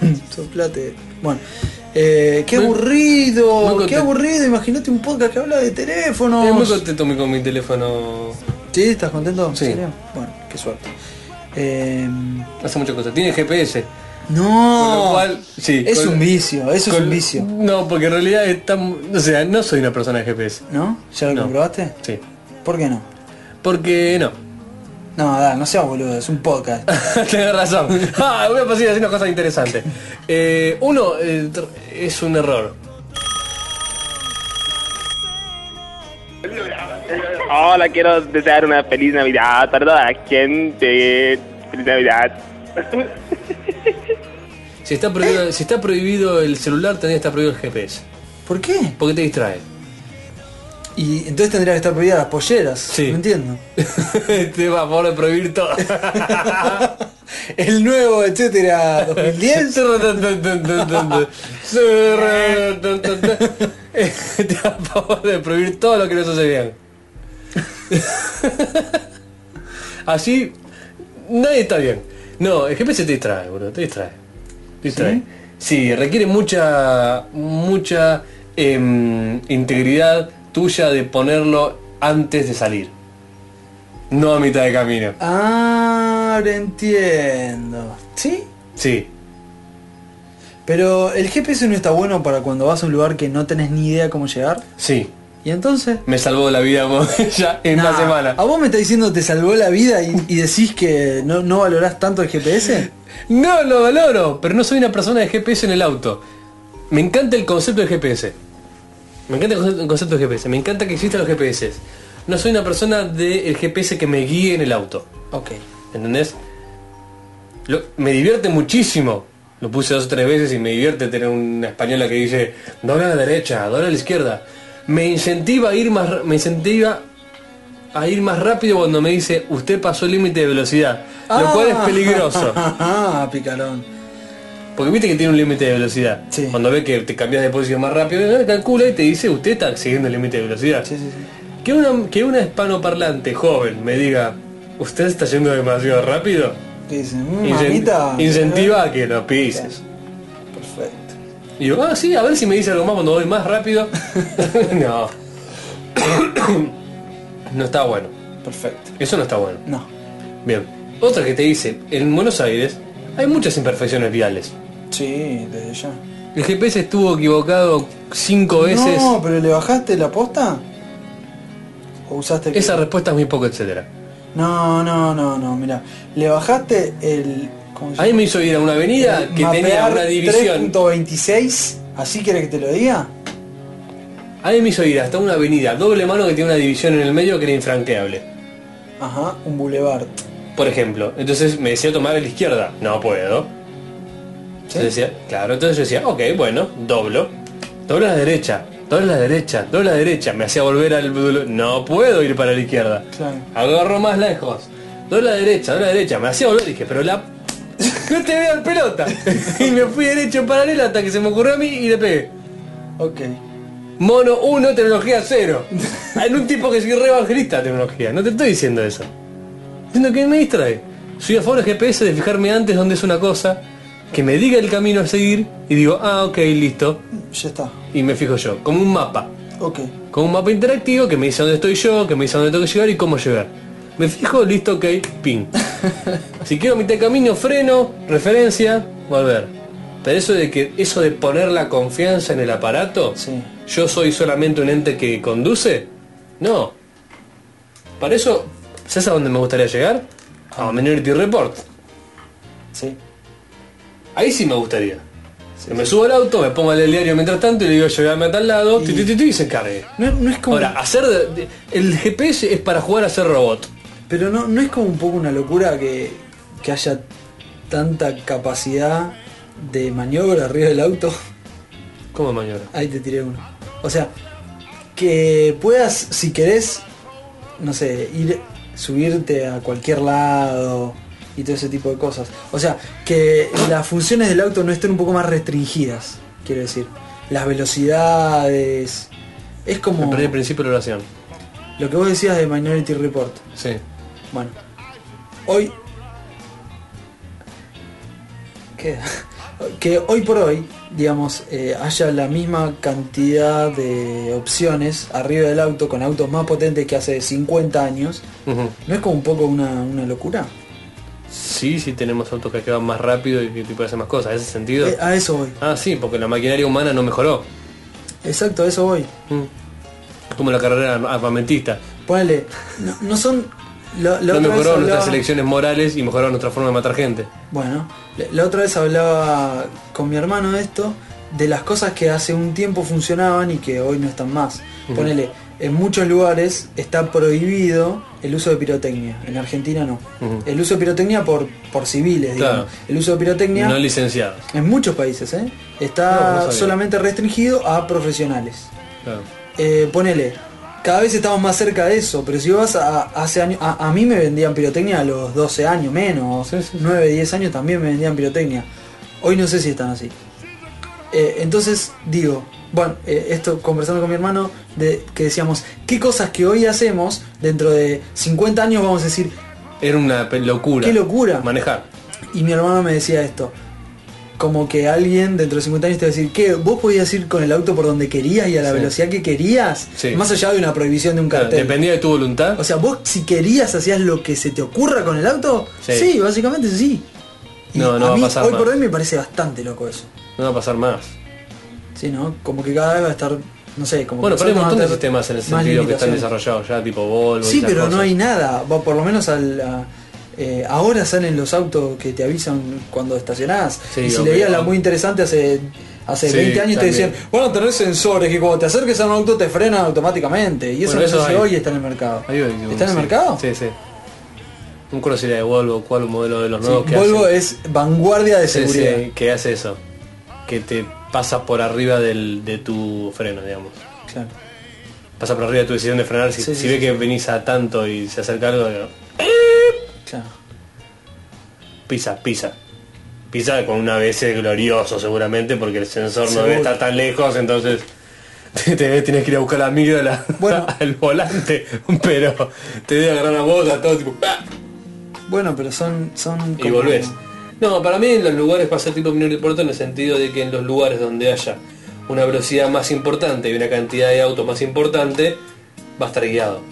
S1: (laughs) Soplate. Bueno. Eh, qué
S3: Muy-
S1: aburrido,
S3: muy
S1: qué
S3: content-
S1: aburrido, imagínate un podcast que habla de teléfonos.
S3: Estoy muy contento mi- con mi teléfono.
S1: ¿Sí? ¿Estás contento? ¿En
S3: Sí.
S1: serio? Bueno, qué suerte. Eh,
S3: Hace muchas cosas. Tiene GPS.
S1: no,
S3: Con lo cual, sí,
S1: es
S3: con-
S1: un vicio, eso es
S3: Con-
S1: un vicio.
S3: No, porque en realidad está. O sea, no soy una persona de GPS.
S1: ¿No? ¿Ya lo
S3: No.
S1: comprobaste?
S3: Sí.
S1: ¿Por qué no?
S3: Porque no. (laughs)
S1: No, da, no seas boludo, es un podcast.
S3: Tienes razón. Ah, voy a pasar a decir una cosa interesante. Eh, uno eh, tr- es un error.
S9: Hola, quiero desear una feliz Navidad para toda la gente. Feliz Navidad.
S3: Si está prohibido, si está prohibido el celular, también está prohibido el GPS.
S1: ¿Por qué?
S3: Porque te distrae.
S1: Y entonces tendría que estar prohibida las polleras.
S3: Sí.
S1: No entiendo.
S3: te Este va a poder prohibir todo.
S1: El nuevo,
S3: (laughs)
S1: etcétera, 2010.
S3: te Este va a poder prohibir todo lo que no se hace bien. Así, nadie está bien. No, el GPS te distrae, boludo, te distrae. Te distrae. ¿Sí? requiere mucha, mucha em, integridad tuya de ponerlo antes de salir. No a mitad de camino.
S1: Ah, ahora entiendo. ¿Sí?
S3: Sí.
S1: Pero el GPS no está bueno para cuando vas a un lugar que no tenés ni idea cómo llegar.
S3: Sí,
S1: Y entonces...
S3: me salvó la vida vos, (laughs) ya en
S1: Nah,
S3: una semana.
S1: ¿A vos me estás diciendo te salvó la vida y, y decís que no, no valorás tanto el GPS?
S3: No lo valoro, pero no soy una persona de GPS en el auto. Me encanta el concepto de GPS. Me encanta el conce- el concepto de GPS. Me encanta que existan los GPS. no soy una persona del GPS que me guíe en el auto.
S1: Ok.
S3: ¿Entendés? Lo- me divierte muchísimo. Lo puse dos o tres veces y me divierte tener una española que dice dobla a la derecha, dobla a la izquierda. Me incentiva a ir más ra- me incentiva a ir más rápido cuando me dice usted pasó el límite de velocidad. Lo cual es peligroso.
S1: (laughs) Ah, picarón.
S3: Porque viste que tiene un límite de velocidad.
S1: Sí.
S3: Cuando ve que te cambias de posición más rápido, eh, calcula y te dice usted está siguiendo el límite de velocidad.
S1: Sí, sí, sí.
S3: Que una, que una hispanoparlante joven me diga, usted está yendo demasiado rápido,
S1: ¿Qué dicen? Mm,
S3: incen-
S1: mamita. Eh,
S3: incentiva a que lo pises.
S1: Perfecto.
S3: Y yo, ah, sí, a ver si me dice algo más cuando voy más rápido. (laughs) no. (coughs) no está bueno.
S1: Perfecto.
S3: Eso no está bueno.
S1: No.
S3: Bien. Otra que te dice, en Buenos Aires hay muchas imperfecciones viales.
S1: Sí, desde ya.
S3: El GPS estuvo equivocado cinco veces.
S1: No, pero ¿le bajaste la posta? ¿O usaste el
S3: Esa respuesta es muy poco, etcétera.
S1: No, no, no, no, mira. Le bajaste el. ¿cómo se
S3: A mí
S1: llama?
S3: me hizo ir a una avenida que
S1: Eh, Mapear
S3: tenía una división.
S1: 3.26, ¿así quieres que te lo diga?
S3: A mí me hizo ir hasta una avenida doble mano que tiene una división en el medio que era infranqueable.
S1: Ajá, un boulevard.
S3: Por ejemplo, entonces me decía tomar a la izquierda. No puedo. Yo decía, claro, entonces yo decía, ok, bueno, doblo. Doblo a la derecha, doblo a la derecha, doblo a la derecha. Me hacía volver al... doble- No puedo ir para la izquierda.
S1: Claro.
S3: Agarro más lejos. Doblo a la derecha, doblo a la derecha. Me hacía volver y dije, pero la... (laughs) No te vean pelota. (laughs) y me fui derecho en paralelo hasta que se me ocurrió a mí y le pegué.
S1: Ok.
S3: Mono 1, tecnología 0. (laughs) En un tipo que soy re evangelista de tecnología. No te estoy diciendo eso. Diciendo que me distrae. Soy a favor del GPS de fijarme antes dónde es una cosa, que me diga el camino a seguir y digo, ah, ok, listo.
S1: Ya está.
S3: Y me fijo yo, como un mapa.
S1: Ok.
S3: Como un mapa interactivo que me dice dónde estoy yo, que me dice dónde tengo que llegar y cómo llegar. Me fijo, listo, ok, ping. si quiero mitad de camino, freno, referencia, volver. Pero eso de que eso de poner la confianza en el aparato,
S1: Sí.
S3: yo soy solamente un ente que conduce, no. Para eso, ¿sabes a dónde me gustaría llegar? A Minority Report.
S1: Sí.
S3: Ahí sí me gustaría. Que me subo al auto, me pongo a leer el diario mientras tanto y le digo llegame a tal lado, ti, ti, ti, ti, y se cargue.
S1: No, no es como.
S3: Ahora, ah. hacer de- de- el GPS es para jugar a ser robot.
S1: Pero no, no es como un poco una locura que, que haya tanta capacidad de maniobra arriba del auto.
S3: ¿Cómo maniobra?
S1: Ahí te tiré uno. O sea, que puedas, si querés, no sé, ir, subirte a cualquier lado y todo ese tipo de cosas. O sea, que las funciones del auto no estén un poco más restringidas, quiero decir. Las velocidades. Es
S3: Me
S1: como
S3: perdí el principio de la oración.
S1: lo que vos decías de Minority Report.
S3: Sí.
S1: Bueno, hoy. ¿Qué? Que hoy por hoy, digamos, eh, haya la misma cantidad de opciones arriba del auto con autos más potentes que hace 50 años,
S3: Ujú.
S1: ¿no es como un poco una, una locura?
S3: Sí, sí tenemos autos que van más rápido y que te pueden hacer más cosas. ¿En ese sentido?
S1: Eh, a eso voy,
S3: Ah, sí, porque la maquinaria humana no mejoró.
S1: exacto, a eso voy.
S3: Mm. Como la carrera armamentista.
S1: Ponele, no, no son. la- la
S3: No
S1: otra vez
S3: mejoró nuestras
S1: hablaba-
S3: elecciones morales y mejoró nuestra forma de matar gente.
S1: Bueno, la- la otra vez hablaba con mi hermano de esto, de las cosas que hace un tiempo funcionaban y que hoy no están más. Ponele, en muchos lugares está prohibido el uso de pirotecnia, en Argentina no.
S3: Ujú.
S1: El uso de pirotecnia por, por civiles,
S3: Claro.
S1: digamos. El uso de pirotecnia
S3: No licenciados.
S1: en muchos países, ¿eh? Está
S3: No, no sabía.
S1: solamente restringido a profesionales.
S3: Claro.
S1: Eh, ponele, cada vez estamos más cerca de eso, pero si vas a, hace años, a, a mí me vendían pirotecnia a los 12 años menos,
S3: Sí, sí, sí.
S1: 9, 10 años también me vendían pirotecnia. Hoy no sé si están así. Eh, entonces digo, bueno, eh, esto conversando con mi hermano, de, que decíamos, ¿qué cosas que hoy hacemos dentro de 50 años vamos a decir?
S3: Era una pe- locura.
S1: Qué locura.
S3: Manejar.
S1: Y mi hermano me decía esto. Como que alguien dentro de 50 años te va a decir, ¿qué? ¿Vos podías ir con el auto por donde querías y a la
S3: Sí.
S1: velocidad que querías?
S3: Sí.
S1: Más allá de una prohibición de un
S3: Claro,
S1: cartel.
S3: dependía de tu voluntad.
S1: O sea, vos si querías hacías lo que se te ocurra con el auto, sí,
S3: Sí.
S1: básicamente sí. Y
S3: No, no
S1: a
S3: va a
S1: mí,
S3: pasar
S1: hoy
S3: más.
S1: por hoy me parece bastante loco eso.
S3: No va a pasar más.
S1: Sí, ¿no? Como que cada vez va a estar, no sé, como
S3: Bueno,
S1: que
S3: pero hay
S1: nosotros
S3: un montón de
S1: vamos a tener
S3: sistemas en el
S1: más
S3: sentido que están
S1: limitaciones.
S3: desarrollados ya, tipo Volvo. y
S1: Sí,
S3: esas
S1: pero no
S3: cosas.
S1: hay nada. Va, por lo menos al, a- eh, ahora salen los autos que te avisan cuando estacionás.
S3: Sí,
S1: y si
S3: ok,
S1: leías la
S3: ok.
S1: muy interesante hace Hace
S3: Sí,
S1: 20 años te
S3: también.
S1: decían, bueno, tenés sensores que cuando te acerques a un auto te frenan automáticamente. Y eso
S3: Bueno,
S1: no
S3: eso
S1: sé si
S3: hay.
S1: hoy está en el mercado.
S3: Ahí voy, digo,
S1: ¿Está en el
S3: sí.
S1: mercado?
S3: Sí, sí. No me acuerdo si era de Volvo, cuál modelo de los nuevos que
S1: Volvo
S3: hace.
S1: es vanguardia de
S3: Sí, sí,
S1: seguridad.
S3: que hace eso. Que te pasa por arriba del, de tu freno, digamos.
S1: Claro.
S3: Pasa por arriba de tu decisión de frenar. Si,
S1: Sí, sí,
S3: si
S1: sí.
S3: ve que venís a tanto y se acerca algo, digo,
S1: Claro.
S3: pisa, pisa. Pisa con un ABC glorioso seguramente porque el sensor no
S1: Seguro.
S3: debe estar tan lejos, entonces (laughs) te, te- tienes que ir a buscar la micro de la-
S1: Bueno.
S3: (laughs) al volante, pero te debe agarrar la bota, todo tipo. ¡pa!
S1: Bueno, pero son... son
S3: y
S1: como-
S3: volvés. No, para mí en los lugares va a ser tipo menor importe en el sentido de que en los lugares donde haya una velocidad más importante y una cantidad de autos más importante, va a estar guiado.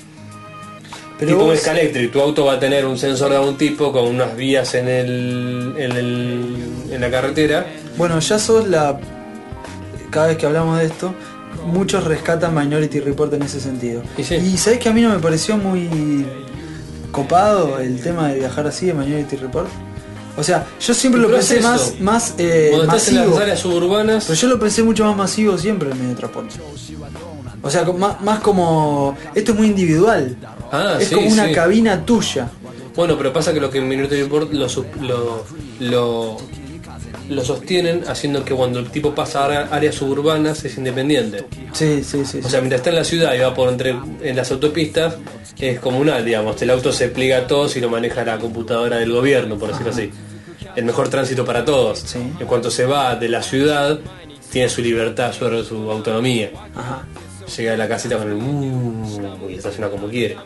S1: Pero
S3: tipo un
S1: vos-
S3: Scalectric, tu auto va a tener un sensor de algún tipo con unas vías en, el, en, el- en la carretera.
S1: Bueno, ya sos la... Cada vez que hablamos de esto, muchos rescatan Minority Report en ese sentido.
S3: Y sí.
S1: sabés que a mí no me pareció muy copado el tema de viajar así de Minority Report. O sea, yo siempre lo
S3: Pero es
S1: pensé
S3: eso.
S1: más, más eh,
S3: Cuando estás en
S1: masivo.
S3: las áreas suburbanas,
S1: Pero yo lo pensé mucho más masivo siempre el medio de transporte. O sea, con- más, más como... Esto es muy individual.
S3: Ah,
S1: es
S3: sí,
S1: como una
S3: sí.
S1: cabina tuya.
S3: Bueno, pero pasa que lo que en Minority Report lo, sus- lo, lo, lo sostienen haciendo que cuando el tipo pasa a áreas suburbanas es independiente.
S1: Sí, sí, sí.
S3: O
S1: sí.
S3: sea, mientras está en la ciudad y va por entre en las autopistas, es comunal, digamos. El auto se pliega a todos y lo maneja la computadora del gobierno, por decirlo así. El mejor tránsito para todos.
S1: Sí.
S3: En cuanto se va de la ciudad, tiene su libertad, su, su autonomía.
S1: Ajá.
S3: Llega a la casita con el... "Mm", y estaciona como quiere.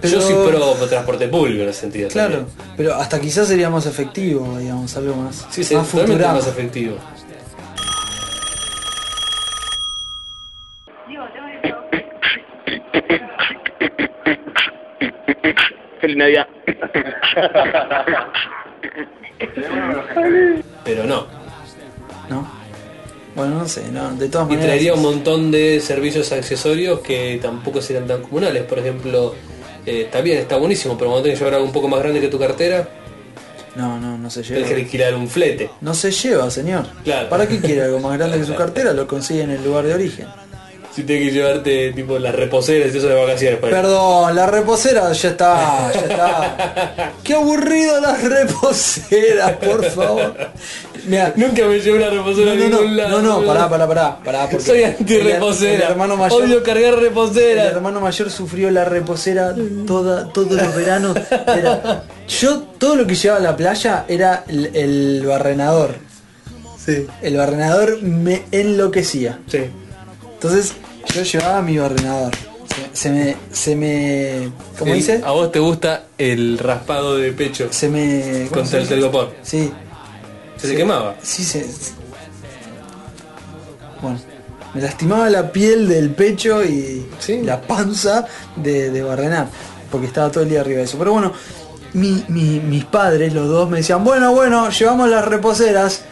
S1: Pero-
S3: Yo soy pro transporte público en ese sentido.
S1: Claro,
S3: también.
S1: pero hasta quizás sería más efectivo, digamos, algo más,
S3: Sí, sí,
S1: más
S3: totalmente
S1: futurama.
S3: más efectivo.
S9: Feliz Navidad.
S3: Pero no.
S1: ¿no? Bueno, no sé, no, de todas
S3: Y
S1: maneras.
S3: traería un montón de servicios accesorios que tampoco serían tan comunales. Por ejemplo, eh, está bien, está buenísimo, pero cuando tenés que llevar algo un poco más grande que tu cartera,
S1: No, no, no se
S3: tenés que
S1: lleva.
S3: alquilar un flete.
S1: No se lleva, señor.
S3: Claro.
S1: ¿Para qué quiere algo más grande que su cartera? Lo consigue en el lugar de origen.
S3: Si tenés que llevarte tipo las reposeras y eso de vacaciones. pues. por ejemplo.
S1: Perdón, la reposera ya está, ya
S3: (laughs)
S1: está. Qué aburrido las reposeras, por favor. Mira,
S3: Nunca me llevé una
S1: no,
S3: reposera a
S1: no,
S3: ningún
S1: no,
S3: lado.
S1: no, no, pará, pará, pará, pará, porque
S3: (laughs) Soy
S1: el-
S3: anti-reposera.
S1: el hermano mayor-
S3: Odio cargar reposera.
S1: El hermano mayor sufrió la reposera toda, todos los veranos. Era- yo todo lo que llevaba a la playa era el, el barrenador. El barrenador me enloquecía.
S3: Sí.
S1: Entonces yo llevaba mi barrenador. Se, se me, se me, ¿cómo
S3: El-
S1: dice?
S3: A vos te gusta el raspado de pecho
S1: Se me, ¿cómo se
S3: contra el
S1: dice?
S3: telgopor.
S1: Sí,
S3: Se te quemaba.
S1: sí se. se- Bueno, me lastimaba la piel del pecho y
S3: Sí.
S1: la panza de, de barrenar, porque estaba todo el día arriba de eso. Pero bueno, mi- mi- mis padres, los dos, me decían, bueno, bueno, llevamos las reposeras.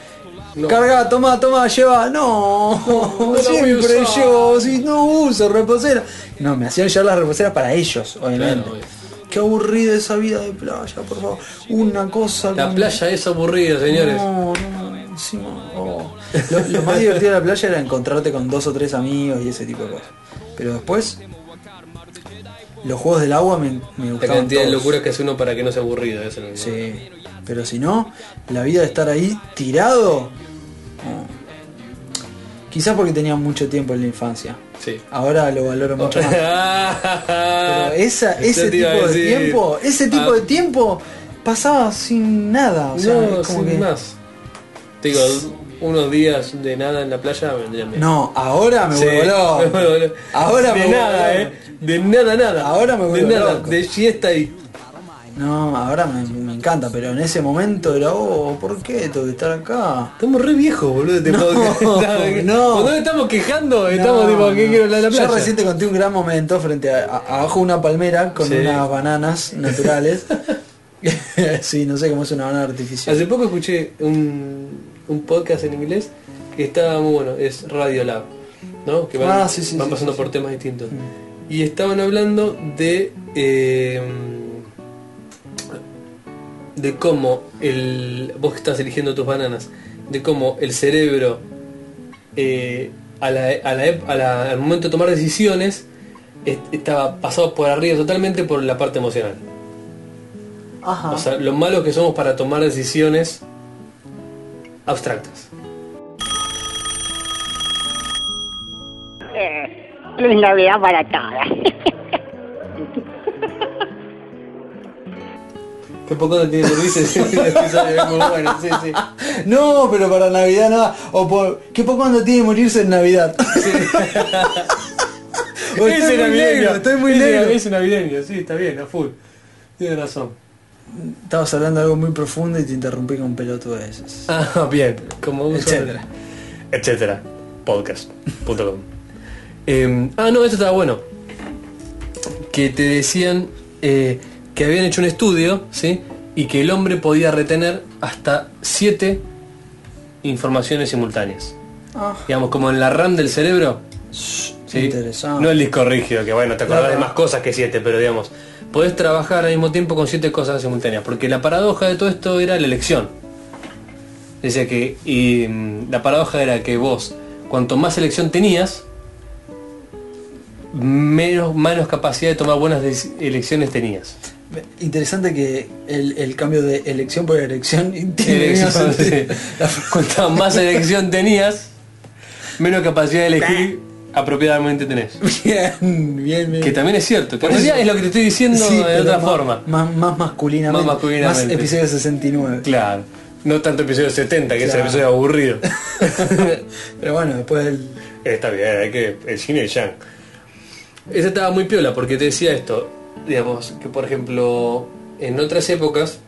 S3: No.
S1: Carga, toma, toma, lleva. No,
S3: la voy a
S1: siempre
S3: usar.
S1: yo, si no uso reposeras. No, me hacían llevar las reposeras para ellos, obviamente.
S3: obvio.
S1: Qué aburrida esa vida de playa, por favor. Una cosa
S3: La
S1: con-
S3: playa es aburrida, señores.
S1: no, no, encima, oh. Lo, lo más divertido de la playa era encontrarte con dos o tres amigos y ese tipo de cosas. Pero después, los juegos del agua me, me
S3: La
S1: gustaban.
S3: cantidad de
S1: todos.
S3: locuras que hace uno para que no sea aburrido. eso es lo que-
S1: Sí. Pero si no, la vida de estar ahí tirado. no. Quizás porque tenía mucho tiempo en la infancia.
S3: Sí.
S1: Ahora lo valoro Ah, mucho
S3: (laughs)
S1: más. Pero esa,
S3: Yo
S1: ese
S3: te iba
S1: tipo
S3: a
S1: de
S3: decir,
S1: tiempo, ese tipo
S3: ah,
S1: de tiempo pasaba sin nada. O sea,
S3: no,
S1: es como
S3: sin
S1: que-
S3: más. Te digo, unos días de nada en la playa vendrían bien.
S1: No, ahora me
S3: Sí,
S1: vuelvo loco.
S3: (laughs) me vuelvo loco.
S1: Ahora
S3: de
S1: me vuelvo
S3: nada,
S1: loco.
S3: eh. De nada, nada.
S1: Ahora me
S3: De
S1: vuelvo
S3: nada,
S1: loco.
S3: de siesta y.
S1: No, ahora me, me encanta, pero en ese momento era, oh, ¿por qué tengo que estar acá?
S3: Estamos re viejos, boludo. Te
S1: No, (laughs) no.
S3: Cuando nos (laughs) estamos quejando, estamos tipo, ¿qué
S1: no.
S3: quiero la, la playa?
S1: Yo recién te conté un gran momento frente a, a- abajo de una palmera con
S3: Sí.
S1: unas bananas
S3: (laughs)
S1: naturales. (laughs) sí, no sé cómo es una banana artificial.
S3: Hace poco escuché un, un podcast en inglés que estaba muy bueno, es Radio Lab, ¿no? Que van,
S1: Ah, sí, sí,
S3: van
S1: sí,
S3: pasando
S1: sí, Mm.
S3: por temas distintos. Y estaban hablando de eh, de cómo el vos estás eligiendo tus bananas, de cómo el cerebro, eh, a la- a la ep- a la- al momento de tomar decisiones, est- estaba pasado por arriba totalmente por la parte emocional.
S1: Ajá.
S3: O sea, lo malos que somos para tomar decisiones abstractas.
S4: Eh, Feliz Navidad para todas.
S3: Qué poco te tiene Luis, ese episodio es muy bueno, sí, (laughs) sí.
S1: No, pero para Navidad no. O por. ¿Qué poco cuando tiene que morirse en Navidad? (laughs) O
S3: Ese
S1: estoy muy negro, estoy muy
S3: ese
S1: negro.
S3: Es navideño, sí, está bien, a full. Tienes razón.
S1: Estabas hablando de algo muy profundo y te interrumpí con pelotudeces.
S3: Ah, bien, como un
S1: Etcétera.
S3: Etcétera. Podcast.com. Em, ah, no, esto estaba bueno. Que te decían eh, que habían hecho un estudio, ¿sí? Y que el hombre podía retener hasta 7 informaciones simultáneas.
S1: Ah.
S3: Digamos, como en la RAM del cerebro. ¿sí?
S1: Interesante.
S3: No el disco rígido, que bueno, te acordás
S1: Claro.
S3: de más cosas que siete, pero digamos, podés trabajar al mismo tiempo con siete cosas simultáneas, porque la paradoja de todo esto era la elección. Decía que, y mm, la paradoja era que vos, cuanto más elección tenías, menos, menos capacidad de tomar buenas des- elecciones tenías.
S1: Interesante que el, el cambio de elección por elección (laughs) (laughs) tiene
S3: Elección,
S1: menos (laughs) sentido.
S3: (laughs) sí. Cuanta más elección tenías, menos capacidad
S1: (laughs)
S3: de elegir apropiadamente tenés.
S1: Bien, bien, bien.
S3: Que también es cierto, que en
S1: Por eso-
S3: realidad es lo que te estoy diciendo
S1: Sí,
S3: de
S1: pero
S3: otra
S1: más-
S3: forma.
S1: Más, más masculina.
S3: Más masculinamente.
S1: Más episodio 69.
S3: Claro. No tanto episodio 70, que es el
S1: Claro.
S3: episodio aburrido. (laughs)
S1: Pero bueno, después del.
S3: Está bien, hay que. El cine y yang. Esa estaba muy piola porque te decía esto. Digamos, que por ejemplo, en otras épocas,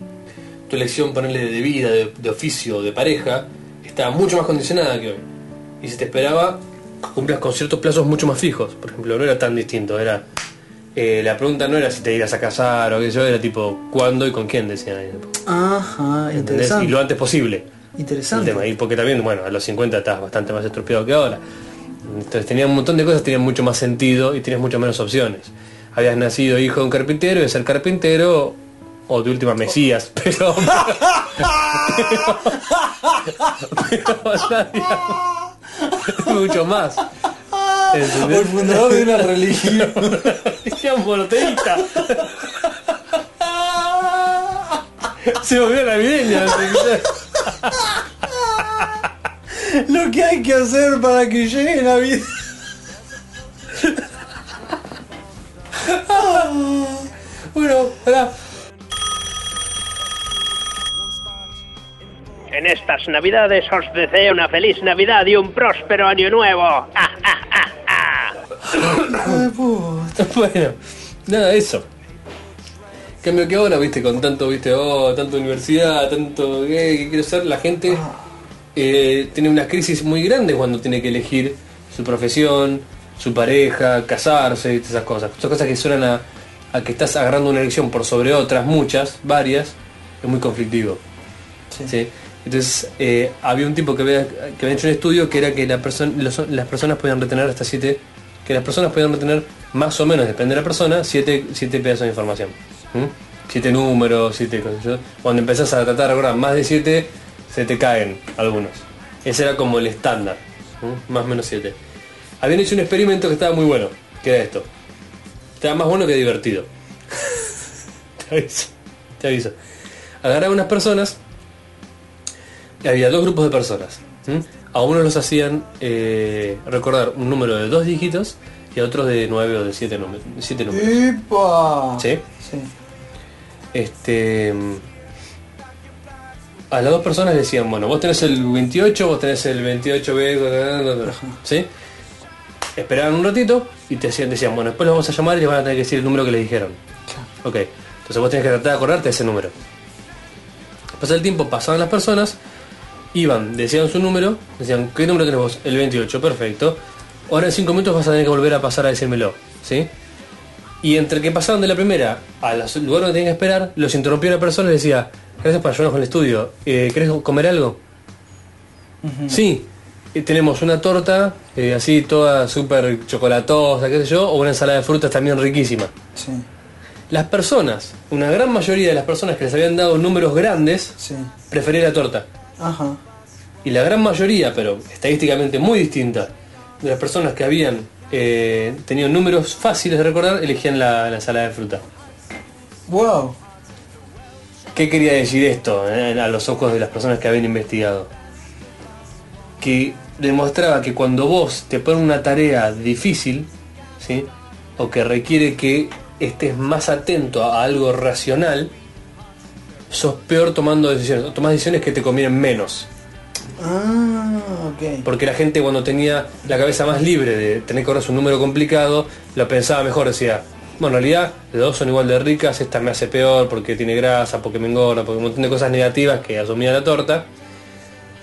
S3: tu elección ponerle de vida, de, de oficio, de pareja, estaba mucho más condicionada que hoy. Y se te esperaba que cumplas con ciertos plazos mucho más fijos. Por ejemplo, no era tan distinto, era. eh, la pregunta no era si te irás a casar o qué sé yo, era tipo cuándo y con quién decían. ahí.
S1: Ajá,
S3: ¿Entendés? Y
S1: interesante.
S3: lo antes posible. el
S1: Interesante.
S3: tema. Y porque también, bueno, a los 50 estás bastante más estropeado que ahora. Entonces tenía un montón de cosas, tenían mucho más sentido y tenías mucho menos opciones. Habías nacido hijo de un carpintero y de ser carpintero o de última Mesías, (laughs) pero... pero- pero ya, digamos, mucho más.
S1: O el fundador de una
S3: (laughs)
S1: religión.
S3: Decía monoteísta. Se volvió navideña.
S1: Lo que hay que hacer para que llegue Navidad.
S3: Bueno, pará.
S2: En estas navidades os deseo una feliz Navidad y un próspero año nuevo. Ah, ah, ah, ah.
S3: (laughs) Bueno, nada de eso. Cambio que ahora, viste, con tanto, viste, oh, tanto universidad, tanto eh, que quiero ser, la gente eh, tiene unas crisis muy grandes cuando tiene que elegir su profesión, su pareja, casarse, viste, esas cosas. Son cosas que suenan a, a que estás agarrando una elección por sobre otras, muchas, varias, es muy conflictivo. ¿sí? Entonces, eh, había un tipo que había, que había hecho un estudio que era que la perso- los- las personas podían retener hasta siete que las personas podían retener más o menos, depende de la persona, siete, siete pedazos de información. ¿Mm? Siete números, siete cosas. Yo- Cuando empezás a tratar ahora más de siete, se te caen algunos. Ese era como el estándar, ¿Mm? más o menos siete. Habían hecho un experimento que estaba muy bueno, que era esto. Estaba más bueno que divertido. te aviso, te aviso. Agarraban unas personas y había dos grupos de personas. ¿m? A unos los hacían eh, recordar un número de dos dígitos y a otros de nueve o de siete, nume- siete números.
S1: Eh. ¡Epa!
S3: ¿Sí?
S1: Sí.
S3: Este, mm, a las dos personas decían, bueno, vos tenés el 28, vos tenés el 28B, bla, bla, bla, bla, ¿sí? Esperaban un ratito y te decían, decían, bueno, después los vamos a llamar y les van a tener que decir el número que les dijeron. Ok, entonces vos tenés que tratar de acordarte de ese número. Pasa el tiempo, pasaban las personas, iban, decían su número, decían, ¿qué número tenés vos? El 28, perfecto. Ahora en 5 minutos vas a tener que volver a pasar a decírmelo, ¿sí? Y entre que pasaron de la primera al lugar donde tenían que esperar, los interrumpió una persona y les decía, gracias por ayudarnos con el estudio, eh, ¿querés comer algo? Sí, eh, tenemos una torta, eh, así toda súper chocolatosa, qué sé yo, o una ensalada de frutas también riquísima.
S1: Sí.
S3: Las personas, una gran mayoría de las personas que les habían dado números grandes,
S1: Sí.
S3: preferían la torta.
S1: Ajá.
S3: y la gran mayoría, pero estadísticamente muy distinta, de las personas que habían eh, tenido números fáciles de recordar elegían la, la ensalada de fruta.
S1: ¡Wow!
S3: ¿Qué quería decir esto eh, a los ojos de las personas que habían investigado? Que demostraba que cuando vos te pones una tarea difícil, ¿sí? o que requiere que estés más atento a algo racional, sos peor tomando decisiones, o tomás decisiones que te convienen menos.
S1: Ah, ok.
S3: Porque la gente cuando tenía la cabeza más libre de tener que ahorrarse un número complicado, la pensaba mejor, decía, bueno, en realidad las dos son igual de ricas, esta me hace peor porque tiene grasa, porque me engorda, porque un montón de cosas negativas que asumía la torta.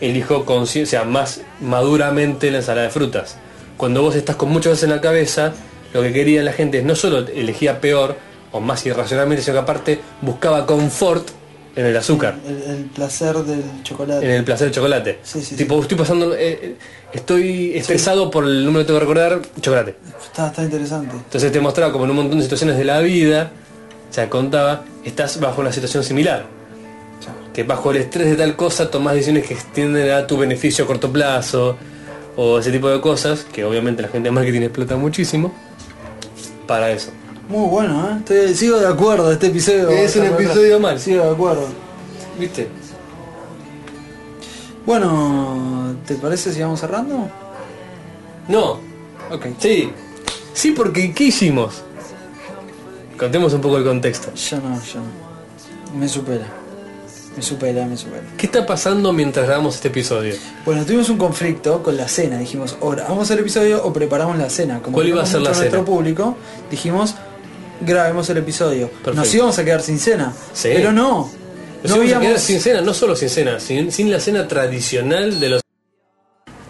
S3: Elijo conciencia más maduramente la ensalada de frutas. Cuando vos estás con muchas cosas en la cabeza, lo que quería la gente es no solo elegía peor o más irracionalmente, sino que aparte buscaba confort en el azúcar.
S1: El, el placer del chocolate.
S3: En el placer del chocolate. tipo, estoy pasando. eh, estoy estresado por el número que tengo que recordar, chocolate.
S1: Está, está interesante.
S3: Entonces te mostraba como en un montón de situaciones de la vida, o sea, contaba, estás bajo una situación similar. Que bajo el estrés de tal cosa tomás decisiones que extienden a tu beneficio a corto plazo, o ese tipo de cosas, que obviamente la gente de marketing explota muchísimo, para eso.
S1: Muy bueno, ¿eh? Estoy- sigo de acuerdo, este episodio.
S3: Es un episodio mal.
S1: Sigo de acuerdo.
S3: ¿Viste?
S1: Bueno, ¿te parece si vamos cerrando?
S3: No.
S1: Ok.
S3: Sí. Sí, porque ¿qué hicimos? Contemos un poco el contexto.
S1: Yo no, yo no. Me supera. Me supera, me supera.
S3: ¿Qué está pasando mientras grabamos este episodio?
S1: Bueno, tuvimos un conflicto con la cena. Dijimos, o grabamos el episodio o preparamos la cena. Como
S3: ¿Cuál iba a
S1: queremos
S3: ser la
S1: mucho
S3: cena?
S1: nuestro público, dijimos, grabemos el episodio. Nos
S3: Perfecto.
S1: íbamos a quedar sin cena.
S3: Sí.
S1: Pero no.
S3: Nos
S1: no
S3: íbamos a
S1: habíamos-
S3: quedar sin cena, no solo sin cena, sin, sin la cena tradicional de los...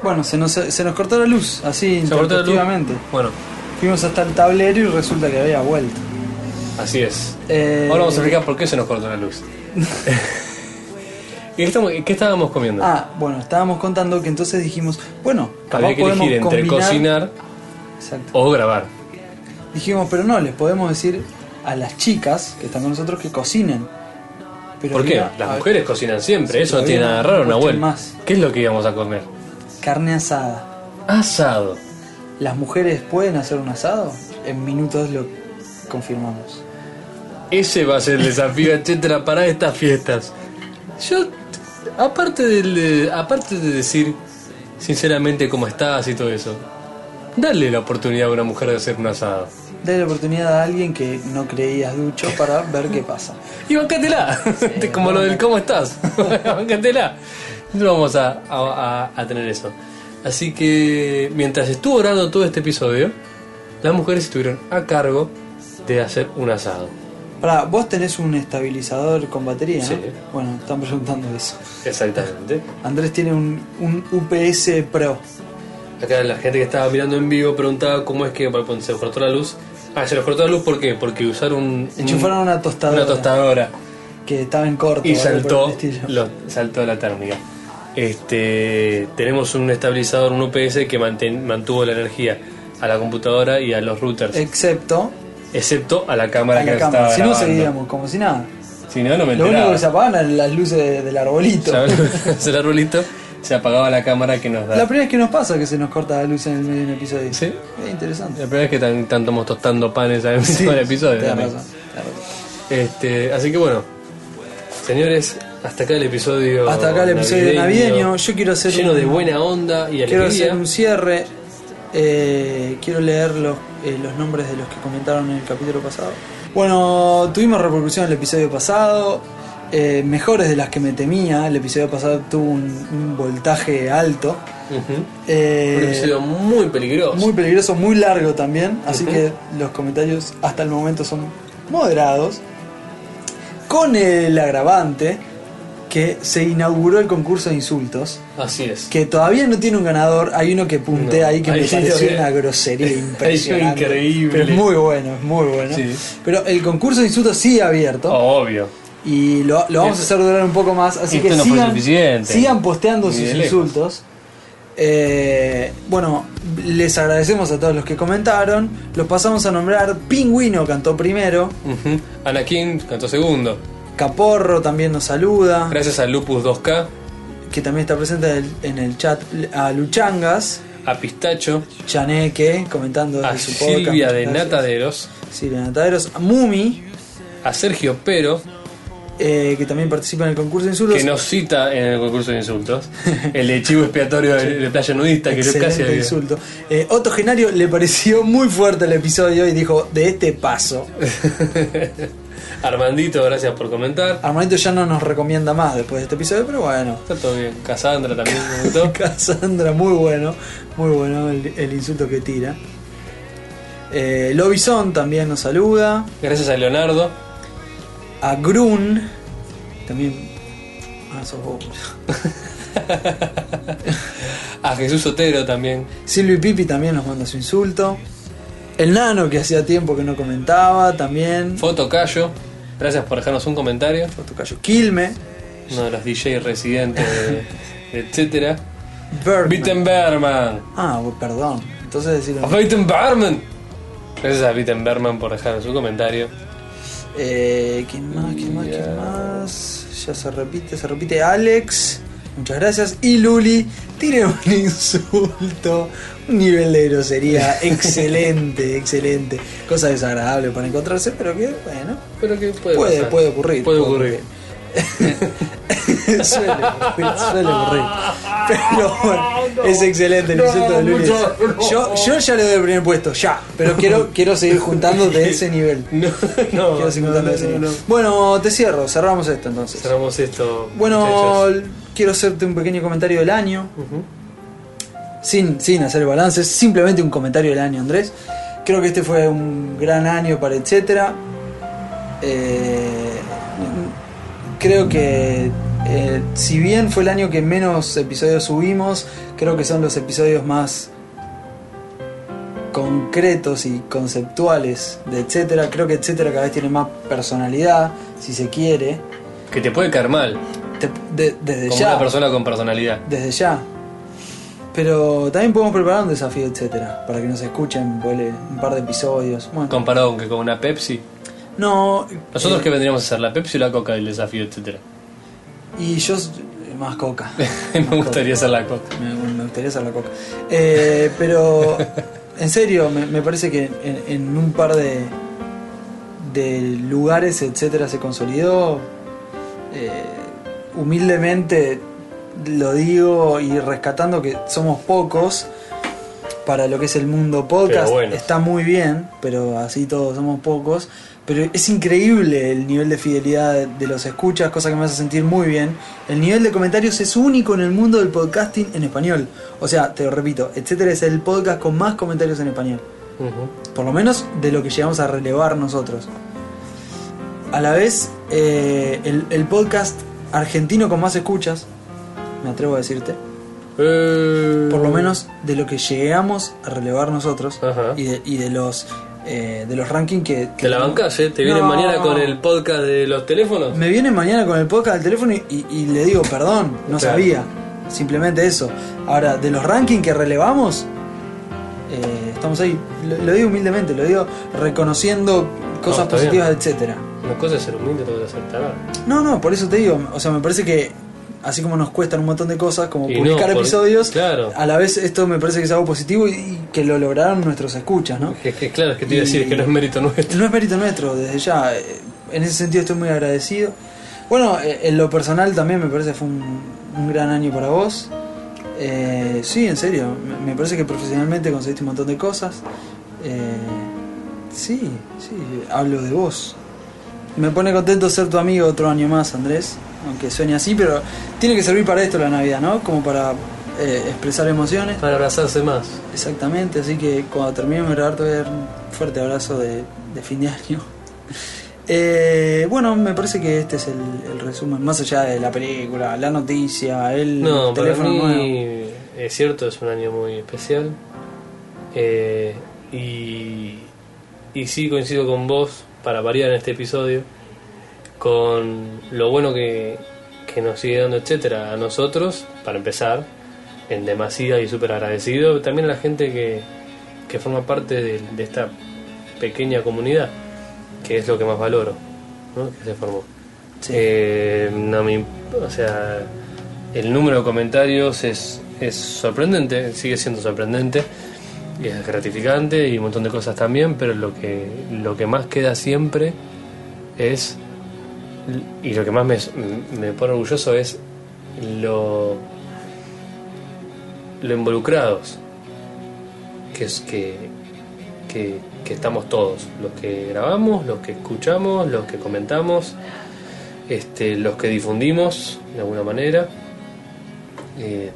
S1: Bueno, se nos, se nos cortó la luz, así
S3: cortó la luz.
S1: intempestivamente.
S3: Bueno,
S1: Fuimos hasta el tablero y resulta que había vuelto.
S3: así es.
S1: Eh,
S3: Ahora vamos a explicar por qué se nos cortó la
S1: (laughs)
S3: luz. ¿Y qué, estamos- qué estábamos comiendo?
S1: Ah, bueno, estábamos contando que entonces dijimos, bueno, capaz
S3: Había que
S1: podemos
S3: elegir entre
S1: combinar-
S3: cocinar
S1: Exacto.
S3: o grabar.
S1: Dijimos, pero no, les podemos decir a las chicas que están con nosotros que cocinen. Pero
S3: ¿Por qué?
S1: mira,
S3: Las
S1: a-
S3: mujeres cocinan siempre,
S1: Sí,
S3: eso no
S1: todavía
S3: tiene
S1: no-
S3: nada raro,
S1: no
S3: Nahuel.
S1: cuestión más.
S3: ¿Qué es lo que íbamos a comer?
S1: Carne asada.
S3: Asado.
S1: ¿Las mujeres pueden hacer un asado? En minutos lo confirmamos.
S3: Ese va a ser el desafío, etcétera, para estas fiestas. Yo, aparte, del, de, aparte de decir sinceramente cómo estás y todo eso, dale la oportunidad a una mujer de hacer un asado.
S1: Dale la oportunidad a alguien que no creías ducho para ver qué pasa.
S3: Y bancatela, (laughs) como lo del cómo estás. (laughs) bancatela. No vamos a, a- a- a tener eso. Así que mientras estuvo orando todo este episodio, las mujeres estuvieron a cargo de hacer un asado.
S1: Pará, vos tenés un estabilizador con batería, ¿no?
S3: Sí.
S1: Bueno, están preguntando eso.
S3: Exactamente.
S1: Andrés tiene un, un UPS Pro.
S3: Acá la gente que estaba mirando en vivo preguntaba cómo es que bueno, se nos cortó la luz. Ah, se nos cortó la luz ¿por qué? Porque usaron un-
S1: Enchufaron una tostadora
S3: una tostadora
S1: que estaba en corto.
S3: y
S1: algo por el
S3: saltó,
S1: estilo.
S3: lo- saltó la térmica. Este, tenemos un estabilizador, un UPS que manten- mantuvo la energía a la computadora y a los routers,
S1: Excepto
S3: excepto a la
S1: Eh, a
S3: cámara que
S1: la
S3: estaba
S1: cámara. Si no,
S3: grabando.
S1: seguíamos como si nada.
S3: Si no, no me
S1: Lo único
S3: enteraba.
S1: que se apagaban eran las luces de- del arbolito.
S3: (laughs) ¿Sabes? El arbolito se apagaba la cámara que nos da.
S1: La primera vez que nos pasa que se nos corta la luz en el medio de un episodio.
S3: Sí.
S1: Es interesante.
S3: La primera vez que tan, tan estamos tostando panes al mismo
S1: Sí,
S3: el episodio.
S1: tenés
S3: también.
S1: razón, tenés razón.
S3: Este, así que bueno, señores, hasta acá el episodio.
S1: Hasta acá el episodio navideño. Yo quiero hacer
S3: lleno
S1: un-
S3: de buena onda y
S1: Quiero
S3: alegría.
S1: hacer un cierre. Eh, quiero leer los, eh, los nombres de los que comentaron en el capítulo pasado. Bueno, tuvimos repercusión en el episodio pasado. eh, mejores de las que me temía. El episodio pasado tuvo un, un voltaje alto.
S3: Ujú.
S1: Eh,
S3: un episodio muy peligroso.
S1: muy peligroso, muy largo también. Así
S3: Ujú.
S1: que los comentarios hasta el momento son moderados. Con el agravante que se inauguró el concurso de insultos.
S3: Así es.
S1: Que todavía no tiene un ganador, hay uno que punté
S3: No,
S1: ahí que
S3: hay
S1: me
S3: uno
S1: pareció
S3: que-
S1: una
S3: (laughs)
S1: grosería impresionante.
S3: increíble.
S1: Pero es muy bueno, es muy bueno.
S3: Sí. Oh,
S1: Pero el concurso de insultos sigue abierto
S3: Obvio.
S1: y lo, lo vamos a
S3: Esto-
S1: hacer durar un poco más, así
S3: esto
S1: que
S3: no fue
S1: sigan,
S3: suficiente.
S1: sigan posteando
S3: Ni
S1: sus
S3: de lejos.
S1: insultos. Eh, bueno, les agradecemos a todos los que comentaron. Los pasamos a nombrar. Pingüino cantó primero.
S3: Ujú. Anakin cantó segundo.
S1: Caporro también nos saluda.
S3: Gracias a Lupus 2K.
S1: que también está presente en el- en el chat, a Luchangas.
S3: A Pistacho.
S1: Chaneque, comentando
S3: A
S1: desde su podcast.
S3: Silvia
S1: muchas
S3: de
S1: gracias.
S3: Nataderos.
S1: Silvia de Nataderos. A Mumi. eh,
S3: A Sergio Pero.
S1: que también participa en el concurso de insultos.
S3: Que nos cita en el concurso de insultos. El de chivo expiatorio de, de playa nudista, que yo casi
S1: Excelente
S3: había-
S1: insulto. Eh, Otto Genario le pareció muy fuerte el episodio y dijo, de este paso.
S3: Armandito, gracias por comentar.
S1: Armanito ya no nos recomienda más después de este episodio, pero bueno. (laughs)
S3: Está todo bien. Cassandra también.
S1: Cassandra, muy bueno. Muy bueno el, el insulto que tira. Eh, Lobison también nos saluda.
S3: Gracias a Leonardo.
S1: A Grun. También. Ah, sos vos.
S3: A Jesús Otero también.
S1: Silvio Pipi también nos manda su insulto. El nano que hacía tiempo que no comentaba también.
S3: Fotocayo. Gracias por dejarnos un comentario.
S1: Fotocayo. Quilme.
S3: Uno de los DJ residentes, de- de etcétera.
S1: Bergman.
S3: Wittenbergman.
S1: Ah, perdón. Entonces decirlo.
S3: A Wittenbergman. Gracias a Wittenbergman por dejarnos un comentario.
S1: Eh, ¿Quién más? ¿Quién más? ¿Quién más? Ya se repite, se repite Alex. Muchas gracias. Y Luli tiene un (laughs) insulto, un nivel de grosería excelente, excelente. Cosa desagradable para encontrarse, pero que, bueno, (laughs)
S3: Pero que puede,
S1: puede,
S3: pasar.
S1: puede ocurrir.
S3: Puede ocurrir.
S1: suele ocurrir, suele ocurrir. Pero bueno, es excelente el insulto de Luli. Yo, yo ya le doy el primer puesto, ya. Pero quiero, quiero seguir juntando de ese nivel.
S3: (laughs)
S1: quiero seguir juntando de ese nivel. Bueno, te cierro, cerramos esto entonces.
S3: Cerramos esto.
S1: Bueno,
S3: muchachos.
S1: quiero hacerte un pequeño comentario del año. sin, sin hacer balances, simplemente un comentario del año, Andrés. Creo que este fue un gran año para etcétera. Eh, creo que eh, si bien fue el año que menos episodios subimos, creo que son los episodios más concretos y conceptuales de etcétera. Creo que etcétera cada vez tiene más personalidad, si se quiere.
S3: que te puede caer mal.
S1: Te- de- desde
S3: Como
S1: ya.
S3: una persona con personalidad.
S1: Desde ya. Pero también podemos preparar un desafío, etcétera, para que nos escuchen ponele, un par de episodios. Bueno,
S3: Comparado con que con una Pepsi.
S1: no.
S3: Nosotros
S1: eh,
S3: que vendríamos a hacer la Pepsi o la Coca del desafío, etcétera. (laughs)
S1: Y yo s- más coca.
S3: Me gustaría hacer la Coca.
S1: Me, me gustaría hacer la coca. Eh, pero en serio, me, me parece que en, en un par de, de lugares, etcétera, se consolidó. Eh, humildemente lo digo y rescatando que somos pocos para lo que es el mundo podcast.
S3: Pero bueno.
S1: Está muy bien, pero así todos somos pocos. Pero es increíble el nivel de fidelidad de- de los escuchas, cosa que me hace sentir muy bien. El nivel de comentarios es único en el mundo del podcasting en español. O sea, te lo repito, etcétera es el podcast con más comentarios en español. Por lo menos de lo que llegamos a relevar nosotros. A la vez, eh, el, el podcast argentino con más escuchas, me atrevo a decirte.
S3: Eh,
S1: Por lo menos de lo que llegamos a relevar nosotros y de, y de los eh, de los rankings que, que-
S3: ¿Te la bancás, eh? ¿Te vienen
S1: No.
S3: mañana con el podcast de los teléfonos?
S1: Me vienen mañana con el podcast del teléfono y, y- y le digo, perdón, no
S3: Claro.
S1: sabía. Simplemente eso. Ahora, de los rankings que relevamos, eh, estamos ahí. Lo, lo digo humildemente, lo digo reconociendo cosas
S3: está bien.
S1: positivas, etcétera.
S3: Una cosa es ser humilde, otra cosa es ser tarado.
S1: No, no, por eso te digo. O sea, me parece que así como nos cuestan un montón de cosas, como
S3: Y no,
S1: publicar
S3: por-
S1: episodios,
S3: claro.
S1: a la vez esto me parece que es algo positivo y, y que lo lograron nuestros escuchas, ¿no?
S3: Es que, claro, es que te iba a decir,
S1: Y-
S3: es que no es mérito
S1: (laughs)
S3: nuestro.
S1: No es mérito nuestro, desde ya. eh, En ese sentido estoy muy agradecido. Bueno, eh, en lo personal también me parece que fue un, un gran año para vos. Eh, sí, en serio. me- Me parece que profesionalmente conseguiste un montón de cosas. Eh, sí, sí, hablo de vos. Me pone contento ser tu amigo otro año más, Andrés. Aunque suene así, pero tiene que servir para esto la Navidad, ¿no? Como para eh, expresar emociones.
S3: Para abrazarse más.
S1: Exactamente, así que cuando terminemos de grabar te voy a dar un fuerte abrazo de, de fin de año. (laughs) Eh, bueno, me parece que este es el, el resumen, más allá de la película, la noticia, el
S3: No, para
S1: teléfono nuevo.
S3: mí es cierto, es un año muy especial. Eh, y, y sí coincido con vos, para variar en este episodio, con lo bueno que, que nos sigue dando, etcétera, a nosotros, para empezar, en demasía y súper agradecido, también a la gente que, que forma parte de, de esta pequeña comunidad, que es lo que más valoro, ¿no? que se formó. Eh, no me, imp- o sea, El número de comentarios es, es sorprendente, sigue siendo sorprendente, y es gratificante y un montón de cosas también, pero lo que, lo que más queda siempre es, y lo que más me, me pone orgulloso es lo, lo involucrados que, es, que, que, que estamos todos, los que grabamos, los que escuchamos, los que comentamos, este, los que difundimos de alguna manera. Eh,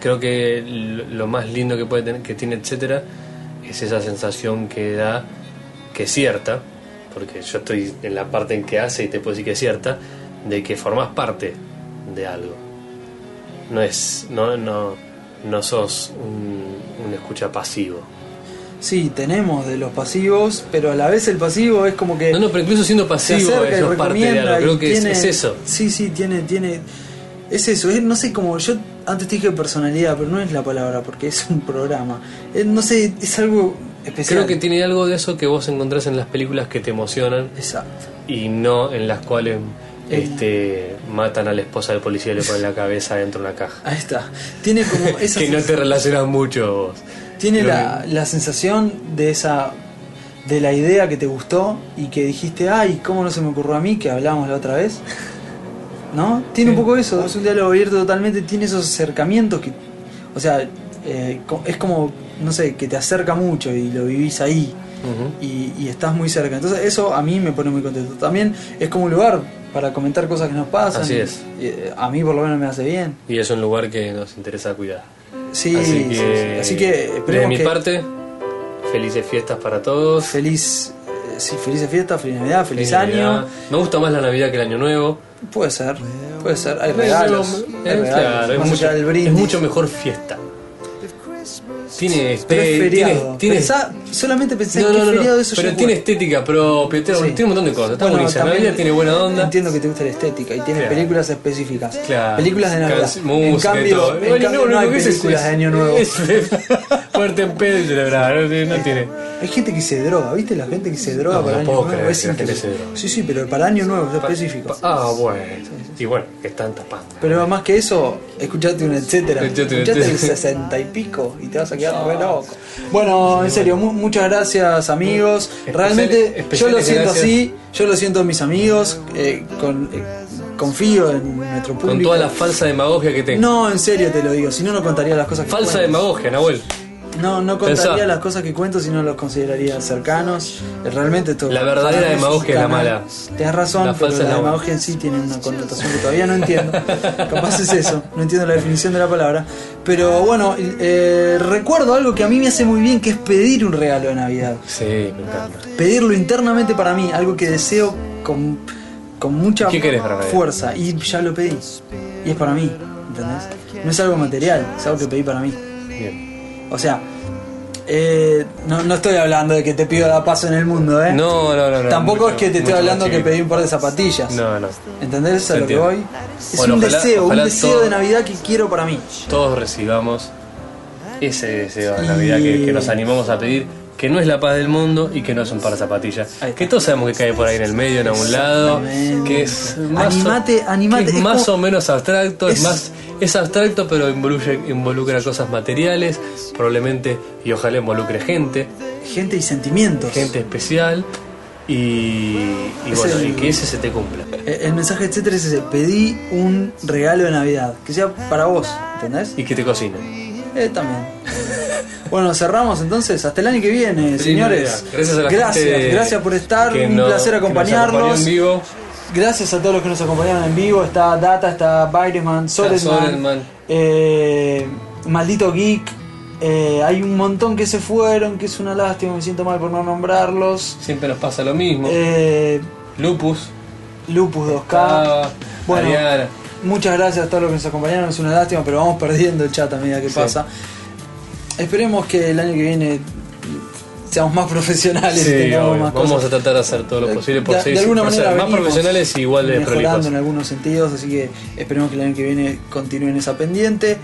S3: creo que lo lo más lindo que puede tener, que tiene etcétera, es esa sensación que da, que es cierta, porque yo estoy en la parte en que hace y te puedo decir que es cierta, de que formás parte de algo. No es, no, no, no sos un, un escucha pasivo.
S1: Sí, tenemos de los pasivos, pero a la vez el pasivo es como que. No,
S3: no, pero incluso siendo pasivo, eso es parte de algo. Creo que es- es eso.
S1: Sí, sí, tiene, tiene. Es eso, es- no sé cómo. Yo antes te dije personalidad, pero no es la palabra, porque es un programa. Eh, no sé, es algo especial.
S3: Creo que tiene algo de eso que vos encontrás en las películas que te emocionan.
S1: Exacto.
S3: Y no en las cuales
S1: Eh.
S3: este, matan a la esposa del policía y le ponen la cabeza dentro de una caja.
S1: Ahí está. Tiene como
S3: (laughs)
S1: esa
S3: que no te relacionas mucho vos.
S1: Tiene
S3: Lo
S1: la, la sensación de esa de la idea que te gustó y que dijiste, ay, ¿cómo no se me ocurrió a mí que hablábamos la otra vez? ¿No? Tiene un poco eso, es un diálogo abierto totalmente, tiene esos acercamientos que, o sea, eh, co- es como, no sé, que te acerca mucho y lo vivís ahí y, y estás muy cerca. Entonces eso a mí me pone muy contento. También es como un lugar para comentar cosas que nos pasan.
S3: Así es.
S1: Y, eh, a mí por lo menos me hace bien.
S3: Y es un lugar que nos interesa cuidar.
S1: Sí,
S3: así
S1: sí,
S3: que,
S1: sí. Así que
S3: de
S1: esperemos
S3: mi
S1: que-
S3: parte, felices fiestas para todos.
S1: Feliz, eh, sí, felices fiestas, feliz Navidad, feliz, año.
S3: Navidad. Me gusta más la Navidad que el Año Nuevo.
S1: Puede ser, puede ser. Hay
S3: No,
S1: regalos.
S3: no,
S1: hay
S3: eh,
S1: regalos,
S3: claro, es
S1: más
S3: mucho-
S1: allá del brindis.
S3: es mucho mejor fiesta. Tiene,
S1: Pero es
S3: este-
S1: feriado.
S3: tiene- tiene-
S1: Pensá- solamente pensé
S3: No,
S1: en
S3: no,
S1: qué
S3: no, no,
S1: feriado eso
S3: pero
S1: yo
S3: tiene
S1: jugué.
S3: estética propia, tiene,
S1: Sí.
S3: tiene un montón de cosas. Está
S1: Bueno,
S3: buenísima.
S1: también
S3: Navidad tiene buena onda.
S1: Entiendo que te gusta la estética y tiene
S3: Claro.
S1: películas específicas.
S3: Claro.
S1: Películas de Navidad.
S3: Canc-
S1: en
S3: música y
S1: cambio,
S3: todo.
S1: en
S3: Año
S1: cambio
S3: Nuevo,
S1: no hay
S3: lo que es es-
S1: películas de Año Nuevo.
S3: es- (laughs) Fuerte en pedo y celebrar, no tiene- no tiene.
S1: Hay gente que se droga, ¿viste? La gente que se droga
S3: No, no
S1: para Año
S3: puedo
S1: Nuevo.
S3: creer
S1: es
S3: que la gente
S1: increíble.
S3: se droga.
S1: Sí, sí, pero para Año Nuevo es específico.
S3: Ah, bueno. Y bueno, que están tapando.
S1: Pero más que eso, escuchate un etcétera.
S3: Escuchate
S1: Escuchate,
S3: un
S1: el
S3: etcétera.
S1: 60 y pico y te vas a quedar re loco. Bueno, en serio, mu- muchas gracias amigos. Realmente yo lo
S3: especiales
S1: siento
S3: gracias.
S1: así, yo lo siento a mis amigos, eh, con- eh, confío en nuestro público.
S3: Con toda la falsa demagogia que tengo.
S1: No, en serio te lo digo, si no, no contaría las cosas que
S3: Falsa
S1: cuento.
S3: demagogia, Nahuel.
S1: No, no contaría
S3: Pensá.
S1: las cosas que cuento si no los consideraría cercanos. Eh, Realmente todo.
S3: La verdadera
S1: para mí
S3: demagogia es la
S1: canal.
S3: mala.
S1: Tenés razón,
S3: La
S1: pero
S3: falsa es
S1: la
S3: la buena.
S1: demagogia en sí tiene una connotación que todavía no
S3: (laughs)
S1: entiendo. Capaz es eso, no entiendo la definición de la palabra. Pero bueno, eh, recuerdo algo que a mí me hace muy bien, que es pedir un regalo de Navidad.
S3: Sí, me encanta.
S1: Pedirlo internamente para mí, algo que deseo con, con mucha
S3: ¿Qué querés para Navidad?
S1: fuerza. Y ya lo pedí. Y es para mí, ¿entendés? No es algo material, es algo que pedí para mí.
S3: Bien.
S1: O sea, eh, no, no estoy hablando de que te pido la paz en el mundo, ¿eh?
S3: No, no, no, no,
S1: Tampoco
S3: mucho-
S1: es que te
S3: mucho
S1: estoy
S3: más
S1: hablando que
S3: chiquito.
S1: pedí un par de zapatillas.
S3: No, no.
S1: ¿Entendés a
S3: Te
S1: lo que
S3: entiendo.
S1: voy? Es
S3: Bueno,
S1: un
S3: ojalá-
S1: deseo,
S3: ojalá
S1: un deseo
S3: todo-
S1: de Navidad que quiero para mí.
S3: Todos recibamos ese deseo de Navidad que, que nos animamos a pedir, que no es la paz del mundo y que no es un par de zapatillas. Que todos sabemos que cae por ahí en el medio, en algún lado, que es más,
S1: Animate, animate.
S3: que es
S1: Es
S3: más
S1: como-
S3: o menos abstracto, es,
S1: es-
S3: más es abstracto pero involucra, involucra cosas materiales, probablemente y ojalá involucre gente,
S1: gente y sentimientos.
S3: gente especial y, y
S1: Es
S3: bueno,
S1: el-
S3: y que ese se te cumpla.
S1: Eh, El mensaje, etcétera, es ese. Pedí un regalo de Navidad, que sea para vos, ¿entendés?
S3: Y que te cocinen.
S1: Eh, también. bueno, cerramos entonces. Hasta el año que viene,
S3: Feliz
S1: señores.
S3: Navidad. Gracias a la
S1: gracias,
S3: gente
S1: gracias por estar.
S3: que
S1: un
S3: no-
S1: placer
S3: que nos
S1: acompañarnos.
S3: acompañó en vivo.
S1: Gracias a todos los que nos acompañaron en vivo. Está Data, está Byreman, Soledman,
S3: Solerman.
S1: eh, Maldito Geek. eh, hay un montón que se fueron, que es una lástima, me siento mal por no nombrarlos.
S3: Siempre nos pasa lo mismo.
S1: Eh,
S3: Lupus,
S1: Lupus 2K.
S3: Cava,
S1: Bueno,
S3: Ariana.
S1: Muchas gracias a todos los que nos acompañaron, es una lástima, pero vamos perdiendo el chat a medida que pasa. Esperemos que el año que viene seamos más profesionales,
S3: Sí,
S1: tengamos
S3: obvio.
S1: más
S3: vamos
S1: cosas.
S3: a tratar de hacer todo lo posible por
S1: de,
S3: seguir
S1: de alguna
S3: por ser
S1: manera
S3: más
S1: venimos
S3: profesionales y igual de
S1: mejorando
S3: prolijos.
S1: en algunos sentidos, así que esperemos que el año que viene continúe en esa pendiente.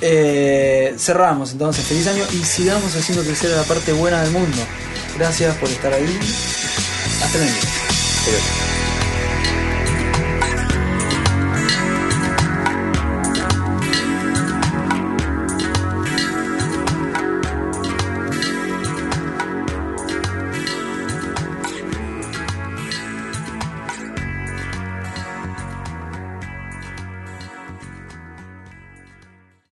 S1: Eh, cerramos entonces, feliz año y sigamos haciendo crecer a la parte buena del mundo. Gracias por estar ahí. Hasta el año. que viene.
S3: Pero-